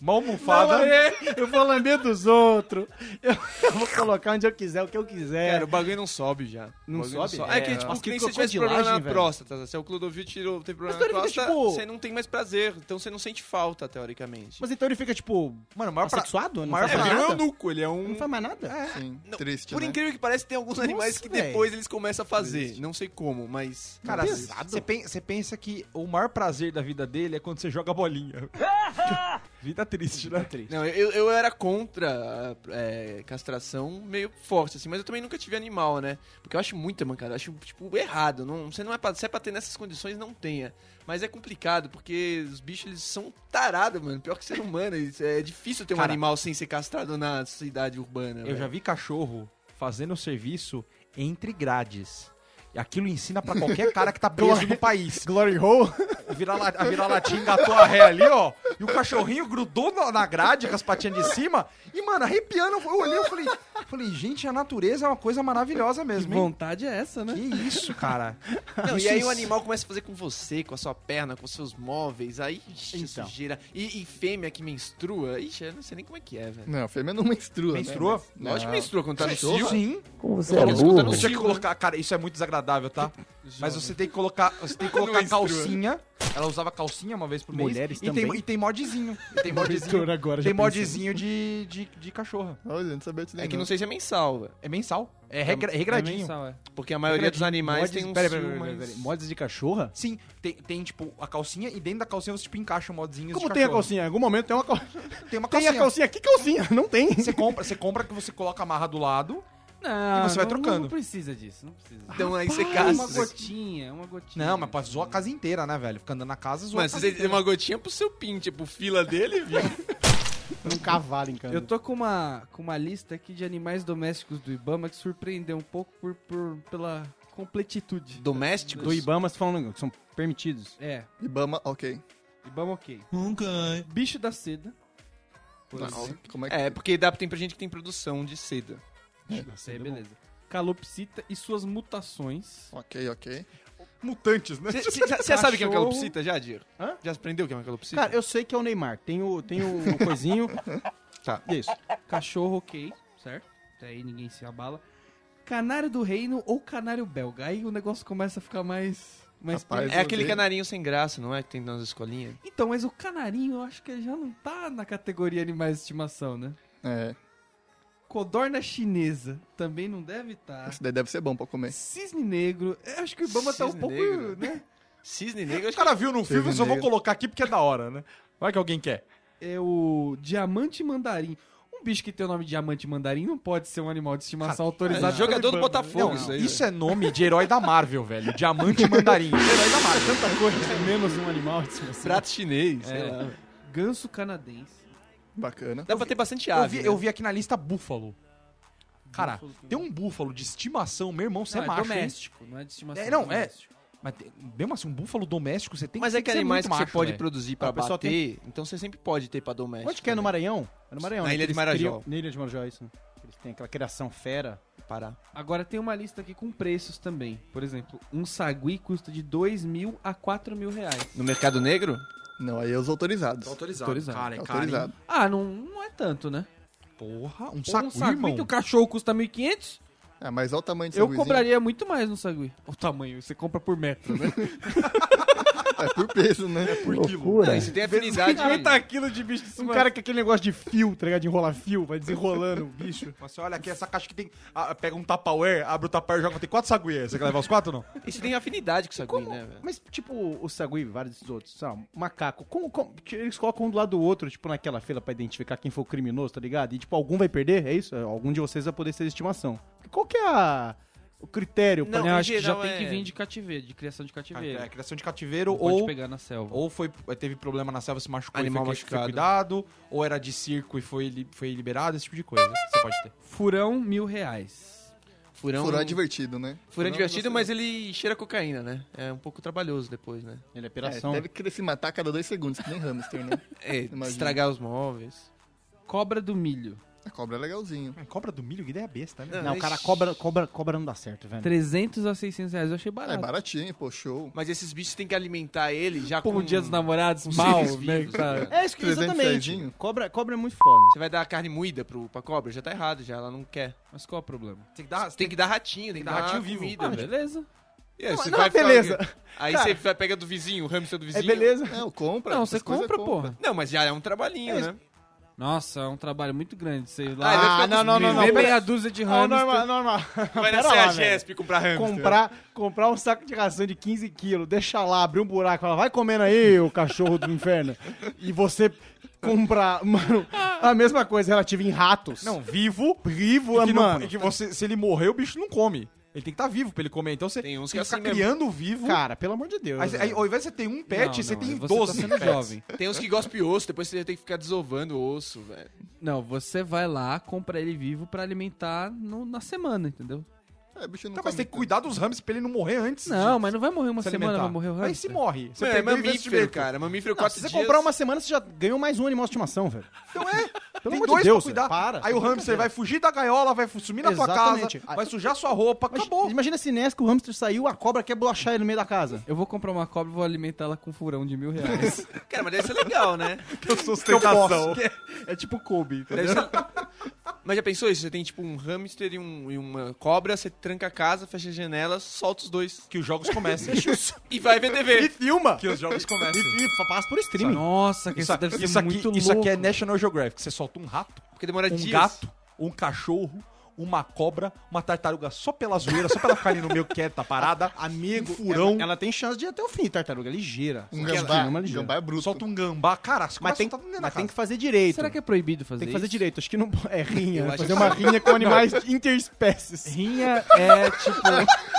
Speaker 3: Mão almofada.
Speaker 1: Não, é-
Speaker 2: Eu vou lamber dos outros. Eu, eu vou colocar onde eu quiser, o que eu quiser.
Speaker 5: Cara, o bagulho não sobe já.
Speaker 2: É. Não
Speaker 5: O bagulho
Speaker 2: sobe?
Speaker 5: É, que,
Speaker 2: É,
Speaker 5: tipo,
Speaker 2: mas
Speaker 5: que nem
Speaker 2: que
Speaker 5: se você tivesse
Speaker 2: crocodilagem,
Speaker 5: problema na
Speaker 2: velho.
Speaker 5: próstata. Se o Clodovil tirou, teve
Speaker 2: Mas
Speaker 5: problema na
Speaker 2: então ele fica,
Speaker 5: próstata,
Speaker 2: tipo-
Speaker 5: você não tem mais prazer. Então você não sente falta, teoricamente.
Speaker 2: Mas então ele fica, tipo,
Speaker 3: Mano, o maior pra...
Speaker 2: assexuado? Não,
Speaker 3: maior
Speaker 2: faz mais
Speaker 3: pra-
Speaker 5: ele
Speaker 2: nada?
Speaker 5: não é um nuco, ele é um...
Speaker 2: não faz mais nada?
Speaker 4: Sim,
Speaker 5: Não,
Speaker 4: triste,
Speaker 5: Por
Speaker 4: né?
Speaker 5: incrível que parece, tem alguns animais
Speaker 2: Nossa,
Speaker 5: que
Speaker 2: velho.
Speaker 5: depois eles começam a fazer. Não sei como, mas...
Speaker 3: Cara,
Speaker 2: Pesado.
Speaker 3: você pen- você pensa que o maior prazer da vida dele é quando você joga bolinha. vida triste, né?
Speaker 5: Não, eu, eu era contra a é, castração meio forte, assim, mas eu também nunca tive animal, né? Porque eu acho muita mancada, eu acho, tipo, errado. Não, você não é pra, se é pra ter nessas condições, não tenha. Mas é complicado, porque os bichos, eles são tarados, mano. Pior que ser humano, eles- é difícil ter um
Speaker 3: Cara,
Speaker 5: animal sem ser castrado na cidade urbana.
Speaker 3: Eu já vi cachorro fazendo serviço entre grades. E aquilo ensina pra qualquer cara que tá preso no país.
Speaker 2: Glory Hole?
Speaker 3: Virar la- a vira-latinha engatou a ré ali, ó. E o cachorrinho grudou na, na grade com as patinhas de cima. E, mano, arrepiando, eu olhei eu falei, eu falei, gente, a natureza é uma coisa maravilhosa mesmo, hein?
Speaker 1: vontade é essa, né?
Speaker 3: Que isso, cara.
Speaker 5: Não,
Speaker 3: Isso
Speaker 5: e aí
Speaker 3: ins-
Speaker 5: o animal começa a fazer com você, com a sua perna, com os seus móveis, aí, ixi,
Speaker 2: Então.
Speaker 5: sujeira. E, e fêmea que menstrua, ixi, eu não sei nem como é que é, velho.
Speaker 4: Não, fêmea não menstrua. né?
Speaker 3: Menstruou?
Speaker 5: Lógico que menstrua quando tá no cio.
Speaker 3: Sim. é
Speaker 5: Tá escutando
Speaker 3: Você
Speaker 5: cio,
Speaker 3: tem que
Speaker 5: né?
Speaker 3: colocar, cara, isso é muito desagradável, tá? Mas você tem que colocar, você tem que colocar calcinha. Ela usava calcinha uma vez por mês.
Speaker 2: Mulheres
Speaker 3: e Tem,
Speaker 2: também?
Speaker 3: e tem modzinho. E tem modzinho.
Speaker 2: Doutor, agora, já
Speaker 3: tem
Speaker 2: pensei.
Speaker 3: modzinho de, de, de cachorra.
Speaker 4: Olha, não sabia disso daí,
Speaker 5: É que não sei se é mensal, velho.
Speaker 3: É mensal. É, regra- é regradinho.
Speaker 5: Porque a maioria dos animais tem um
Speaker 2: Peraí,
Speaker 5: cio
Speaker 2: peraí, peraí,
Speaker 5: mais-
Speaker 2: peraí. Mods de cachorra?
Speaker 3: Sim, tem, tem, tipo a calcinha e dentro da calcinha você tipo encaixa modzinhos
Speaker 2: Como
Speaker 3: de
Speaker 2: tem a
Speaker 3: cachorro.
Speaker 2: calcinha? Em algum momento tem uma calcinha.
Speaker 3: Tem uma
Speaker 2: Tem
Speaker 3: calcinha.
Speaker 2: a calcinha? Que calcinha? Não tem.
Speaker 3: Você compra, você compra que você coloca a marra do lado.
Speaker 1: Não,
Speaker 3: E você vai
Speaker 1: não-
Speaker 3: trocando.
Speaker 1: Não precisa disso, não precisa.
Speaker 5: Então aí você
Speaker 1: Ah, uma
Speaker 5: castra.
Speaker 1: gotinha, uma gotinha.
Speaker 3: Não, mas pode zoar a casa inteira, né, velho? Fica andando na casa, zoa a
Speaker 5: Mas
Speaker 3: casa
Speaker 5: você tem uma gotinha pro seu pin, tipo, fila dele, viu?
Speaker 2: Um cavalo em
Speaker 1: Eu
Speaker 2: casa.
Speaker 1: tô com uma, com uma lista aqui de animais domésticos do Ibama que surpreendeu um pouco por, por- pela completitude.
Speaker 5: Domésticos?
Speaker 2: Do Ibama, você falando que são permitidos.
Speaker 1: É,
Speaker 4: Ibama, ok.
Speaker 1: Ibama ok. Bicho da seda. Por
Speaker 4: Nossa,
Speaker 1: exemplo.
Speaker 4: como é que...
Speaker 5: É, porque dá, tem pra gente que tem produção de seda.
Speaker 1: Isso
Speaker 3: é
Speaker 1: aí, É, beleza. Calopsita e suas mutações.
Speaker 4: Ok, ok.
Speaker 3: Mutantes, né?
Speaker 5: Você sabe o que é uma
Speaker 1: Cachorro.
Speaker 5: calopsita, já, Dir?
Speaker 2: Hã?
Speaker 5: Já aprendeu o que é uma calopsita?
Speaker 2: Cara, eu sei que é o Neymar. Tem o, tem o o coisinho.
Speaker 3: Tá.
Speaker 2: E é isso.
Speaker 1: Cachorro ok, certo? Até aí ninguém se abala. Canário do reino ou canário belga. Aí o negócio começa a ficar mais... mais
Speaker 4: Rapaz,
Speaker 1: perigoso.
Speaker 5: É aquele
Speaker 4: Resolvi.
Speaker 5: canarinho sem graça, não é? Que tem nas escolinhas.
Speaker 1: Então, mas o canarinho eu acho que ele já não tá na categoria animais de estimação, né?
Speaker 4: É,
Speaker 1: Codorna chinesa também não deve estar.
Speaker 4: isso daí deve ser bom pra comer.
Speaker 1: Cisne negro. Eu acho que o Ibama tá um
Speaker 5: Cisne
Speaker 1: pouco.
Speaker 5: negro.
Speaker 1: Né?
Speaker 5: Cisne negro,
Speaker 3: O cara viu num filme, eu só
Speaker 5: um
Speaker 3: vou
Speaker 4: Entendi.
Speaker 3: colocar aqui porque é da hora, né? Vai que alguém quer.
Speaker 1: É o diamante mandarim. Um bicho que tem o nome de diamante mandarim não pode ser um animal de estimação autorizado.
Speaker 5: é jogador do
Speaker 1: pelo Ibama,
Speaker 5: Botafogo, isso aí.
Speaker 3: Isso é nome de herói da Marvel, velho. Diamante mandarim. herói da Marvel.
Speaker 2: Tanta coisa, menos um animal. de estimação.
Speaker 5: prato chinês, sei
Speaker 1: assim. É.
Speaker 5: lá.
Speaker 1: né? Ganso canadense.
Speaker 4: Bacana.
Speaker 5: Dá pra ter bastante
Speaker 3: Eu
Speaker 5: ave,
Speaker 3: vi,
Speaker 5: né?
Speaker 3: eu vi um aqui na lista búfalo. Cara,
Speaker 1: Búfalo também.
Speaker 3: tem um búfalo de estimação, meu irmão, você
Speaker 1: Não,
Speaker 3: é
Speaker 1: é
Speaker 3: macho. hein?
Speaker 1: doméstico, não é de estimação.
Speaker 3: É, não, é.
Speaker 1: doméstico.
Speaker 3: Mas tem- mesmo assim, um búfalo doméstico, você tem
Speaker 5: Mas é que
Speaker 3: ser
Speaker 5: animais que
Speaker 3: muito
Speaker 5: você
Speaker 3: macho,
Speaker 5: pode
Speaker 3: velho.
Speaker 5: produzir pra
Speaker 2: Ah, o pessoal
Speaker 5: bater, então você sempre pode ter pra né?
Speaker 1: tipo
Speaker 5: doméstico.
Speaker 2: Onde que é? No Maranhão? É no Maranhão.
Speaker 5: Na
Speaker 2: né?
Speaker 5: Ilha de
Speaker 2: Eles
Speaker 5: Marajó.
Speaker 2: criam- Na Ilha de Marajó, isso. né? Eles têm aquela criação fera.
Speaker 5: Parar.
Speaker 1: Agora tem uma lista aqui com preços também. Por exemplo, um sagui custa de 2 mil a 4 mil reais.
Speaker 5: No mercado negro?
Speaker 4: Não, aí é os autorizados.
Speaker 3: Autorizado.
Speaker 1: Autorizado.
Speaker 3: Cara, é caro, hein?
Speaker 4: Autorizado.
Speaker 1: Ah, não, não é tanto, né?
Speaker 3: Porra, um
Speaker 1: Ou
Speaker 3: saco,
Speaker 1: um sagui
Speaker 3: irmão.
Speaker 1: que o cachorro custa 1.500.
Speaker 4: Ah, mas olha o tamanho desse
Speaker 1: Eu
Speaker 4: saguizinho.
Speaker 1: cobraria muito mais no sagui. O tamanho, você compra por metro, né?
Speaker 4: É por peso, né? É por
Speaker 5: Não, isso tem afinidade.
Speaker 1: 50 quilos de bicho de
Speaker 2: Um
Speaker 1: cima.
Speaker 2: cara com aquele negócio de fio, tá ligado? De enrolar fio, vai desenrolando o bicho.
Speaker 3: Mas Você olha aqui essa caixa que tem. ah, pega um tapaware, abre o tapaware e joga. Tem quatro saguias. Você quer levar os quatro ou não?
Speaker 5: Isso tem afinidade com o sagui, né, velho?
Speaker 2: Mas, tipo, o sagui e vários desses outros, sabe? Macaco. Como, como- eles colocam um do lado do outro, tipo, naquela fila pra identificar quem foi o criminoso, tá ligado? E, tipo, algum vai perder, é isso? Algum de vocês vai poder ser de estimação. Qual que é a- o critério pra...
Speaker 5: Não,
Speaker 1: Não,
Speaker 5: em
Speaker 1: acho que já
Speaker 5: geral
Speaker 1: tem
Speaker 5: é-
Speaker 1: que vir de cativeiro, de criação de cativeiro.
Speaker 3: É, criação de cativeiro
Speaker 1: Não Pode
Speaker 3: ou.
Speaker 1: pegar na selva.
Speaker 3: Ou foi, teve problema na selva, se machucou
Speaker 5: Animal
Speaker 3: e foi, foi
Speaker 5: machucado.
Speaker 3: cuidado. Ou era de circo e foi, li- foi liberado, esse tipo de coisa. Você pode ter.
Speaker 1: Furão, mil reais.
Speaker 5: Furão,
Speaker 1: um
Speaker 4: Furão é divertido, né?
Speaker 5: furão é divertido, mas ele cheira cocaína, né? É um pouco trabalhoso depois, né?
Speaker 2: Ele é
Speaker 4: É,
Speaker 2: piração.
Speaker 4: deve querer se matar a cada dois segundos, que nem hamster, né?
Speaker 5: É,
Speaker 4: Imagina.
Speaker 5: estragar os móveis.
Speaker 1: Cobra do milho.
Speaker 4: A cobra é legalzinho.
Speaker 3: Cobra do milho, Guida é besta, né?
Speaker 2: Não, cara, cobra, cobra, cobra não dá certo, velho.
Speaker 1: 300 a 600 reais, eu achei
Speaker 4: Ah, é
Speaker 1: barato.
Speaker 4: baratinho, pô, show.
Speaker 5: Mas esses bichos tem que alimentar ele já
Speaker 1: Pô,
Speaker 5: com...
Speaker 1: um dia dos namorados, mal, né, cara?
Speaker 2: É, isso que
Speaker 4: 300
Speaker 2: exatamente.
Speaker 4: reaisinho.
Speaker 2: Cobra, cobra é muito foda.
Speaker 5: Você vai dar carne moída pro, pra cobra? Já tá errado, já. Ela não quer.
Speaker 1: Mas qual é o problema?
Speaker 5: Tem que dar, Ah, tem que dar ratinho, tem que dar ratinho vivo.
Speaker 1: Ah, beleza.
Speaker 5: É, você
Speaker 2: não,
Speaker 5: vai ficar-
Speaker 2: beleza.
Speaker 5: Aí você vai- pega do vizinho, o hamster
Speaker 2: É
Speaker 5: do vizinho.
Speaker 2: beleza.
Speaker 4: É, eu compra.
Speaker 1: Não,
Speaker 4: essas
Speaker 1: você
Speaker 4: coisas
Speaker 1: compra, porra.
Speaker 5: Não, mas já é um trabalhinho, né?
Speaker 1: Nossa, é um trabalho muito grande. Sei
Speaker 5: Ah, ele vai
Speaker 1: lá.
Speaker 5: ficar
Speaker 2: não,
Speaker 5: com
Speaker 2: não,
Speaker 5: os
Speaker 2: não, não.
Speaker 1: Vê
Speaker 2: pera-
Speaker 1: meia dúzia
Speaker 3: é
Speaker 1: de
Speaker 2: Ah,
Speaker 1: hamster.
Speaker 2: normal, normal.
Speaker 5: Vai
Speaker 2: Pera
Speaker 5: nascer
Speaker 2: lá,
Speaker 5: a
Speaker 2: velho.
Speaker 5: Jesp comprar hamster.
Speaker 2: comprar, comprar um saco de ração de 15 quilos, deixar lá, abrir um buraco, falar, vai comendo aí, o cachorro do inferno. E você comprar, mano, a mesma coisa relativa em ratos.
Speaker 3: Não, vivo.
Speaker 2: vivo,
Speaker 3: E que, não-
Speaker 2: mano.
Speaker 3: e que você, se ele morrer, o bicho não come. Ele tem que estar vivo pra ele comer. Então você
Speaker 5: Tem uns
Speaker 3: você
Speaker 5: que é
Speaker 3: fica
Speaker 5: assim mesmo.
Speaker 3: criando vivo.
Speaker 2: Cara, pelo amor de Deus.
Speaker 3: Aí, aí,
Speaker 2: velho.
Speaker 3: ao invés de você ter um pet,
Speaker 1: Não,
Speaker 3: você
Speaker 1: não,
Speaker 3: tem
Speaker 1: você
Speaker 3: 12
Speaker 1: tá sendo
Speaker 3: pets.
Speaker 1: jovem.
Speaker 5: Tem uns que gospe osso, depois você tem que ficar desovando osso, velho.
Speaker 1: Não, você vai lá, compra ele vivo pra alimentar no- na semana, entendeu?
Speaker 4: É, bicho não
Speaker 3: Tá, mas
Speaker 4: come
Speaker 3: tem que
Speaker 4: tanto.
Speaker 3: cuidar dos hamsters pra ele não morrer antes.
Speaker 1: Não,
Speaker 3: de
Speaker 1: mas não vai morrer uma
Speaker 3: se
Speaker 1: semana,
Speaker 3: alimentar.
Speaker 1: vai morrer o
Speaker 3: Aí
Speaker 1: resto.
Speaker 3: se morre.
Speaker 5: Mano, é
Speaker 3: perdeu o
Speaker 5: mamífero,
Speaker 3: investimento.
Speaker 5: cara. Mamífero
Speaker 2: Não,
Speaker 5: quatro
Speaker 2: se você
Speaker 5: dias.
Speaker 2: comprar uma semana, você já ganhou mais um animal de estimação, velho.
Speaker 3: Então é.
Speaker 2: Pelo
Speaker 3: tem
Speaker 2: amor de
Speaker 3: dois
Speaker 2: Deus,
Speaker 3: pra cuidar.
Speaker 2: para.
Speaker 3: Aí o hamster vai fugir da gaiola, vai fu- sumir na tua casa,
Speaker 2: Exatamente.
Speaker 3: vai sujar sua roupa,
Speaker 2: Mas
Speaker 3: acabou.
Speaker 2: Imagina se nessa que o hamster saiu, a cobra quer bolachar ele no meio da casa.
Speaker 1: Eu vou comprar uma cobra e vou alimentar ela com um furão de mil
Speaker 3: É
Speaker 1: reais.
Speaker 5: Cara, mas deve ser legal, né?
Speaker 3: Sustentação.
Speaker 1: é tipo Kobe, entendeu?
Speaker 5: Deve ser- Mas já pensou isso? Você tem tipo um hamster e, um- e uma cobra, você tranca a casa, fecha a janela, solta os dois.
Speaker 3: Que os jogos comecem.
Speaker 5: E vai ver TV.
Speaker 2: Filma!
Speaker 3: que os jogos comecem.
Speaker 2: E passa por streaming.
Speaker 1: Nossa, que
Speaker 3: Isso,
Speaker 1: isso, deve ser
Speaker 3: isso aqui,
Speaker 1: muito louco.
Speaker 3: isso aqui é National Geographic. Você solta um rato,
Speaker 5: Porque demora
Speaker 3: um
Speaker 5: dias.
Speaker 3: gato, um cachorro, uma cobra, uma tartaruga só pela zoeira, só pra ela ficar ali no meio quieta, tá parada.
Speaker 2: Amigo,
Speaker 3: Um furão.
Speaker 2: Ela, é ela tem chance de ir até o fim, tartaruga ligeira.
Speaker 4: Um
Speaker 2: Ela-
Speaker 4: gambá.
Speaker 2: Ela é
Speaker 4: Gambá é bruto.
Speaker 3: Solta um gambá. Cara, você
Speaker 2: Mas, tem,
Speaker 3: começa a soltar
Speaker 2: mas tem
Speaker 3: dentro
Speaker 2: que fazer direito.
Speaker 1: Será que é proibido fazer
Speaker 2: tem que fazer
Speaker 1: isso?
Speaker 2: direito? Acho que não é rinha. né?
Speaker 5: acho
Speaker 2: Fazer uma rinha com animais interespécies.
Speaker 1: Rinha é tipo...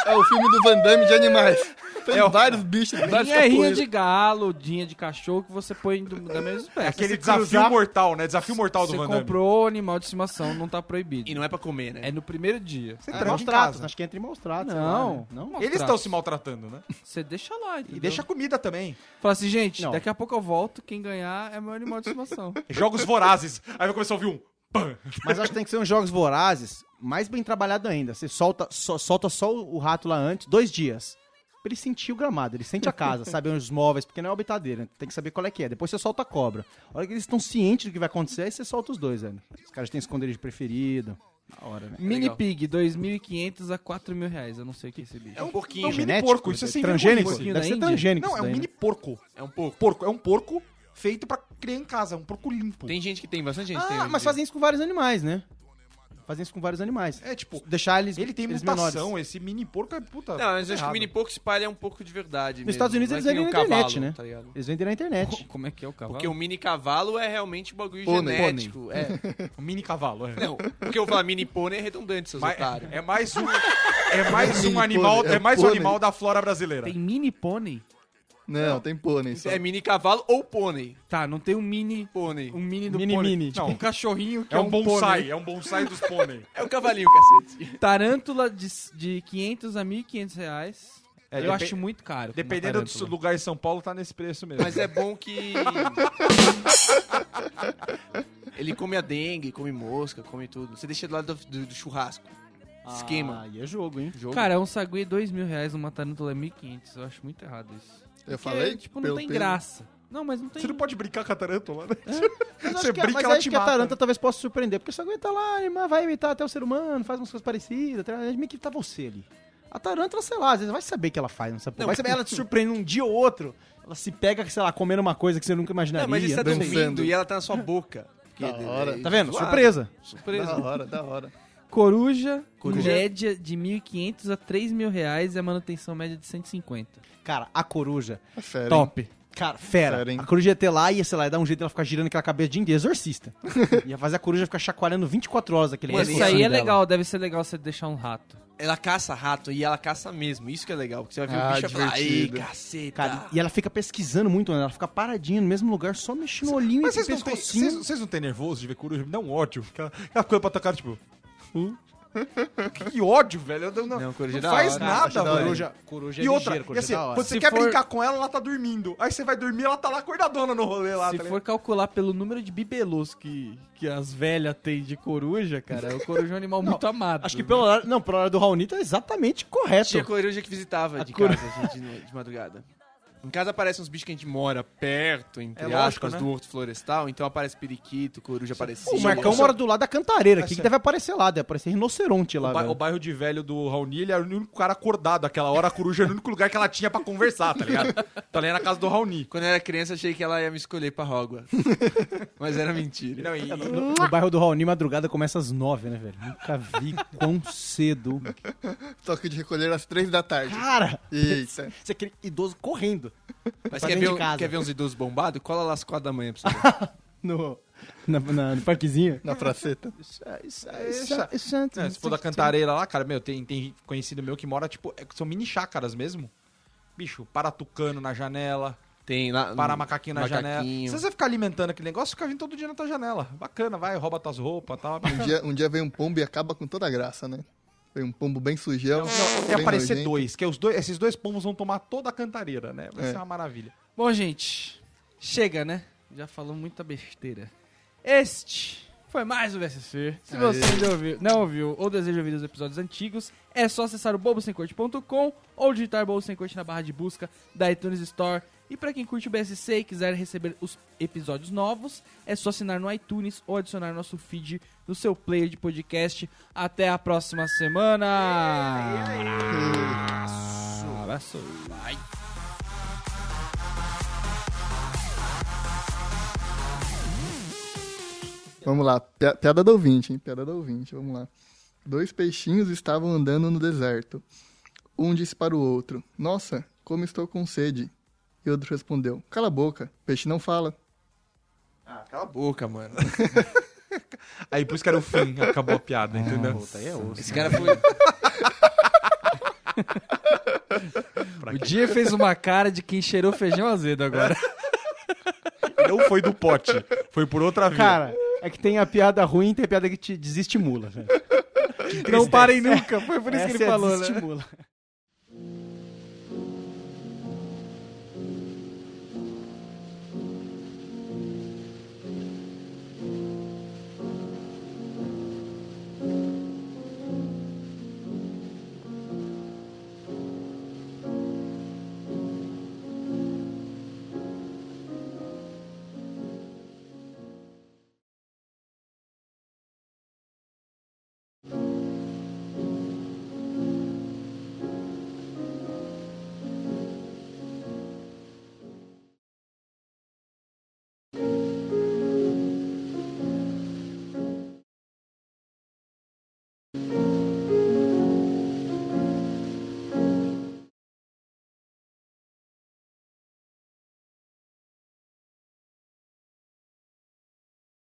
Speaker 4: É o filme do Van Damme de animais. Tem
Speaker 3: É o-
Speaker 4: vários bichos, vários
Speaker 1: rinha é rinha
Speaker 4: capoeiras.
Speaker 1: de galo, rinha de cachorro que você põe do, da mesma espécie.
Speaker 3: da casa. É Aquele
Speaker 1: Você
Speaker 3: desafio
Speaker 1: cruzar-
Speaker 3: mortal, né? Desafio mortal do
Speaker 1: Você
Speaker 3: Van Damme.
Speaker 1: comprou animal de estimação, não tá proibido.
Speaker 5: E não é pra comer, né?
Speaker 1: É no primeiro dia.
Speaker 3: Você
Speaker 2: Ah,
Speaker 3: tranca
Speaker 2: maus
Speaker 3: em
Speaker 2: tratos,
Speaker 3: casa.
Speaker 2: acho que entra em maus tratos. sei lá,
Speaker 1: Não,
Speaker 2: né? Não?
Speaker 1: maus
Speaker 3: Eles
Speaker 1: tratos.
Speaker 3: estão se maltratando, né?
Speaker 1: Você deixa lá, entendeu?
Speaker 3: E deixa comida também.
Speaker 1: Fala assim, gente,
Speaker 2: Não.
Speaker 1: daqui a pouco eu volto, quem ganhar é meu animal de estimação.
Speaker 3: Jogos vorazes. Aí vai começar a ouvir um. Pam.
Speaker 2: Mas acho que tem que ser uns jogos vorazes, mais bem trabalhado ainda. Você solta só, solta só o rato lá antes, dois dias. Pra ele sentir o gramado, ele sente a casa, sabe onde os móveis, porque não é habitadeira, né? tem que saber qual é que é. Depois você solta a cobra. A hora que eles estão cientes do que vai acontecer, aí você solta os dois, velho. Os caras têm esconderijo preferido. Da hora, né?
Speaker 1: Mini Pig, 2.500 a 4 mil reais. Eu não sei o que é esse bicho.
Speaker 5: É um pouquinho.
Speaker 3: Não, mini
Speaker 2: Genético? né?
Speaker 3: porco, isso é sem
Speaker 2: transgênico?
Speaker 3: vergonha,
Speaker 2: Deve
Speaker 1: isso.
Speaker 2: ser transgênico.
Speaker 3: Não, é
Speaker 2: isso
Speaker 3: um
Speaker 2: daí,
Speaker 3: mini
Speaker 2: né?
Speaker 3: porco.
Speaker 5: É um pouco.
Speaker 3: Porco. É um porco feito pra criar em casa. É um porco limpo.
Speaker 5: Tem gente que tem, bastante gente tem.
Speaker 2: Ah,
Speaker 5: hoje em
Speaker 2: mas
Speaker 5: dia.
Speaker 2: fazem isso com vários animais, né? Fazem isso com vários animais.
Speaker 3: É tipo,
Speaker 2: Deixar eles
Speaker 3: ele tem
Speaker 2: eles
Speaker 3: mutação,
Speaker 2: menores.
Speaker 3: esse mini porco é puta.
Speaker 5: Não, mas
Speaker 3: tá
Speaker 5: acho que o
Speaker 3: errado.
Speaker 5: mini porco se palha é um pouco de verdade.
Speaker 2: Nos
Speaker 5: mesmo.
Speaker 2: Estados Unidos
Speaker 5: Não é
Speaker 2: eles
Speaker 5: que nem
Speaker 2: vendem na
Speaker 5: um cavalo,
Speaker 2: internet, né?
Speaker 5: tá ligado?
Speaker 2: Eles vendem na internet.
Speaker 1: Como é que é o cavalo?
Speaker 5: Porque
Speaker 3: um
Speaker 5: o mini cavalo é realmente um bagulho
Speaker 4: Pônei.
Speaker 5: genético. É.
Speaker 3: Um mini cavalo, é.
Speaker 5: Não, porque eu falo mini pônei é redundante, seus
Speaker 3: Mas-
Speaker 5: otários.
Speaker 3: é mais um. É mais um
Speaker 4: Mini
Speaker 3: animal.
Speaker 4: pônei,
Speaker 3: É
Speaker 4: é
Speaker 3: mais um
Speaker 4: pônei.
Speaker 3: animal da flora brasileira.
Speaker 1: Tem mini pônei?
Speaker 4: Não, tem pônei. Só.
Speaker 5: É mini cavalo ou pônei.
Speaker 1: Tá, não tem um mini...
Speaker 5: Pônei.
Speaker 1: Um mini do
Speaker 2: Mini,
Speaker 1: pônei.
Speaker 2: mini.
Speaker 1: Tipo um cachorrinho que
Speaker 3: É um
Speaker 1: pônei.
Speaker 3: bonsai, é um bonsai dos pônei.
Speaker 5: É o cavalinho, cacete.
Speaker 1: Tarântula de, de 500 a 1.500 reais.
Speaker 3: É,
Speaker 1: eu
Speaker 3: depen-
Speaker 1: acho muito caro. uma
Speaker 3: Dependendo do
Speaker 1: tarântula.
Speaker 3: lugar em São Paulo, tá nesse preço mesmo.
Speaker 5: Mas é bom que. Ele come a dengue, come mosca, come tudo. Você deixa do lado do, do- do churrasco. Esquema.
Speaker 2: Ah, e é jogo, hein?
Speaker 5: Jogo.
Speaker 1: Cara, é um sagui é 2 mil reais, uma tarântula é 1.500. Eu acho muito errado isso.
Speaker 4: Eu falei?
Speaker 1: tipo, não
Speaker 4: pelo
Speaker 1: tem
Speaker 4: peso.
Speaker 1: graça. Não, mas não tem...
Speaker 3: Você não pode brincar com a tarântula, né?
Speaker 2: Mas
Speaker 3: Você
Speaker 2: acho que, é,
Speaker 3: brinca,
Speaker 2: mas
Speaker 3: ela
Speaker 2: acho
Speaker 3: te
Speaker 2: que a
Speaker 3: mata,
Speaker 2: Taranta
Speaker 3: né?
Speaker 2: talvez possa surpreender, porque essa aguenta lá, animal, vai imitar até o ser humano, faz umas coisas parecidas, tá? meio que tá você ali. A Taranta, sei lá, às vezes vai saber o que ela faz, não sabe? Vai saber, ela te surpreende um dia ou outro. Ela se pega, sei lá, comendo uma coisa que você nunca imaginaria.
Speaker 5: Não, mas ele está
Speaker 4: dançando.
Speaker 5: dormindo e ela tá na sua boca. é
Speaker 4: Da hora.
Speaker 2: Tá vendo?
Speaker 5: Suave.
Speaker 2: Surpresa.
Speaker 4: Da hora, da hora.
Speaker 1: Coruja,
Speaker 5: Coruja.
Speaker 1: média de 1.500 a 3 mil reais e a manutenção média de 150.
Speaker 2: Cara, a coruja.
Speaker 4: É sério. hein?
Speaker 2: Top. Cara, fera.
Speaker 4: Fera, hein?
Speaker 2: a coruja ia ter lá, ia, sei lá, ia dar um jeito dela ficar girando aquela cabeça de inteiro, exorcista. ia fazer a coruja ficar chacoalhando 24 horas aquele
Speaker 5: Mano,
Speaker 1: Isso
Speaker 2: pescoço
Speaker 1: aí é
Speaker 2: dela.
Speaker 1: legal, deve ser legal você deixar um rato.
Speaker 5: Ela caça rato e ela caça mesmo. Isso que é legal. Porque você vai ver
Speaker 4: Ah,
Speaker 5: o bicho e falar, ei,
Speaker 4: divertido.
Speaker 5: caceta.
Speaker 2: Cara, e ela fica pesquisando muito, né? Ela fica paradinha no mesmo lugar, só mexendo o olhinho
Speaker 3: Mas
Speaker 2: e
Speaker 3: vocês não, têm,
Speaker 2: pescocinho.
Speaker 3: vocês, vocês não têm nervoso de ver coruja? Me dá um ódio. Aquela, aquela coisa pra tocar, tipo. Que, que ódio, velho. Eu não,
Speaker 5: Não, coruja
Speaker 3: não
Speaker 5: é da
Speaker 3: faz
Speaker 5: hora.
Speaker 3: nada,
Speaker 2: Coruja,
Speaker 3: velho.
Speaker 2: coruja, coruja é
Speaker 3: E outra,
Speaker 2: ligeiro,
Speaker 3: e
Speaker 2: coruja
Speaker 3: assim,
Speaker 2: é da hora.
Speaker 3: quando você
Speaker 1: Se
Speaker 3: quer
Speaker 1: for-
Speaker 3: brincar com ela, ela tá dormindo. Aí você vai dormir, ela tá lá acordadona no rolê lá,
Speaker 1: Se
Speaker 3: tá
Speaker 1: for calcular pelo número de bibelôs que, que as velhas têm de coruja, cara, o coruja é um animal muito amado.
Speaker 2: Acho que pelo horário. Não, pelo horário do Raoni tá exatamente correto.
Speaker 5: Tinha coruja que visitava de casa, assim, de, no- de madrugada. Em casa aparecem uns bichos que a gente mora perto, entre
Speaker 3: É lógico,
Speaker 5: aspas,
Speaker 3: né?
Speaker 5: do horto florestal. Então aparece periquito, coruja aparecida.
Speaker 2: Pô, o Marcão mora do lado da cantareira aqui, que deve aparecer lá, deve aparecer rinoceronte lá.
Speaker 3: O, ba-
Speaker 1: Né?
Speaker 2: velho.
Speaker 3: o bairro de velho do Raoni, ele era o único cara acordado. Aquela hora a coruja era o único lugar que ela tinha pra conversar, tá ligado? Tá ali na casa do Raoni.
Speaker 5: Quando eu era criança, achei que ela ia me escolher pra Hogwarts. Mas era mentira.
Speaker 3: Não, e- e-
Speaker 2: No bairro do Raoni, madrugada começa às nove, né, velho? Nunca vi quão cedo.
Speaker 4: Toque de recolher às três da tarde.
Speaker 2: Cara!
Speaker 4: Eita.
Speaker 2: Você é aquele idoso correndo
Speaker 5: Mas
Speaker 2: Pra
Speaker 5: quer
Speaker 2: dentro
Speaker 5: ver,
Speaker 2: de
Speaker 5: um-
Speaker 2: casa.
Speaker 5: quer ver uns idosos bombados? Cola lá às quatro da manhã pra você ver.
Speaker 2: no, na, na- no parquezinho. É,
Speaker 4: Na praceta.
Speaker 3: É isso- É, se for da cantareira lá, cara, meu, tem, tem conhecido meu que mora, tipo, é- são mini chácaras mesmo. Bicho, para tucano na janela,
Speaker 5: Tem lá.
Speaker 3: para
Speaker 5: no-
Speaker 3: macaquinho na janela.
Speaker 5: macaquinho.
Speaker 3: Se você ficar alimentando aquele negócio, fica vindo todo dia na tua janela. Bacana, vai, rouba tuas roupas e tal.
Speaker 4: Um dia, um dia vem um pombo e acaba com toda a graça, né? Vem um pombo bem sujão. bem
Speaker 3: Tem aparecer
Speaker 4: nojento.
Speaker 3: dois, que é os dois, esses dois pombos vão tomar toda a cantareira, né? Vai
Speaker 4: É.
Speaker 3: ser uma maravilha.
Speaker 1: Bom, gente, chega, né? Já falamos muita besteira. Este foi mais um o VSC. Se
Speaker 4: Aê.
Speaker 1: você ainda ouviu- não ouviu ou deseja ouvir os episódios antigos, é só acessar o bobosemcorte.com ou digitar Bobo Sem Corte na barra de busca da iTunes Store. E pra quem curte o BSC e quiser receber os episódios novos, é só assinar no iTunes ou adicionar nosso feed no seu player de podcast. Até a próxima semana! Abraço! Abraço!
Speaker 4: Vamos lá, pia- piada do ouvinte, hein? Piada do ouvinte, vamos lá. Dois peixinhos estavam andando no deserto. Um disse para o outro: Nossa, como estou com sede. E outro respondeu: Cala a boca, peixe não fala.
Speaker 5: Ah, cala a boca, mano.
Speaker 3: Aí por isso que era o fim, acabou a piada,
Speaker 4: Ah,
Speaker 3: entendeu?
Speaker 4: é
Speaker 5: Esse cara foi.
Speaker 1: O Dia fez uma cara de quem cheirou feijão azedo agora.
Speaker 3: Não foi do pote, foi por outra via.
Speaker 2: Cara, é que tem a piada ruim e tem a piada que te desestimula. velho.
Speaker 1: Não parem nunca, foi por isso
Speaker 2: Essa
Speaker 1: que ele
Speaker 2: é a
Speaker 1: falou, né?
Speaker 2: desestimula.